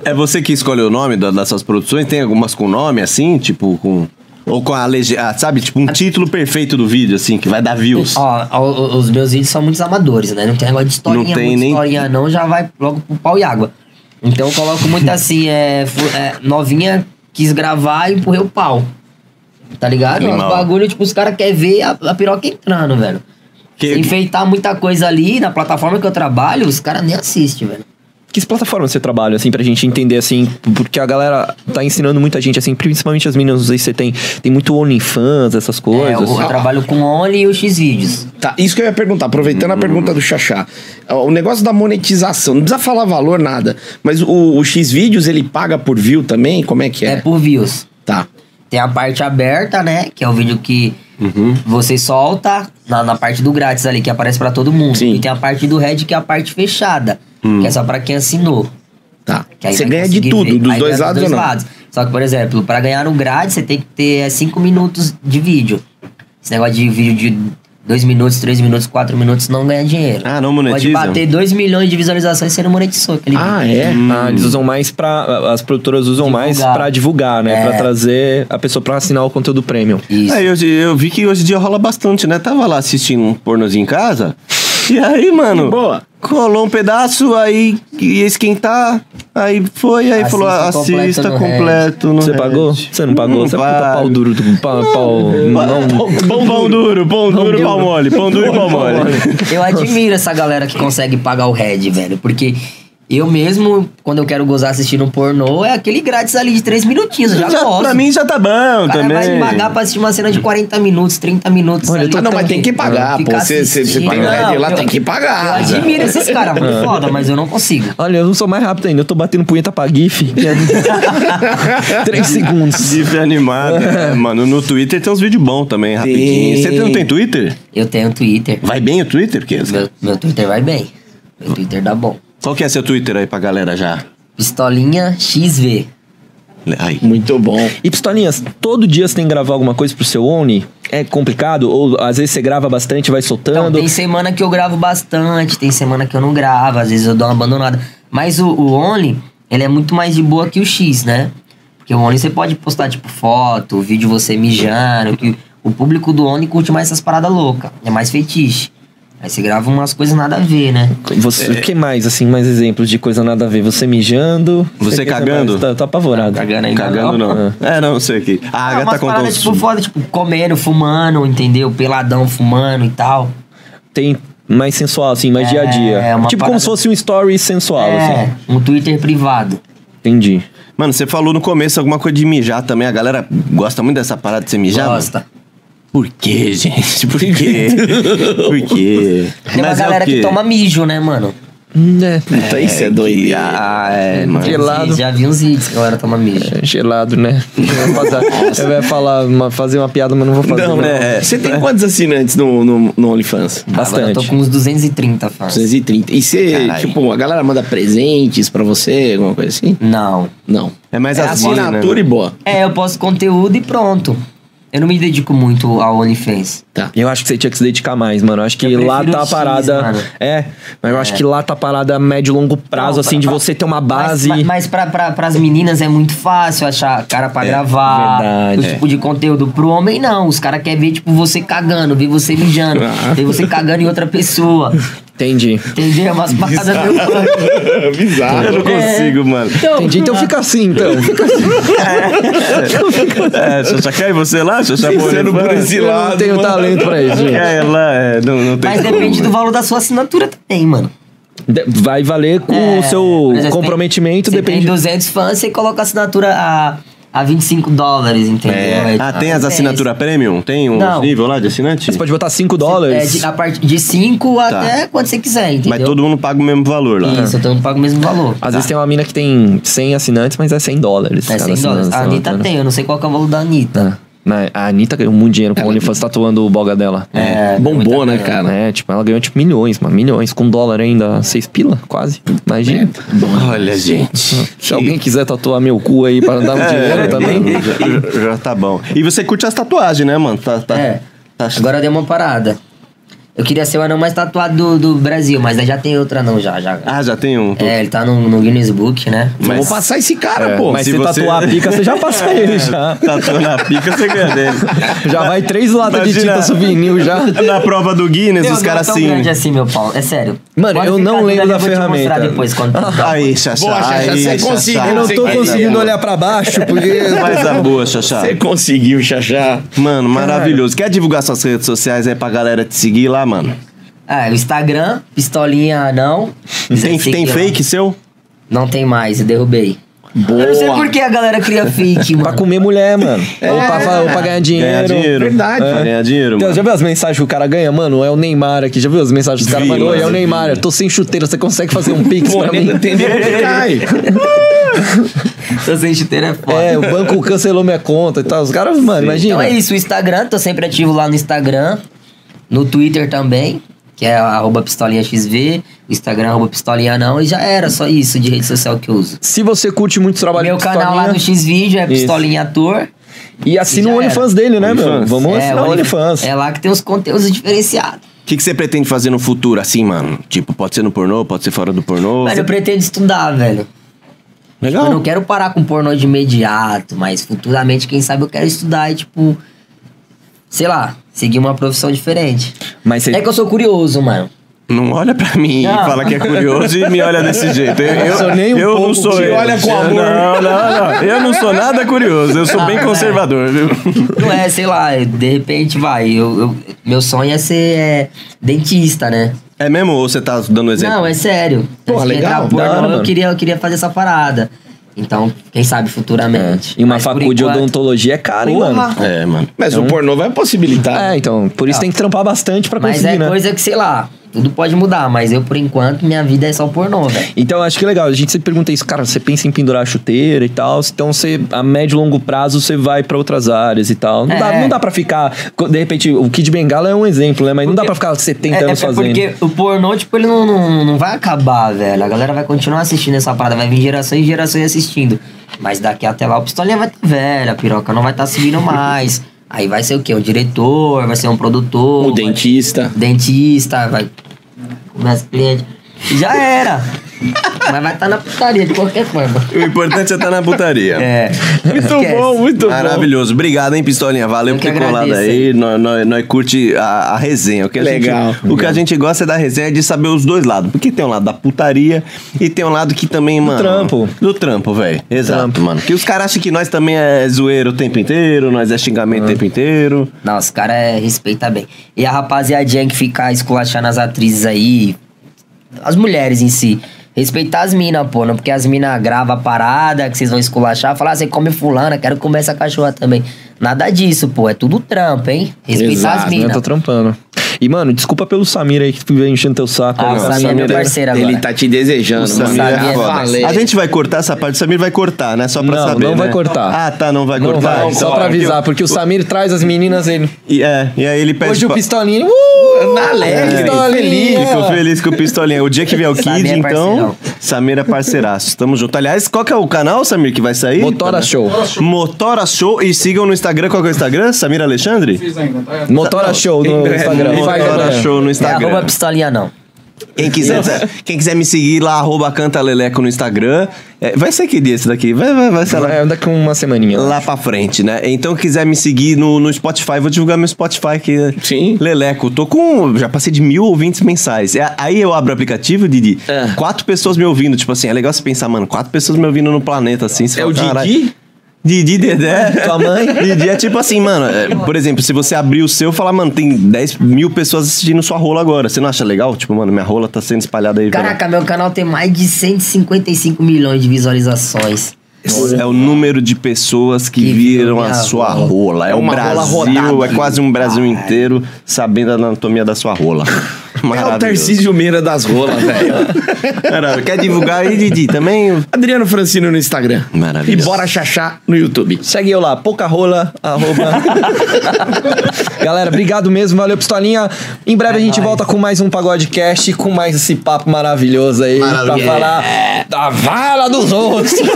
A: É, é você que escolhe o nome da- das suas produções? Tem algumas com nome assim, tipo, com. Ou com a legenda. Sabe, tipo, um título perfeito do vídeo, assim, que vai dar views.
D: Ó, ó, os meus vídeos são muitos amadores, né? Não tem negócio de historinha,
A: Não tem
D: muita
A: nem-
D: historinha não, já vai logo pro pau e água. Então eu coloco muito assim, é, fu- é, novinha quis gravar e empurrei o pau. Tá ligado? Os
A: Animal.
D: bagulho, tipo, os caras querem ver a, a piroca entrando, velho.
A: Que-
D: Se enfeitar muita coisa ali, na plataforma que eu trabalho, os caras nem assistem, velho.
C: Que plataformas você trabalha, assim, pra gente entender, assim, porque a galera tá ensinando muita gente, assim, principalmente as meninas, não sei se você tem, tem muito OnlyFans, essas
D: É,
C: coisas.
D: eu, eu trabalho com Only e o Xvideos.
B: Tá, isso que eu ia perguntar, aproveitando a pergunta
C: Hum.
B: do Xaxá. Ó, O negócio da monetização, não precisa falar valor, nada. Mas o, o X-Vídeos, ele paga por view também? Como é que
D: É
B: é?
D: por views.
B: Tá.
D: Tem a parte aberta, né? Que é o vídeo que
B: Uhum.
D: você solta na, na parte do grátis ali, que aparece pra todo mundo.
B: Sim.
D: E tem a parte do red, que é a parte fechada, que é só pra quem assinou.
B: Tá.
D: Que aí
B: Você
D: vai
B: ganha de
D: conseguir
B: tudo,
D: ver.
B: dos
D: Aí
B: dois
D: ganha
B: lados ou não?
D: Só que, por exemplo, pra ganhar o grátis, você tem que ter 5 minutos de vídeo. Esse negócio de vídeo de 2 minutos, 3 minutos, 4 minutos não ganha dinheiro.
A: Ah, não monetiza?
D: Pode bater 2 milhões de visualizações e você não monetizou aquele vídeo.
B: Ah, é?
C: Ah, eles usam mais pra. As produtoras usam mais
D: Divulgar.
C: pra divulgar, né? Pra trazer a pessoa pra assinar o conteúdo premium.
B: é.
D: Isso.
A: É, Aí eu, eu vi que hoje em dia rola bastante, né? Tava lá assistindo um pornozinho em casa. E aí, mano.
B: boa.
A: Colou um pedaço, aí ia esquentar, aí foi, aí
D: Assista
A: falou: "Ah,
D: completo
A: assista
D: no
A: completo. No
C: Você
A: Red.
C: pagou? Você não pagou? Você é
A: pago.
C: puta pau duro do pau. pau não,
A: Pão, pão duro, pão duro, pau mole, pão duro e pau mole.
D: Eu admiro essa galera que consegue pagar o head, velho. Porque eu mesmo, quando eu quero gozar assistindo um pornô, é aquele grátis ali de 3 minutinhos. Eu já,
A: Já-
D: gosto.
A: pra mim já tá bom
D: o cara
A: também.
D: vai pagar pra assistir uma cena de 40 minutos, 30 minutos.
C: Olha, eu tô
D: ali,
B: Ah, não, mas
D: então,
B: tem que pagar,
D: ficar
B: pô. Você- você- você tem
D: assistindo.
B: o head lá,
D: Não,
B: tem
D: eu-
B: que pagar. né?
D: Eu admiro esses caras, muito foda, mas eu não consigo.
C: Olha, eu não sou mais rápido ainda. Eu tô batendo punheta pra GIF. Três segundos.
A: GIF animado. É, Mano, no Twitter tem uns vídeos bons também, rapidinho. Você tem- não tem Twitter?
D: Eu tenho Twitter.
A: Vai bem o Twitter, Kesa?
D: Meu, meu Twitter vai bem. Meu Twitter dá bom.
A: Qual que é seu Twitter aí pra galera já?
D: Pistolinha XV.
A: Aí.
B: Muito bom.
C: E pistolinhas, todo dia você tem que gravar alguma coisa pro seu Oni? É complicado? Ou às vezes você grava bastante e vai
D: Então,
C: soltando?
D: tem semana que eu gravo bastante, tem semana que eu não gravo, às vezes eu dou uma abandonada. Mas o, o Only, ele é muito mais de boa que o X, né? Porque o Only você pode postar, tipo, foto, vídeo você mijando, que o público do Only curte mais essas paradas loucas, é mais fetiche. Aí você grava umas coisas nada a ver, né?
C: Você, O que mais, assim, mais exemplos de coisa nada a ver? Você mijando.
A: Você
C: o que mais?
A: cagando?
C: Tá, tá apavorado.
D: Cagando ainda
A: Cagando não. É, não, sei aqui. A
D: Ah,
A: Agatha
D: umas
A: contou
D: paradas,
A: uns...
D: tipo, foda, tipo, comendo, fumando, entendeu? Peladão, fumando e tal.
C: Tem mais sensual, assim, mais
D: É,
C: dia a dia.
D: é uma
C: tipo
D: parada-
C: como se fosse um story sensual,
D: É,
C: assim.
D: um Twitter privado.
C: Entendi.
A: Mano, você falou no começo alguma coisa de mijar também. A galera gosta muito dessa parada de você mijar? mano?
D: Gosta.
A: Por quê, gente? Por quê? Por quê?
D: Tem uma
A: Mas é o
D: galera
A: quê?
D: que toma mijo, né, mano?
C: Hum, É.
B: Puta, isso é
A: E-
B: doido.
A: Ah, é, mano.
C: Que- Pelado.
D: Já vi uns vídeos que a galera toma mijo.
C: É Gelado, né? Eu ia fazer- Eu ia falar, uma- fazer uma piada, mas não vou fazer.
B: Não, né?
A: É.
B: Você tem quantos assinantes no, no, no OnlyFans?
D: Agora eu tô
C: Bastante.
D: com uns 230 fãs.
B: 230. E você,
A: Caralho.
B: tipo, a galera manda presentes pra você, alguma coisa assim?
D: Não.
B: Não.
A: É mais
B: é
A: as bolas, né,
B: assinatura e boa.
D: É, eu posto conteúdo e pronto. Eu não me dedico muito ao OnlyFans.
B: Tá.
C: Eu acho que você tinha que se dedicar mais, mano. Eu acho que
D: Eu
C: lá
D: prefiro
C: tá a
D: X,
C: parada.
D: mano.
C: é, mas eu acho que lá tá a parada médio e longo prazo,
D: Não,
C: assim,
D: pra-
C: de
D: pra-
C: você ter uma base.
D: Mas, mas pra, pra, pras meninas é muito fácil achar cara pra gravar.
C: É, verdade. é.
D: o tipo de conteúdo. Pro homem, não. Os caras querem ver, tipo, você cagando, ver você mijando, ver você cagando em outra pessoa.
C: Entendi.
D: Entendeu? É Umas paradas meio punk. É.
A: Eu
B: Bizarro.
A: não consigo, mano.
C: Entendi. Então fica assim, então. Fica
A: É, Xaxá, cai você lá, Xaxá
D: é
B: Pensando
A: Bonifá?
B: por esse
C: eu
B: lado.
C: não tenho
B: mano.
C: talento pra isso. gente.
A: Cai lá, é, não, não tem
D: Mas
A: como,
D: depende
C: né?
D: do
A: mano.
D: valor da sua assinatura também, mano.
C: De- Vai valer com
D: É,
C: o seu
D: por exemplo,
C: comprometimento,
D: tem,
C: depende.
D: Você tem 200 fãs, você coloca a assinatura a, a 25 dólares, entendeu?
A: É.
D: É,
A: Ah,
D: tipo,
A: tem as
D: é,
A: assinaturas premium? Tem um
D: Não.
A: nível lá de assinante?
C: Você pode botar 5
D: É,
C: dólares.
D: de, a partir de 5 até quando você quiser, entendeu?
A: Tá. Mas todo mundo paga o mesmo valor lá.
D: Isso, então todo mundo paga o mesmo valor.
C: Às vezes tem uma mina que tem 100 assinantes, mas é 100 dólares.
D: É
C: cada
D: 100
C: assinante,
D: dólares. A
C: sei lá,
D: Anitta
C: né?
D: tem, eu não sei qual que é o valor da Anitta.
C: É. Mas A Anitta ganhou muito dinheiro com o OnlyFans tatuando o boga dela.
D: É,
B: Bombou, né, cara?
C: É, tipo, ela ganhou tipo milhões, mano. Milhões. Com dólar ainda, seis pila, quase. Imagina.
A: Olha, gente. É,
C: Se alguém quiser tatuar meu cu aí pra dar um dinheiro também.
A: já, já tá bom. E você curte as tatuagens, né, mano? Tá, tá,
D: É.
A: tá-
D: Agora deu uma parada. Eu queria ser o anão mais tatuado do, do Brasil, mas aí já tem outra não já, já.
A: Ah, já tem um.
D: É, ele tá no, no Guinness Book, né?
A: Mas-
B: Vou passar esse cara,
C: É,
B: pô.
C: mas
A: se
C: se,
A: você-
C: tatuar a pica, você já passa ele já.
A: Tatu na pica, você ganha dele.
C: Já vai três latas de
A: Imagina-
C: tinta souvenir já.
A: Na prova do Guinness,
D: Meu,
A: os
D: não é
A: caras
D: tão
A: assim.
D: grande assim, meu pau. É sério.
C: Mano,
D: Pode
C: eu
D: ficar
C: não
D: ali,
C: lembro
D: eu
C: da
D: vou te mostrar
C: ferramenta.
D: depois quando
A: Aí, Xaxá.
B: Boa, Xaxá,
A: aí,
B: você
A: Xaxá.
B: conseguiu,
A: Eu não
B: você
A: tô
B: conseguiu.
A: conseguindo olhar.
C: pra baixo, porque.
A: Faz a boa, Xaxá.
B: Você conseguiu, Xaxá.
A: Mano, maravilhoso. Quer divulgar suas redes sociais aí pra galera te seguir lá, mano?
D: Ah, o Instagram, pistolinha não.
A: Tem, tem fake seu?
D: Não tem mais, eu derrubei. Eu não sei por que a galera cria fake,
C: Pra
D: mano.
C: comer mulher, mano. ou, pra, fa- ou pra ganhar
A: Ganhar
C: dinheiro.
A: dinheiro.
B: Verdade.
A: Pra ganhar dinheiro,
C: Então,
A: mano.
C: já viu as mensagens que o cara ganha? Mano, é o Neymar aqui. Já viu as mensagens que o cara
A: Vi,
C: mandou? Oi, É o
A: mano,
C: Neymar, eu tô sem chuteira, você consegue fazer um pix
B: Pô,
C: pra
B: nem
C: mim?
B: entendeu onde cai.
D: Seu sem chuteira é foda.
C: É, o banco cancelou minha conta e tal. Os caras, mano, imagina.
D: Então é isso, o Instagram, tô sempre ativo lá no Instagram, no Twitter também, que é arroba pistolinha XV, o Instagram é arroba pistolinha não, e já era, só isso de rede social que eu uso.
C: Se você curte muito o trabalho
D: Meu
C: do
D: canal lá
C: Pistolinha,
D: no Xvideo é
C: Isso.
D: Pistolinha Ator.
C: E assina
D: E
C: o
D: já
C: OnlyFans dele, né, meu?
A: OnlyFans.
C: Vamos
D: É,
C: assinar o
D: only-
C: OnlyFans.
D: É lá que tem os conteúdos diferenciados.
A: O que, que você pretende fazer no futuro, assim, mano? Tipo, pode ser no pornô, pode ser fora do pornô.
D: Mas eu pretendo estudar, velho. Tipo,
A: Legal.
D: Eu não quero parar com pornô de imediato, mas futuramente, quem sabe, eu quero estudar e, tipo, sei lá, seguir uma profissão diferente.
C: Mas você-
D: É que eu sou curioso, mano.
A: Não olha pra mim
D: Não.
A: e fala que é curioso e me olha desse jeito. Eu, eu,
C: sou nem um
A: eu
C: pouco
A: não sou
C: curioso.
A: eu.
B: Olha com amor.
A: Não, não, não. Eu não sou nada curioso. Eu sou
D: Ah,
A: bem
D: né?
A: conservador, viu?
D: Não é, sei lá, de repente vai. Eu, eu- meu sonho é ser é, dentista, né?
A: É mesmo ou você tá dando exemplo?
D: Não, é sério.
B: Porra,
D: Antes de
B: legal,
D: entrar
B: da
D: pornô,
C: hora,
D: eu,
C: mano.
D: queria, eu queria fazer essa parada. Então, quem sabe futuramente.
C: E uma
D: Mas, por
C: faculdade de
D: enquanto-
C: odontologia é cara, hein, mano?
D: Porra. Tá.
A: É, mano.
B: Mas
D: Hum?
B: o pornô vai possibilitar.
C: É, então, por isso tem que trampar bastante pra
D: Mas
C: conseguir,
D: é
C: né?
D: coisa que, sei lá, tudo pode mudar. Mas eu, por enquanto, minha vida é só pornô, velho.
C: Então, acho que é legal. A gente sempre pergunta isso, cara, você pensa em pendurar a chuteira e tal. Então, você, a médio e longo prazo, você vai pra outras áreas e tal. Não, dá,
D: É.
C: não dá pra ficar. De repente, o Kid Bengala é um exemplo, né? Mas não dá pra ficar 70
D: é,
C: anos
D: é
C: fazendo.
D: porque o pornô, tipo, ele não, não, não vai acabar, velho. A galera vai continuar assistindo essa parada, vai vir gerações e gerações assistindo. Mas daqui até lá o pistolinha vai estar velha, a piroca não vai estar subindo mais. Aí vai ser o quê? Um diretor, vai ser um produtor.
B: O
D: vai-
B: dentista.
D: Dentista, vai. Começa cliente. Já era! Mas vai estar na putaria de qualquer forma.
A: O importante é estar na putaria.
D: É.
B: Muito
D: Esquece.
B: bom, muito bom.
A: Maravilhoso. Obrigado, hein, Pistolinha. Valeu
D: Eu
A: por ter
D: que
A: colado
D: agradeço,
A: aí. Nós, nós, nós curte a, a resenha. O que a
B: Legal.
A: Gente, O que a gente gosta é da resenha é de saber os dois lados. Porque tem um lado da putaria e tem um lado que também, mano.
C: trampo.
A: Do trampo, velho. Exato, mano. Que os caras acham que nós também é zoeiro o tempo inteiro, nós é xingamento o tempo inteiro.
D: Nossa, o cara é, respeita bem. E a rapaziadinha que fica esculachando as atrizes aí, as mulheres em si. Respeitar as minas, pô, não porque as minas gravam a parada que vocês vão esculachar, falar, ah, você come fulana, quero comer essa cachorra também. Nada disso, pô, é tudo trampo, hein? Respeitar
B: Exato,
D: as
C: Eu
D: minas.
C: tô trampando. E, mano, desculpa pelo Samir aí que vem enchendo teu saco.
D: Ah,
C: né?
D: o Samir é meu parceiro agora.
B: Ele tá te desejando,
A: Nossa,
B: mano.
A: Samir é
B: Já
A: foda.
B: falei.
A: A gente vai cortar essa parte. O Samir vai cortar, né? Só pra
C: Não,
A: saber.
C: não vai
A: né?
C: cortar.
A: Ah, tá, não vai
C: Não
A: cortar.
C: vai, só
A: Então,
C: pra
A: porque
C: avisar,
A: o-
C: porque o Samir traz as meninas, ele.
A: E, é, e aí ele pede.
C: Hoje o
A: pra-
C: pistolinho. Uh,
B: Na
A: É,
B: alegre,
C: pistolinha.
A: Fico feliz com o Pistolinha. O dia que vier o Kid,
D: Samir é
A: então.
D: parceirão.
A: Samir é parceiraço. Tamo junto. Aliás, qual que é o canal, Samir, que vai sair? Tá, né?
C: Motora Show.
A: Motora Show. E sigam no Instagram. Qual que é o Instagram? Samir Alexandre?
C: Motora Show no Instagram.
A: Motora Show no
D: É arroba
A: Instagram.
D: pistolinha, não.
A: Quem quiser, quem quiser me seguir lá, arroba Canta Leleco no Instagram. É, vai ser que dia esse daqui? Vai, vai, vai ser lá.
C: É, daqui uma semaninha.
A: Lá pra frente, né? Então, quiser me seguir no, no Spotify, vou divulgar meu Spotify aqui. né?
B: Sim.
A: Leleco, tô com. Já passei de mil ouvintes mensais. É, aí eu abro o aplicativo, Didi.
B: Ah.
A: Quatro pessoas me ouvindo. Tipo assim, é legal você pensar, mano, quatro pessoas me ouvindo no planeta, assim. você
B: É o
A: fala, "Caralho."
B: Didi? É,
A: Didi, Dedé. Tua mãe? Didi é tipo assim, mano. é, por exemplo, se você abrir o seu e falar, mano, tem 10 mil pessoas assistindo sua rola agora. Você não acha legal? Tipo, mano, minha rola tá sendo espalhada aí. pela-
D: Caraca, meu canal tem mais de 155 milhões de visualizações.
A: É o número de pessoas que,
D: Que
A: viram
D: viram
A: a
D: minha
A: sua
D: rola.
A: rola. É,
B: É
A: o
B: uma rola
A: Brasil,
B: rodada.
A: é quase um Brasil inteiro sabendo a anatomia da sua rola.
B: É o
A: Maravilhoso.
B: Tarcísio Meira das rolas, velho.
A: Maravilhoso. Quer divulgar aí, Didi? Também?
B: Adriano Francino no Instagram.
A: Maravilhoso.
B: E Bora Chachá no YouTube.
C: Segue eu lá, Pocarola, arroba. Galera, obrigado mesmo, valeu, Pistolinha. Em
B: É
C: breve a gente volta com mais um Pagodecast, com mais esse papo maravilhoso aí, pra falar da vala dos outros.